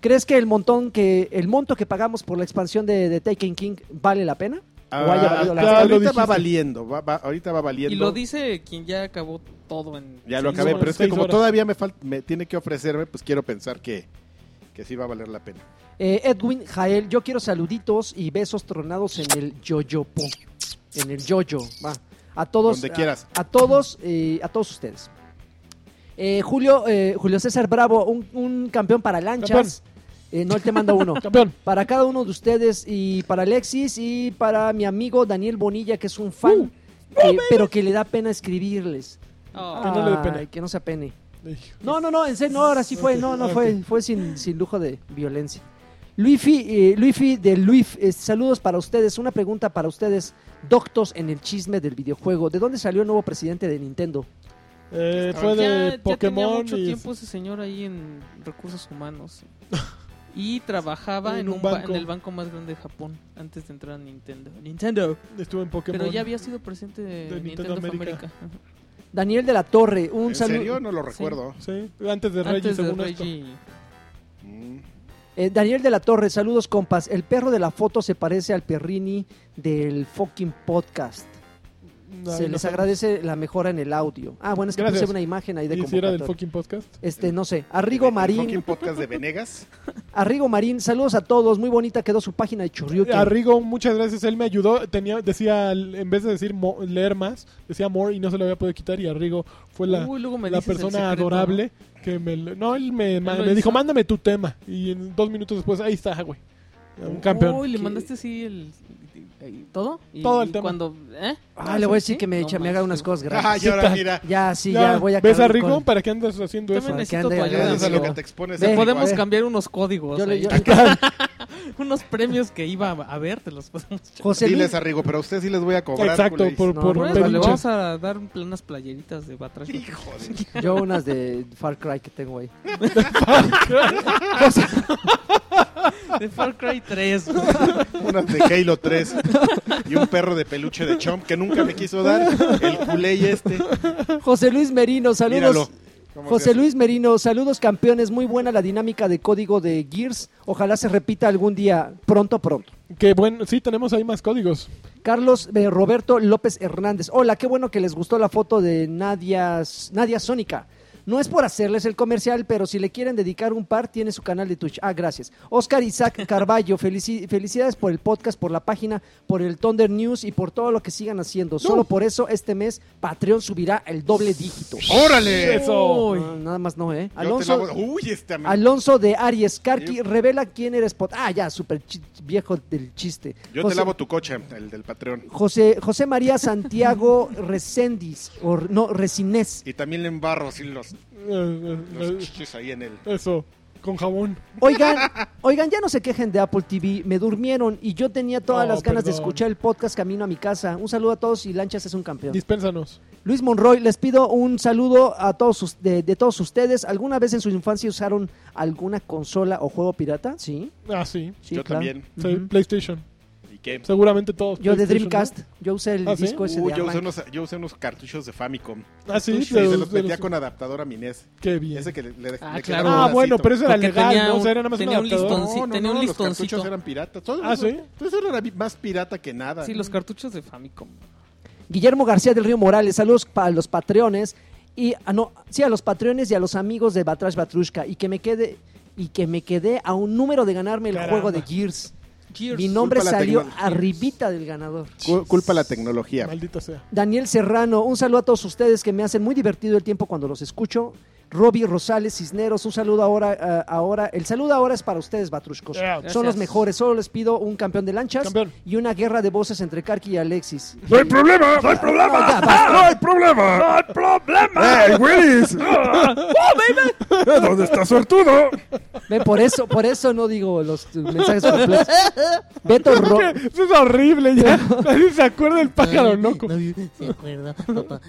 ¿Crees que el montón que el monto que pagamos por la expansión de, de Taken King vale la pena? ¿O haya Ah, valido la claro. pena? ahorita dijiste. va valiendo, va- va- ahorita va valiendo. Y lo dice quien ya acabó todo en. Ya lo Seis acabé, horas, pero es que seis como horas. todavía me, falta, me tiene que ofrecerme, pues quiero pensar que, que sí va a valer la pena. Eh, Edwin Jael, yo quiero saluditos y besos tronados en el yoyopo. En el yoyo, va. A todos. Donde a- quieras. A, todos, eh, a todos ustedes. Eh, Julio, eh, Julio César Bravo, un, un campeón para lanchas. Eh, no, él te manda uno. (laughs) Campeón. para cada uno de ustedes y para Alexis y para mi amigo Daniel Bonilla, que es un fan, que- pero que le da pena escribirles. Oh. Uh, Que no le dé pena. Ay, que no se apene. Hijo. No, no, no, en serio, no, ahora sí fue, no, no, Ok, fue, fue sin, sin lujo de violencia. Luifi, eh, Luifi de Luif, eh, saludos para ustedes. Una pregunta para ustedes, doctos en el chisme del videojuego. ¿De dónde salió el nuevo presidente de Nintendo? Eh, fue de ya, ya tenía Pokémon mucho y- tiempo ese señor ahí en recursos (laughs) humanos. Y trabajaba En en, un un ba- banco. en el banco más grande de Japón antes de entrar a Nintendo. Nintendo. estuvo en Pokémon. Pero ya había sido presente de, De Nintendo Nintendo, of América. América. Daniel de la Torre, un ¿En serio? saludo. No lo recuerdo. Sí, antes de Ajá. Reggie, Antes de según esto. Reggie. Mm. Eh, Daniel de la Torre, saludos compas. El perro de la foto se parece al perrini del fucking podcast. No, se no les sé. agradece la mejora en el audio. Ah, bueno, es que Gracias. puse una imagen ahí de ¿Y si era del convocatoria. fucking podcast? Este, no sé. El- Arrigo el fucking Marín, podcast de Venegas. Arrigo Marín, saludos a todos. Muy bonita quedó su página de Churriuken. Arrigo, muchas gracias. Él me ayudó. Tenía, decía, en vez de decir mo- leer más, decía more y no se lo había podido quitar. Y Arrigo fue la, Uy, luego me la dices el persona secreto, adorable que me. lo- No, él me, ma- lo me dijo, hizo? mándame tu tema. Y en dos minutos después, ahí está, güey. Un ¿no? campeón. Uy, le Que- mandaste así el. y- ¿Todo? Y Todo el tema. Cuando, ¿eh? Ah, le voy a decir que me, No echa- me haga unas manches. cosas Ah, gratis. y ahora mira. Ya, sí, Ya, ya, voy a ¿Ves a acabar Rigo? con- ¿Para qué andas haciendo También eso? para que necesito ande tu allá. ayuda. Gracias a lo Amigo. que te expones. Ve, amigo. Podemos Eh. cambiar unos códigos. Yo le- Pues (laughs) ahí. yo- unos premios que iba a ver, te los podemos (laughs) echar. José Luis, Diles a Rigo, pero a usted sí les voy a cobrar. Exacto, culéis. por, No, por no, Bueno, pero le peluche. vamos a dar un- unas playeritas de Batrash. Hijo de... yo unas de Far Cry que tengo ahí. (laughs) De Far Cry 3. Unas de Halo 3 y un perro de peluche de Chomp que nunca me quiso dar. El culé y este. José Luis Merino, saludos. Míralo. ¿Cómo se José hace? Luis Merino, saludos campeones. Muy buena la dinámica de código de Gears. Ojalá se repita algún día pronto, pronto. Que bueno, sí, tenemos ahí más códigos. Carlos eh, Roberto López Hernández. Hola, qué bueno que les gustó la foto de Nadia, Nadia Sónica. No es por hacerles el comercial, pero si le quieren dedicar un par, tiene su canal de Twitch. Ah, gracias. Oscar (laughs) Isaac Carballo, felici- felicidades por el podcast, por la página, por el Thunder News y por todo lo que sigan haciendo. Solo por eso este mes Patreon subirá el doble dígito. ¡Órale! (laughs) Yo Eso. No, nada más no, ¿eh? te Alonso, lavo- Uy, este amigo. Alonso de Aries Carqui Yo- revela quién eres. pot- ah, ya, super chi- viejo del chiste. Yo te José- lavo tu coche, el del Patreon. José, José María Santiago Reséndiz, o re- no, Resinés. Y también le embarro así los, Eh, eh, los eh, chichis ahí en el... Eso. Con jabón. Oigan, oigan, ya no se quejen de Apple TV, me durmieron y yo tenía todas Oh, las ganas de perdón. escuchar el podcast camino a mi casa. Un saludo a todos y Lanchas es un campeón. Dispénsanos. Luis Monroy, les pido un saludo a todos sus- de, de todos ustedes. ¿Alguna vez en su infancia usaron alguna consola o juego pirata? Sí, Ah, sí. sí, Yo claro. también. Sí, Ujú. PlayStation. ¿Y qué? Seguramente todos. Yo de PlayStation, Dreamcast, yo usé el ¿Ah, sí? disco ese Uy, de yo, usé Armand. unos, yo usé unos cartuchos de Famicom. ¿no? Ah, sí. Sí, se los metía con adaptador a mi NES. Qué bien. Ese que le, le, Ah, claro. le quedaron Ah, un bueno, lacito. pero eso era Porque legal, tenía ¿no? O un- sea, era nada más tenía un un adaptador. listón. Listonci- tenía un los cartuchos listoncito. eran piratas. Todo Ah, eso, ¿sí? Mm. todo eso era bi- más pirata que nada. Sí, los cartuchos de Famicom. Guillermo García del Río Morales, saludos para los patreones y ah, no, sí, a los patreones y a los amigos de Batrash Batrushka y que me quede y que me quedé a un número de ganarme el Caramba. juego de Gears. Gears. Mi nombre Culpa la salió tecnología. arribita del ganador. Cu- culpa la tecnología. Maldita sea. Daniel Serrano, un saludo a todos ustedes que me hacen muy divertido el tiempo cuando los escucho. Robbie Rosales Cisneros, un saludo ahora, ah, ahora. El saludo ahora es para ustedes, Batrushcos. Yeah. Son Gracias. los mejores. Solo les pido un campeón de lanchas Campeón. y una guerra de voces entre Karki y Alexis. ¡No hay problema! ¡No hay Ya, problema! basta. Ah, ¡No hay problema! ¡No hay problema! ¡Hey, Willis! ¡Oh, baby! ¿Dónde está Sortudo? Ven, por eso, por eso no digo los mensajes completos. Beto Ro- Eso es (laughs) horrible ya. Nadie se acuerda del pájaro loco. se acuerda, papá.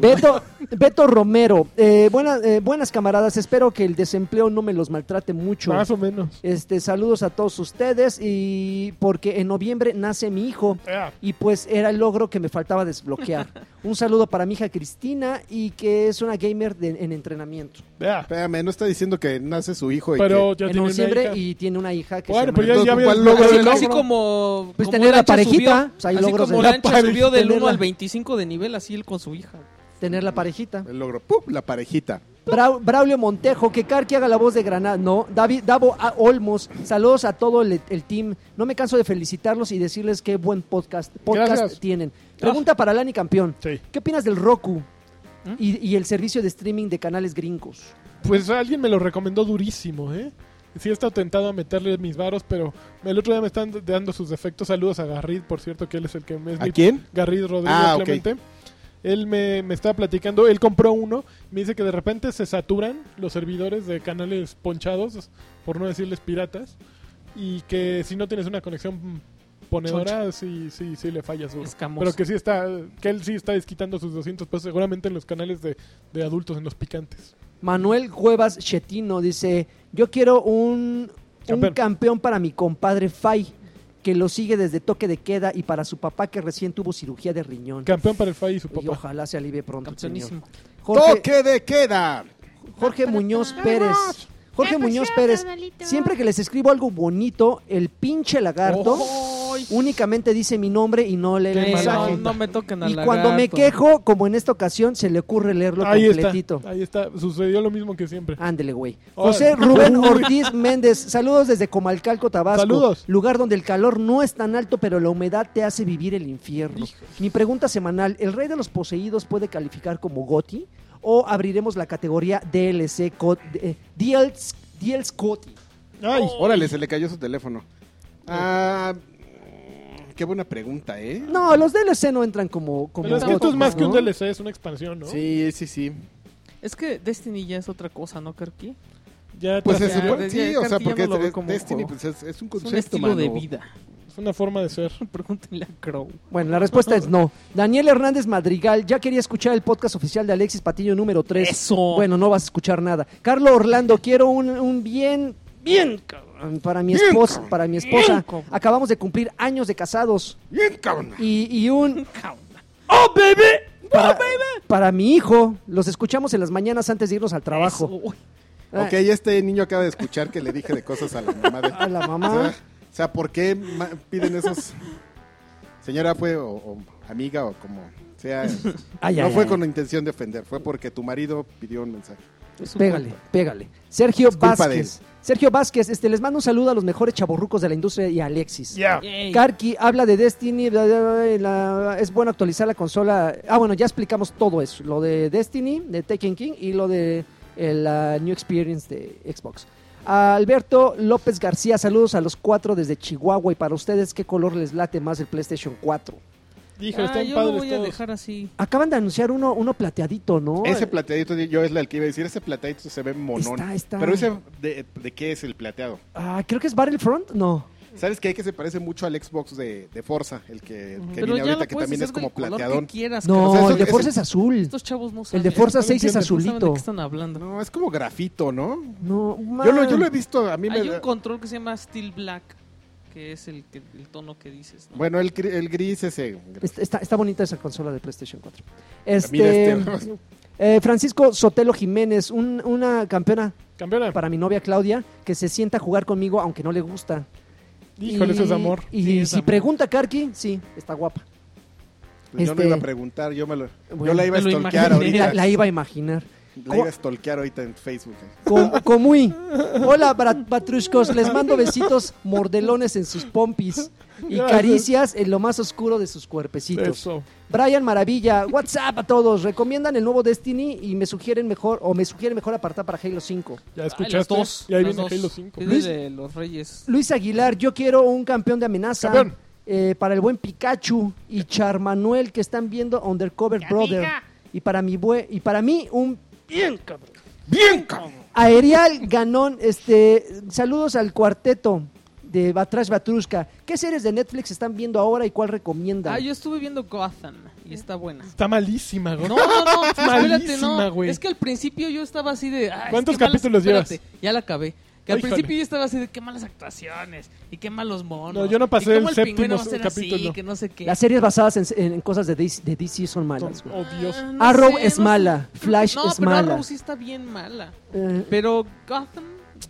Beto, Beto Romero, eh, buena- eh, buenas camaradas, espero que el desempleo no me los maltrate mucho. Más o menos. Este, saludos a todos ustedes y porque en noviembre nace mi hijo Ah, y pues era el logro que me faltaba desbloquear. Un saludo para mi hija Cristina y que es una gamer de- en entrenamiento. ah. Espérame, no está diciendo que nace su hijo y Pero ya en tiene una noviembre hija. y tiene una hija que Bueno, se pues llama... ya, ya Entonces, había ¿cuál el logro logro del del logro? Así logro. como. Pues como tener la Lancha parejita, subió- pues hay así logros como de- La Lancha pareja, subió del 1 tenerla. al 25 de nivel, así él con su hija. Tener la parejita. el logro. ¡Pum! La parejita. Brau- Braulio Montejo, que Karki haga la voz de Granada. No, David, Davo A- Olmos, saludos a todo el, el team. No me canso de felicitarlos y decirles qué buen podcast, podcast Gracias. tienen. Pregunta para Lani Campeón. Sí. ¿Qué opinas del Roku ¿Mm? y, y el servicio de streaming de canales gringos? Pues alguien me lo recomendó durísimo, ¿eh? Sí he estado tentado a meterle mis varos, pero el otro día me están dando sus defectos. Saludos a Garrid, por cierto, que él es el que me... es ¿A mi- quién? Garrid Rodríguez Ah, ok. Clemente. Él me, me estaba platicando, él compró uno, me dice que de repente se saturan los servidores de canales ponchados, por no decirles piratas, y que si no tienes una conexión ponedora, sí, sí, sí le fallas duro. Escamoso. Pero que sí está, que él sí está desquitando sus 200 pesos, seguramente en los canales de, de adultos, en los picantes. Manuel Cuevas Chetino dice, yo quiero un, un Campeón. campeón para mi compadre Fay, que lo sigue desde toque de queda y para su papá que recién tuvo cirugía de riñón. Campeón para el FAI y su y papá. ojalá se alivie pronto, señor. Campeonísimo. Jorge- ¡Toque de queda! Jorge Muñoz Pérez. Jorge Ya pasó, Muñoz Pérez. carnalito. Siempre que les escribo algo bonito, el pinche lagarto ¡Ay! únicamente dice mi nombre y no lee el Que mensaje. no, no me toquen pues. al y cuando me lagarto. quejo, como en esta ocasión, se le ocurre leerlo Ahí completito. Ah. está, ahí está, sucedió lo mismo que siempre. Ándele, güey. Órale. José (laughs) Rubén Ortiz Méndez, saludos desde Comalcalco, Tabasco. Saludos. Lugar donde el calor no es tan alto, pero la humedad te hace vivir el infierno. Hijo. Mi pregunta semanal, ¿el rey de los poseídos puede calificar como Goti? ¿O abriremos la categoría DLC co- de- eh, DLC DLC Goti? Ay, Órale, se le cayó su teléfono. Ah, mm, qué buena pregunta, ¿eh? No, los DLC no entran como... como pero es que esto es más que un ¿no? DLC, es una expansión, ¿no? Sí, sí, sí. Es que Destiny ya es otra cosa, ¿no, Karki? Ya Pues te- se Ya, supone, ya, sí, o Carti sea, ya porque no lo es- ve es- como Destiny juego. pues, es, es un Es concepto, un estilo mano. de vida. (laughs) es una forma de ser. Pregúntenle a Crow. Bueno, la respuesta es no. Daniel Hernández Madrigal, ya quería escuchar el podcast oficial de Alexis Patillo número 3. Eso. Bueno, no vas a escuchar nada. Carlos Orlando, quiero un, un bien, bien cabrón, para mi Bien, esposa, cabrón. para mi esposa. Bien, cabrón. Acabamos de cumplir años de casados Bien, cabrón. y, y (laughs) un Cabrón. ¡Oh, para, para mi hijo. Los escuchamos en las mañanas antes de irnos al trabajo. Eso, uy. Ah, Ok, este niño acaba de escuchar que le dije de cosas a la mamá de... A la O sea, (laughs) mamá. o sea, ¿por qué ma- piden esos? Señora fue o, o amiga o como sea. Ay, no ay, fue ay. con la intención de ofender, fue porque tu marido pidió un mensaje. Es un Pégale, pégale. Sergio culpa de él. Vázquez. Sergio Vázquez, este, les mando un saludo a los mejores chaborrucos de la industria y a Alexis. Ya. Yay. Karki habla de Destiny, bla, bla, bla, y la- es bueno actualizar la consola. Ah, bueno, ya explicamos todo eso, lo de Destiny, de Taken King y lo de eh, la New Experience de Xbox. A Alberto López García, saludos a los cuatro desde Chihuahua y para ustedes, ¿qué color les late más el PlayStation 4? Dijo, Ah, están yo lo padres voy a todos. dejar así. Acaban de anunciar uno, uno plateadito, ¿no? Ese plateadito, yo es la que iba a decir, ese plateadito se ve monón. Está, está. Pero ese, de, de qué es el plateado? Ah, creo que es Battlefront, no. ¿Sabes que hay que se parece mucho al Xbox de, de Forza? El que, que Pero viene ya ahorita, lo que puedes también hacer es como del color que plateadón. quieras, No, o sea, cabrón. eso- el de eso- Forza es azul. Estos chavos no El saben. de Forza no 6 es No entiendo, no saben de azulito. qué están hablando. No, es como grafito, ¿no? No, Yo lo, yo lo he man. visto, a mí me Ah. Hay un da- control que se llama Steel Black, que es el, que- el tono que dices. ¿no? Ah, Bueno, el, gri- el gris ese. Está, está- está bonita esa consola de PlayStation 4. Mira Este, (laughs) este. eh, Francisco Sotelo Jiménez, un- una campeona Campeona, para mi novia Claudia, que se sienta a jugar conmigo aunque no le gusta. híjole, Y- eso es amor. Y Sí, es si amor. pregunta Karki, sí, está guapa. Yo no Este- iba a preguntar, yo, me lo, Bueno, yo la iba a me lo stalkear imaginé. ahorita. (laughs) La, la iba a imaginar. La iba a stalkear ahorita en Facebook. eh. Com- Comuy. Hola, bra- Batrushkos. Les mando besitos mordelones en sus pompis y Gracias. caricias en lo más oscuro de sus cuerpecitos. Eso. Brian Maravilla, WhatsApp a todos. Recomiendan el nuevo Destiny y me sugieren mejor o me sugieren mejor apartado para Halo 5. Ya Ah, las escuchaste. dos. y ahí las viene dos. Halo 5. Es Luis- de los Reyes. Luis Aguilar, yo quiero un campeón de amenaza. Campeón. eh, para el buen Pikachu y Charmanuel que están viendo Undercover Brother. Y para mi bue- y para mí un Bien, cabrón. Aerial Ganón, este, saludos al cuarteto de Batrash Batrushka. ¿Qué series de Netflix están viendo ahora y cuál recomiendan? Ah, yo estuve viendo Gotham y está buena. Está malísima, güey. No, no, (laughs) no, espérate, malísima, no. güey. Es que al principio yo estaba así de. "Ay, ¿Cuántos qué malas-" capítulos llevas? Espérate, ya la acabé. Que al Híjole. principio yo estaba así de qué malas actuaciones y qué malos monos. No, yo no y pasé cómo el pingüino va a séptimo ser así, capítulo. que no sé qué. Las series basadas en, en cosas de DC, de DC son Oh, malas. güey. Odioso. Ah, Arrow sé, es sé. mala, Creo que- Flash no, es pero mala. Arrow sí está bien mala. Eh, Pero Gotham,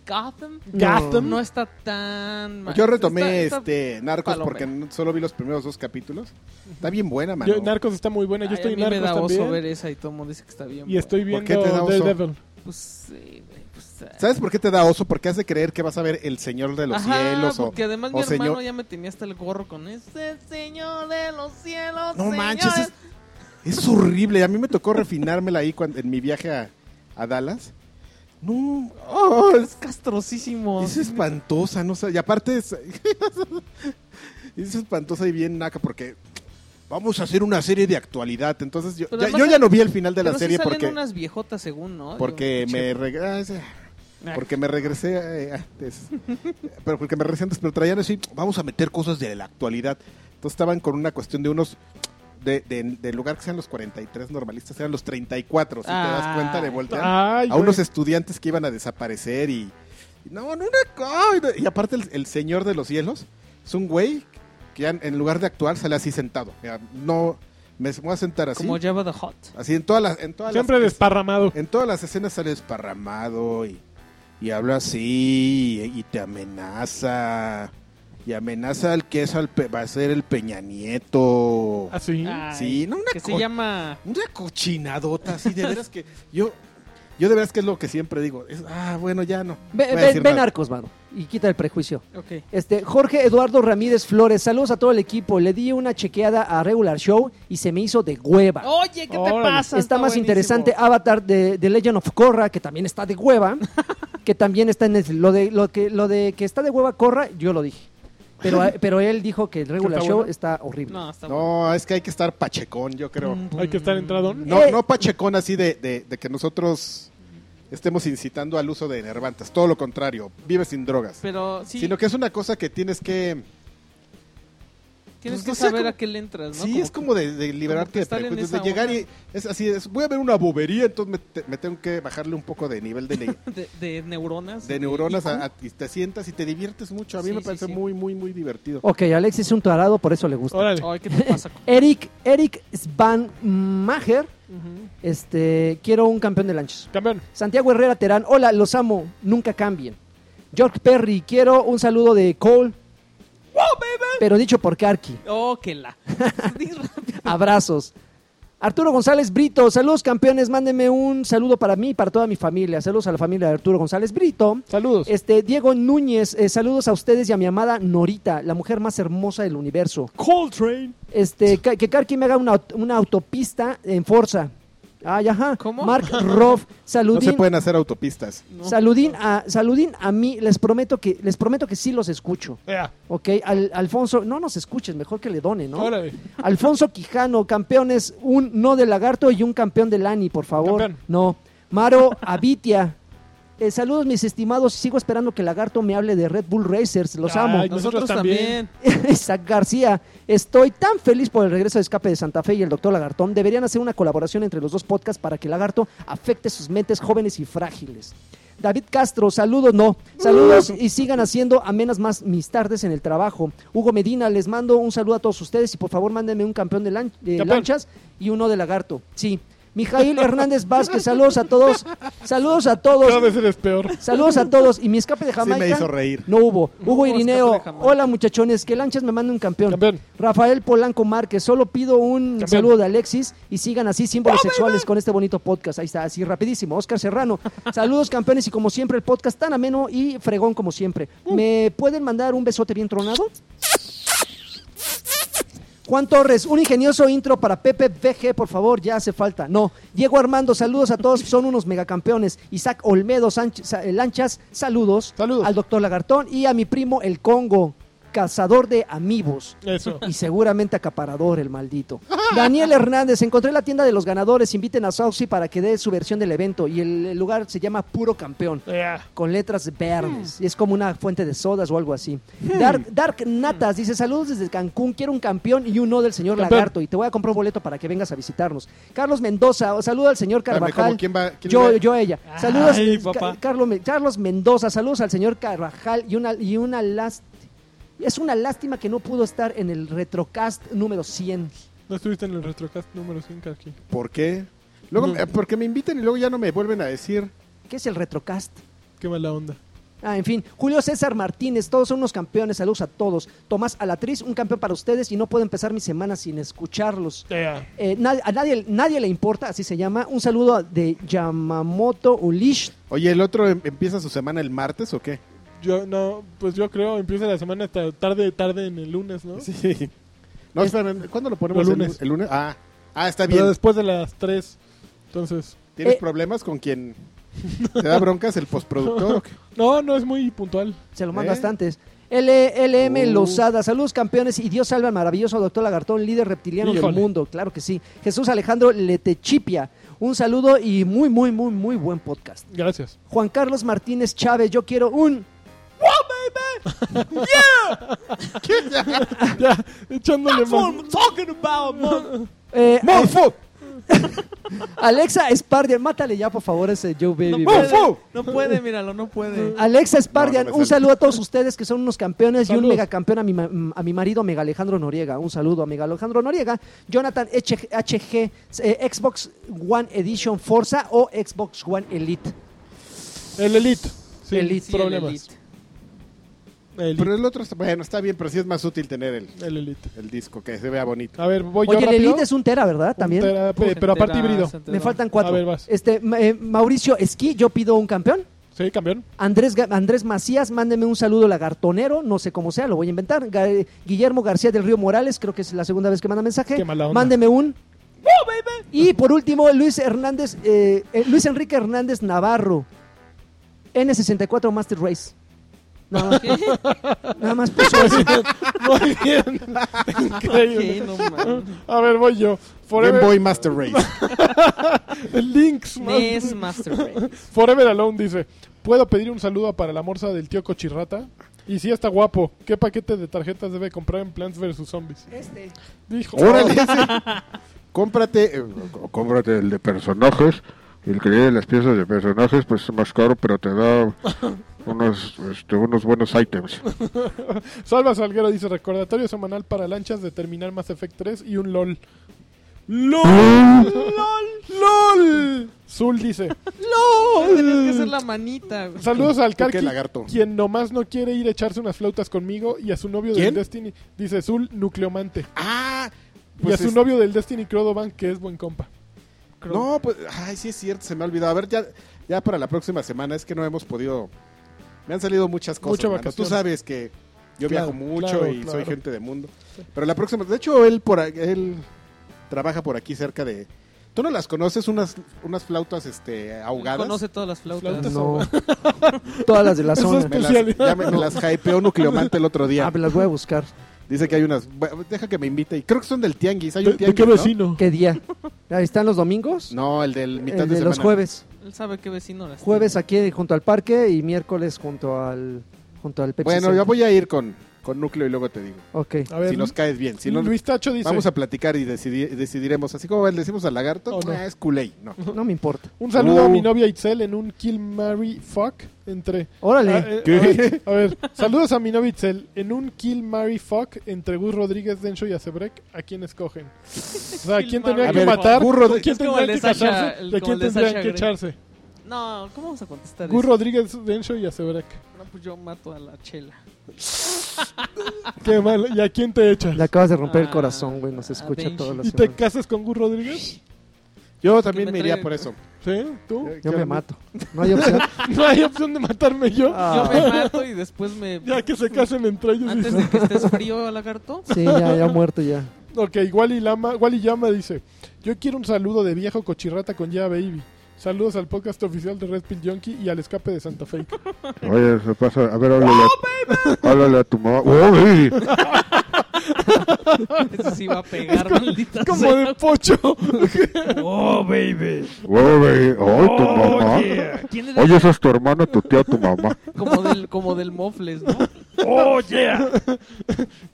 Gotham no. Gotham. no está tan mala. Yo retomé Está- está- este Narcos palomera. porque no- solo vi los primeros dos capítulos. Está bien buena, Ah, mano. Yo- Narcos está muy buena. Yo Ay, estoy a en mí me da Narcos oso también. ver esa y todo el mundo dice que está bien. Y estoy ¿Por viendo qué te da oso? Daredevil. buena. Pues sí, güey, pues, ah. ¿Sabes por qué te da oso? Porque has de creer que vas a ver El Señor de los Ajá, Cielos o porque además o mi hermano señor- ya me tenía hasta el gorro con ese señor de los cielos. No señores". manches, es, es horrible. A mí me tocó refinármela ahí cuando- en mi viaje a, a Dallas. No, oh, es, es castrosísimo. es espantosa, no sé. Y aparte es, (laughs) es espantosa y bien naca porque vamos a hacer una serie de actualidad. Entonces yo, Pero ya, además yo ya sal- no vi el final de la Pero sí serie salen porque, unas viejotas según, ¿no? porque, Yo- me reg- ah, es- Ah, porque me regresé (laughs) eh, antes. pero porque me regresé antes, pero traían así, vamos a meter cosas de la actualidad. Entonces estaban con una cuestión de unos de, de- del lugar que sean los 43 normalistas, eran los 34, si te das cuenta de Ay. voltear Ay, a unos güey. estudiantes que iban a desaparecer y y no, no una co- y no- y aparte el, el señor de los cielos es un güey que ya en- en lugar de actuar sale así sentado. Mira, no me voy a sentar así. Como Java the Hot. Así en todas las Eh, en todas las- Siempre desparramado. en todas las escenas sale desparramado y, y habla así y, y te amenaza. Y amenaza al que es al pe- va a ser el Peña Nieto. Así. Ay, Sí, no, una Que se co- llama... Una cochinadota así, de veras que yo... Yo de veras que es lo que siempre digo. es, ah, bueno, ya no. Ve, voy a ve- decir ve nada. Narcos, mano, y quita el prejuicio. Ok. Este, Jorge Eduardo Ramírez Flores, saludos a todo el equipo. Le di una chequeada a Regular Show y se me hizo de hueva. Oh, Oye, ¿qué te Órale. pasa? está más buenísimo. interesante Avatar de, de Legend of Korra, que también está de (laughs) hueva, que también está en Netflix. lo de lo que lo de que está de hueva Korra, yo lo dije. (laughs) Pero, pero él dijo que el regular ¿Está show bueno? está horrible. No, está bueno. No, es que hay que estar pachecón, yo creo. Mm, Hay que estar entradón. No, Eh. no pachecón así de, de- de que nosotros estemos incitando al uso de enervantes. Todo lo contrario, vive sin drogas. Pero sí, Sino que es una cosa que tienes que... tienes pues, que no sé, saber como- a qué le entras, ¿no? Sí, es como de, de como que liberarte de estar en prejuicios, de esa llegar onda. y es así, es, voy a ver una bobería, entonces me, te- me tengo que bajarle un poco (laughs) de nivel de, ne- De, de neuronas. de neuronas a- a- y te sientas y te diviertes mucho. A mí Sí, me sí, parece sí. muy, muy, muy divertido. Ok, Alex es un tarado, por eso le gusta. Órale. Ay, ¿qué te pasa? Eric, Eric Svanmacher, este, quiero un campeón de lanchas. Campeón. Santiago Herrera Terán, hola, los amo, nunca cambien. George Perry, quiero un saludo de Cole. Pero dicho por (laughs) Karki. Oh, que la. Di rápido. Abrazos. Arturo González Brito, saludos campeones, mándenme un saludo para mí y para toda mi familia. Saludos a la familia de Arturo González Brito. Saludos. Este, Diego Núñez, eh, saludos a ustedes y a mi amada Norita, la mujer más hermosa del universo. Coltrane. Este, ca- que Karki me haga una, aut- una autopista en Forza. Ay, ajá. ¿Cómo? Mark (laughs) Roff, No se saludín. pueden hacer autopistas. No. Saludín a, saludín a mí, les prometo que, les prometo que sí los escucho. Ea, Ok, Al- Alfonso, no nos escuches, mejor que le done, ¿no? Órale. (laughs) Alfonso Quijano, campeones, un no de lagarto y un campeón de Lani, por favor. Campeón. No. Maro Abitia. Eh, saludos, mis estimados. Sigo esperando que Lagarto me hable de Red Bull Racers. Los Ay, amo. no. Nosotros también. (laughs) Isaac García. Estoy tan feliz por el regreso de Escape de Santa Fe y el Doctor Lagartón. Deberían hacer una colaboración entre los dos podcasts para que Lagarto afecte sus mentes jóvenes y frágiles. David Castro, saludos, no. Saludos y sigan haciendo amenas más mis tardes en el trabajo. Hugo Medina, les mando un saludo a todos ustedes y por favor mándenme un campeón de, lan- de Campeón. lanchas y uno de lagarto. Sí. Mijail Hernández Vázquez, saludos a todos. Saludos a Cada todos. vez eres peor. Saludos a todos. Y mi escape de Sí Jamaica. me hizo reír. No hubo. No Hugo hubo Irineo. escape de Jamaica. Hola muchachones, que Lanchas me manda un campeón. Campeón. Rafael Polanco Márquez, solo pido un Campeón. saludo de Alexis y sigan así símbolos sexuales con este bonito podcast. Ahí está, así rapidísimo. Oscar (laughs) Serrano, saludos campeones y como siempre el podcast tan ameno y fregón como siempre. Mm. ¿Me pueden mandar un besote bien tronado? Juan Torres, un ingenioso intro para Pepe VG, por favor, ya hace falta. No, Diego Armando, saludos a todos, son unos megacampeones. Isaac Olmedo Sánchez- Sa- Lanchas, saludos. Saludos. Al doctor Lagartón y a mi primo El Congo. cazador de amigos. Eso. Y seguramente acaparador el maldito. Daniel Hernández, encontré la tienda de los ganadores. Inviten a Saucy para que dé su versión del evento. Y el el lugar se llama Puro Campeón, Ya. con letras verdes. Y es como una fuente de sodas o algo así. Dark, Dark Natas dice: Saludos desde Cancún. Quiero un campeón y un no del señor Campeón. Lagarto. Y te voy a comprar un boleto para que vengas a visitarnos. Carlos Mendoza, saluda al señor Espérame, Carvajal. ¿cómo? ¿Quién va? quién Yo, va? yo a ella. Saludos, Ay, Ca- papá. Carlos, Men- Carlos Mendoza. Saludos al señor Carvajal y una, y una lástima. Es una lástima que no pudo estar en el retrocast número 100. (laughs) No estuviste en el retrocast número 5 aquí. ¿Por qué? Luego, No. eh, porque me invitan y luego ya no me vuelven a decir. ¿Qué es el retrocast? Qué mala onda. Ah, en fin, Julio César Martínez, todos son unos campeones, saludos a todos. Tomás Alatriz, un campeón para ustedes y no puedo empezar mi semana sin escucharlos. Ya. Eh, na- a nadie, nadie le importa, así se llama. Un saludo de Yamamoto Ulish. Oye, ¿el otro em- empieza su semana el martes o qué? (laughs) Yo no, pues yo creo empieza la semana hasta tarde, tarde en el lunes, ¿no? Sí. No, espérame, ¿cuándo lo ponemos? Los El lunes. lu- El, lunes. Ah, ah está Pero bien. después de las 3. Entonces, ¿Tienes Eh. problemas con quien te da broncas el postproductor? o qué? no, no es muy puntual. Se lo manda ¿Eh? hasta antes. LM Uh. Lozada, saludos campeones y Dios salve al maravilloso doctor Lagartón, líder reptiliano del Híjole. mundo, claro que sí. Jesús Alejandro Letechipia, un saludo y muy, muy, muy, muy buen podcast. Gracias. (laughs) Juan Carlos Martínez Chávez, yo quiero un... ya, Ah, echándole That's what más. I'm talking about, man. eh, ¡Mofo! (laughs) Alexa Spardian, mátale ya por favor ese Joe Baby. No bro. puede, no puede, míralo, no puede. Alexa Spardian, No, no me un sale. saludo a todos ustedes que son unos campeones y un Saludos. megacampeón a mi, ma- mm, a mi marido, Mega Alejandro Noriega. Un saludo a Mega Alejandro Noriega. Jonathan HG, eh, Xbox One Edition Forza o Xbox One Elite. El Elite. Sí, Elite. Sí, el problemas. Elite. El Elite. (laughs) Pero el otro, está- bueno, está bien, pero sí es más útil tener el, El Elite. el disco, que se vea bonito. A ver, voy Oye, yo el rápido. Elite es un tera, ¿verdad? También. Un tera- pe- pero aparte Entera, híbrido. entera. Me faltan cuatro. A ver, vas. Este, ma- eh, Mauricio Esquí, yo pido un campeón. Sí, campeón. (laughs) Andrés, Ga- Andrés Macías, mándeme un saludo lagartonero, no sé cómo sea, lo voy a inventar. Ga- Guillermo García del Río Morales, creo que es la segunda vez que manda mensaje. Qué mala onda. Mándeme un. Y por último, Luis Hernández, eh, eh, Luis Enrique Hernández Navarro, N64 Master Race. Nada más, nada más puso eso. Muy bien. (laughs) (laughs) Increíble. ¿Qué? No mames. A ver, voy yo. Game Forever. Boy Master Race. Links. ¿no? NES Master Race. Forever Alone dice: ¿Puedo pedir un saludo para la morsa del tío Cochirrata? Y sí, está guapo. ¿Qué paquete de tarjetas debe comprar en Plants vs. Zombies? Este, Dijo. Órale, sí. Cómprate. eh, O cómprate el de personajes. y El que de las piezas de personajes, pues es más caro, pero te da unos, este, unos buenos ítems. Salva Salguero dice: Recordatorio semanal para lanchas de terminar Mass Effect 3 y un LOL. ¡LOL! ¡LOL! ¡LOL! Zul dice: ¡No! Tenías que hacer la manita. güey. Saludos al ¿Por (laughs) qué, Karki, lagarto? quien nomás no quiere ir a echarse unas flautas conmigo y a su novio del ¿Quién? Destiny, dice Zul Nucleomante. Ah, y a pues su es- novio del Destiny Crodoban, que es buen compa. No, pues, ay, sí es cierto, se me ha olvidado. A ver, ya, ya para la próxima semana, es que no hemos podido. Me han salido muchas cosas. Mucha hermano. vacación. Tú sabes que yo Claro, viajo mucho claro, y claro. soy gente de mundo. Pero la próxima, de hecho, él por a- él trabaja por aquí cerca de. ¿Tú no las conoces? Unas, unas flautas este, ahogadas. Conoce todas las flautas. Flautas. no. Todas las de la Eso es zona. Me las, Especialidad. ya me, me las hypeó Nucleomante el otro Ah, día. pues las voy a buscar. Dice que hay unas. bueno, Deja que me invite. Y creo que son del tianguis. Hay ¿De, de un tianguis. qué ¿no? vecino? ¿Qué día? Ahí están los domingos. ¿no? el del mitad El de, de los semana. jueves. Él sabe qué vecino las Jueves aquí junto al parque y miércoles junto al junto al Pepsi Bueno, Center. yo voy a ir con, con Núcleo y luego te digo. Ok. A ver, si nos caes bien. Si no, Luis Tacho dice: Vamos a platicar y decidir- decidiremos. Así como le decimos al lagarto, Oh, no. "Ah, es culé. No. No me importa. Un saludo a Uh. mi novia Itzel en un Kill Mary Fuck entre. Órale. Ah, eh, ¿Qué? A, ver, a ver, saludos a mi novia Itzel en un Kill Mary Fuck entre Gus Rodríguez, Dencho y Acebrek. ¿A quién escogen? O sea, ¿a Kill Mary quién tendría que Fuck. matar? Gus Rodríguez- ¿Con quién Es como tendría el de que Sasha- casarse? el- ¿Y como a quién el de tendría Sasha que Grey. echarse? No, ¿cómo vamos a contestar Gus eso? Rodríguez, Dencho (laughs) y Acebrek. No, pues yo mato a la chela. Qué mal. ¿Y a quién te echas? Le acabas de romper el Ah, corazón, güey. Nos ah, escucha Benji. todas las ¿Y te semanas. casas con Gus Rodríguez? Yo también me me, iría traiga- por eso. ¿Sí? ¿Tú? Yo me mato. No hay (laughs) opción. No hay opción de matarme yo. Ah. Yo me mato y después me... Ya que se casen entre ellos. Antes de que estés frío, lagarto. Sí, ya, ya muerto ya. Ok, Wally, Lama, Wally Llama dice: Yo quiero un saludo de viejo cochirrata con ya baby. Saludos al podcast oficial de Red Pill Junkie y al escape de Santa Fe. Oye, se pasa. A ver, háblale, ¡Oh, a, háblale a tu mamá. ¡Oh, baby! Eso sí va a pegar, maldita Como sea. de pocho. (laughs) Oh, baby. ¡Oh, baby! ¡Oh, tu mamá! ¿Quién era? Oye, esa es tu hermana, tu tía, tu mamá. Como del, como del mofles, ¿no?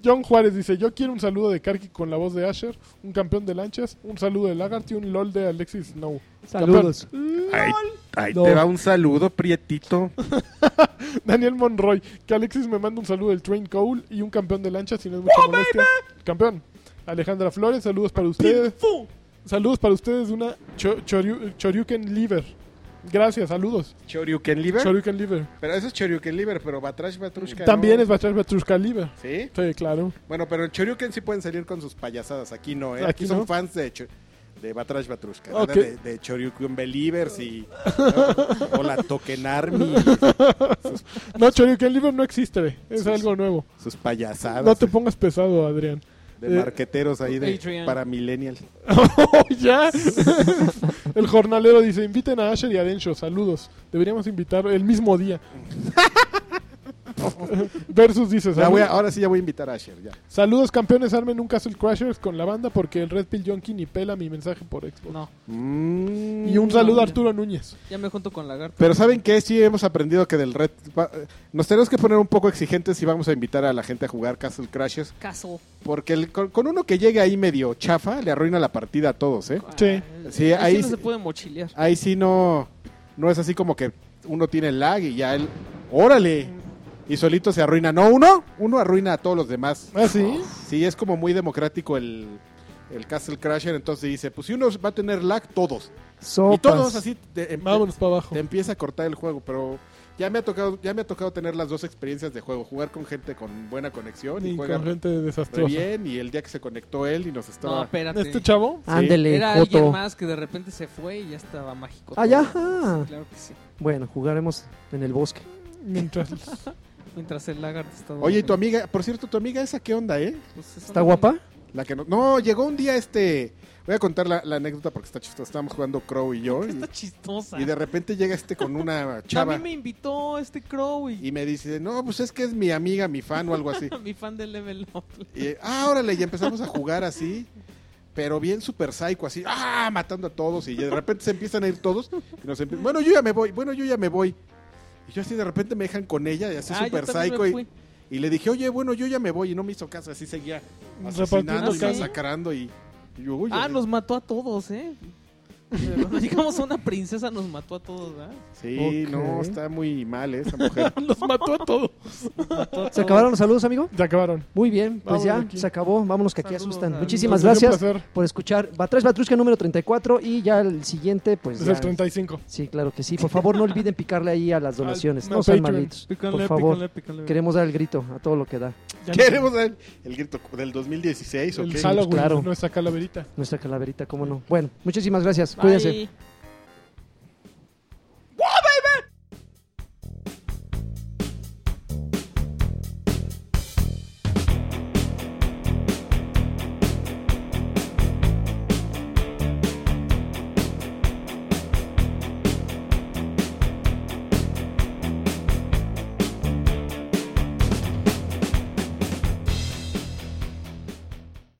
John Juárez dice, yo quiero un saludo de Karki con la voz de Asher, un campeón de lanchas, un saludo de Lagarty y un LOL de Alexis Snow. (laughs) Saludos. Ahí, ahí No. te va un saludo, (laughs) prietito. Daniel Monroy, que Alexis me manda un saludo del Train Cole y un campeón de lanchas si no es mucha molestia. Campeón. Alejandra Flores, saludos para ustedes. Saludos para ustedes de una cho- choriu- Choriuken Liver. Gracias, saludos. Choryuken Liver. Choriuken Liver. pero eso es Choryuken Liver, pero Batrash Batrushka no. También es Bachar Batrushka Liver. ¿Sí? Sí, claro. Bueno, pero en Choryuken sí pueden salir con sus payasadas. Aquí no, ¿eh? Aquí Aquí, no. son fans de, Cho- de Batrash Batrushka. Ok. nada De, de Choryuken Believers (laughs) y. o la Token Army. No, Choriuken Liver no existe, es Sí, Ah, algo nuevo. Sus payasadas. No te pongas pesado, (laughs) Adrián. de eh, marqueteros ahí de, Patreon. para Millennial. ¡Oh, ya! (laughs) el jornalero dice, inviten a Asher y a Densho, saludos. Deberíamos invitar el mismo día. (laughs) Versus dice, Ya voy a- "Saludos- ahora sí ya voy a invitar a Asher. Ya. saludos campeones, armen un Castle Crashers con la banda porque el Red Pill Junkie ni pela mi mensaje por Xbox. No, Y un No, saludo a mira. Arturo Núñez. ya me junto con Lagarto. Pero ¿saben qué? Sí hemos aprendido que del red... va- Nos tenemos que poner un poco exigentes si vamos a invitar a la gente a jugar Castle Crashes. Caso. Porque el- con, con uno que llegue ahí medio chafa, le arruina la partida a todos, ¿eh? Sí. Sí, ahí Ah, no sí- Ah, se puede mochilear. Ahí sí no... No es así como que uno tiene el lag y ya él... ¡Órale! Y solito se arruina. No, uno. Uno arruina a todos los demás. ¿Ah, sí? Sí, es como muy democrático el, el Castle Crasher. Entonces dice, pues si uno va a tener lag, todos. Sopas. Y todos así... de- em- Vámonos para abajo. te empieza a cortar el juego, pero ya me ha tocado, ya me ha tocado tener las dos experiencias de juego, jugar con gente con buena conexión y, Y juega con gente re desastrosa. bien y el día que se conectó él y nos No, estaba espérate. Este chavo, Ándele, Era alguien Joto. más que de repente se fue y ya estaba mágico. Ah, todo. ya. Sí, Claro que sí. Bueno, jugaremos en el bosque. mientras... Mientras el Lagarto estaba. Oye, y tu amiga, por cierto, tu amiga esa qué onda, ¿eh? Pues eso ¿Está no- guapa? La que no, no llegó un día este, voy a contar la, la anécdota porque está chistosa, estábamos jugando Crow y yo y, Está chistosa. y de repente llega este con (laughs) una No, a chava mí me invitó este Crow y (laughs) y me dice, "No, pues es que es mi amiga, mi fan o algo así." mi fan de Level Up. Y, ah, órale, y empezamos a jugar así, pero bien super psycho, así, ah, matando a todos, y de repente se empiezan a ir todos, y nos empie- bueno, yo ya me voy, bueno, yo ya me voy. Y yo así de repente me dejan con ella, y así Ah, yo super también me psycho, fui. y, y le dije, oye, bueno, yo ya me voy, y no me hizo caso, así seguía Repartiendo asesinando y caso. masacrando, y, y yo, uy, Ah, oye. nos mató a todos, ¿eh? (laughs) Cuando llegamos a una princesa nos mató a todos, ¿verdad? sí, Ok. no, está muy mal eh, esa (laughs) mujer. Los mató a todos. Mató a ¿Se todos. acabaron los saludos, amigo? Ya acabaron. Muy bien, pues Vámonos ya, de aquí. se acabó. Vámonos que aquí Saludos asustan. a- Ha Muchísimas sido un gracias placer. por escuchar. Batrash Batrusca número 34 y ya el siguiente, pues Es ya. el 35. Sí, claro que sí. Por favor, no olviden picarle ahí a las donaciones. Al- No al sean Patreon. malitos. Por Pícale, favor, pícale, pícale. queremos dar el grito a todo lo que da. Queremos el, el grito del 2016, ¿o El qué? Halloween, Claro. no está calaverita. Nuestra calaverita, cómo no. Bueno, muchísimas gracias. Bye. Cuídense.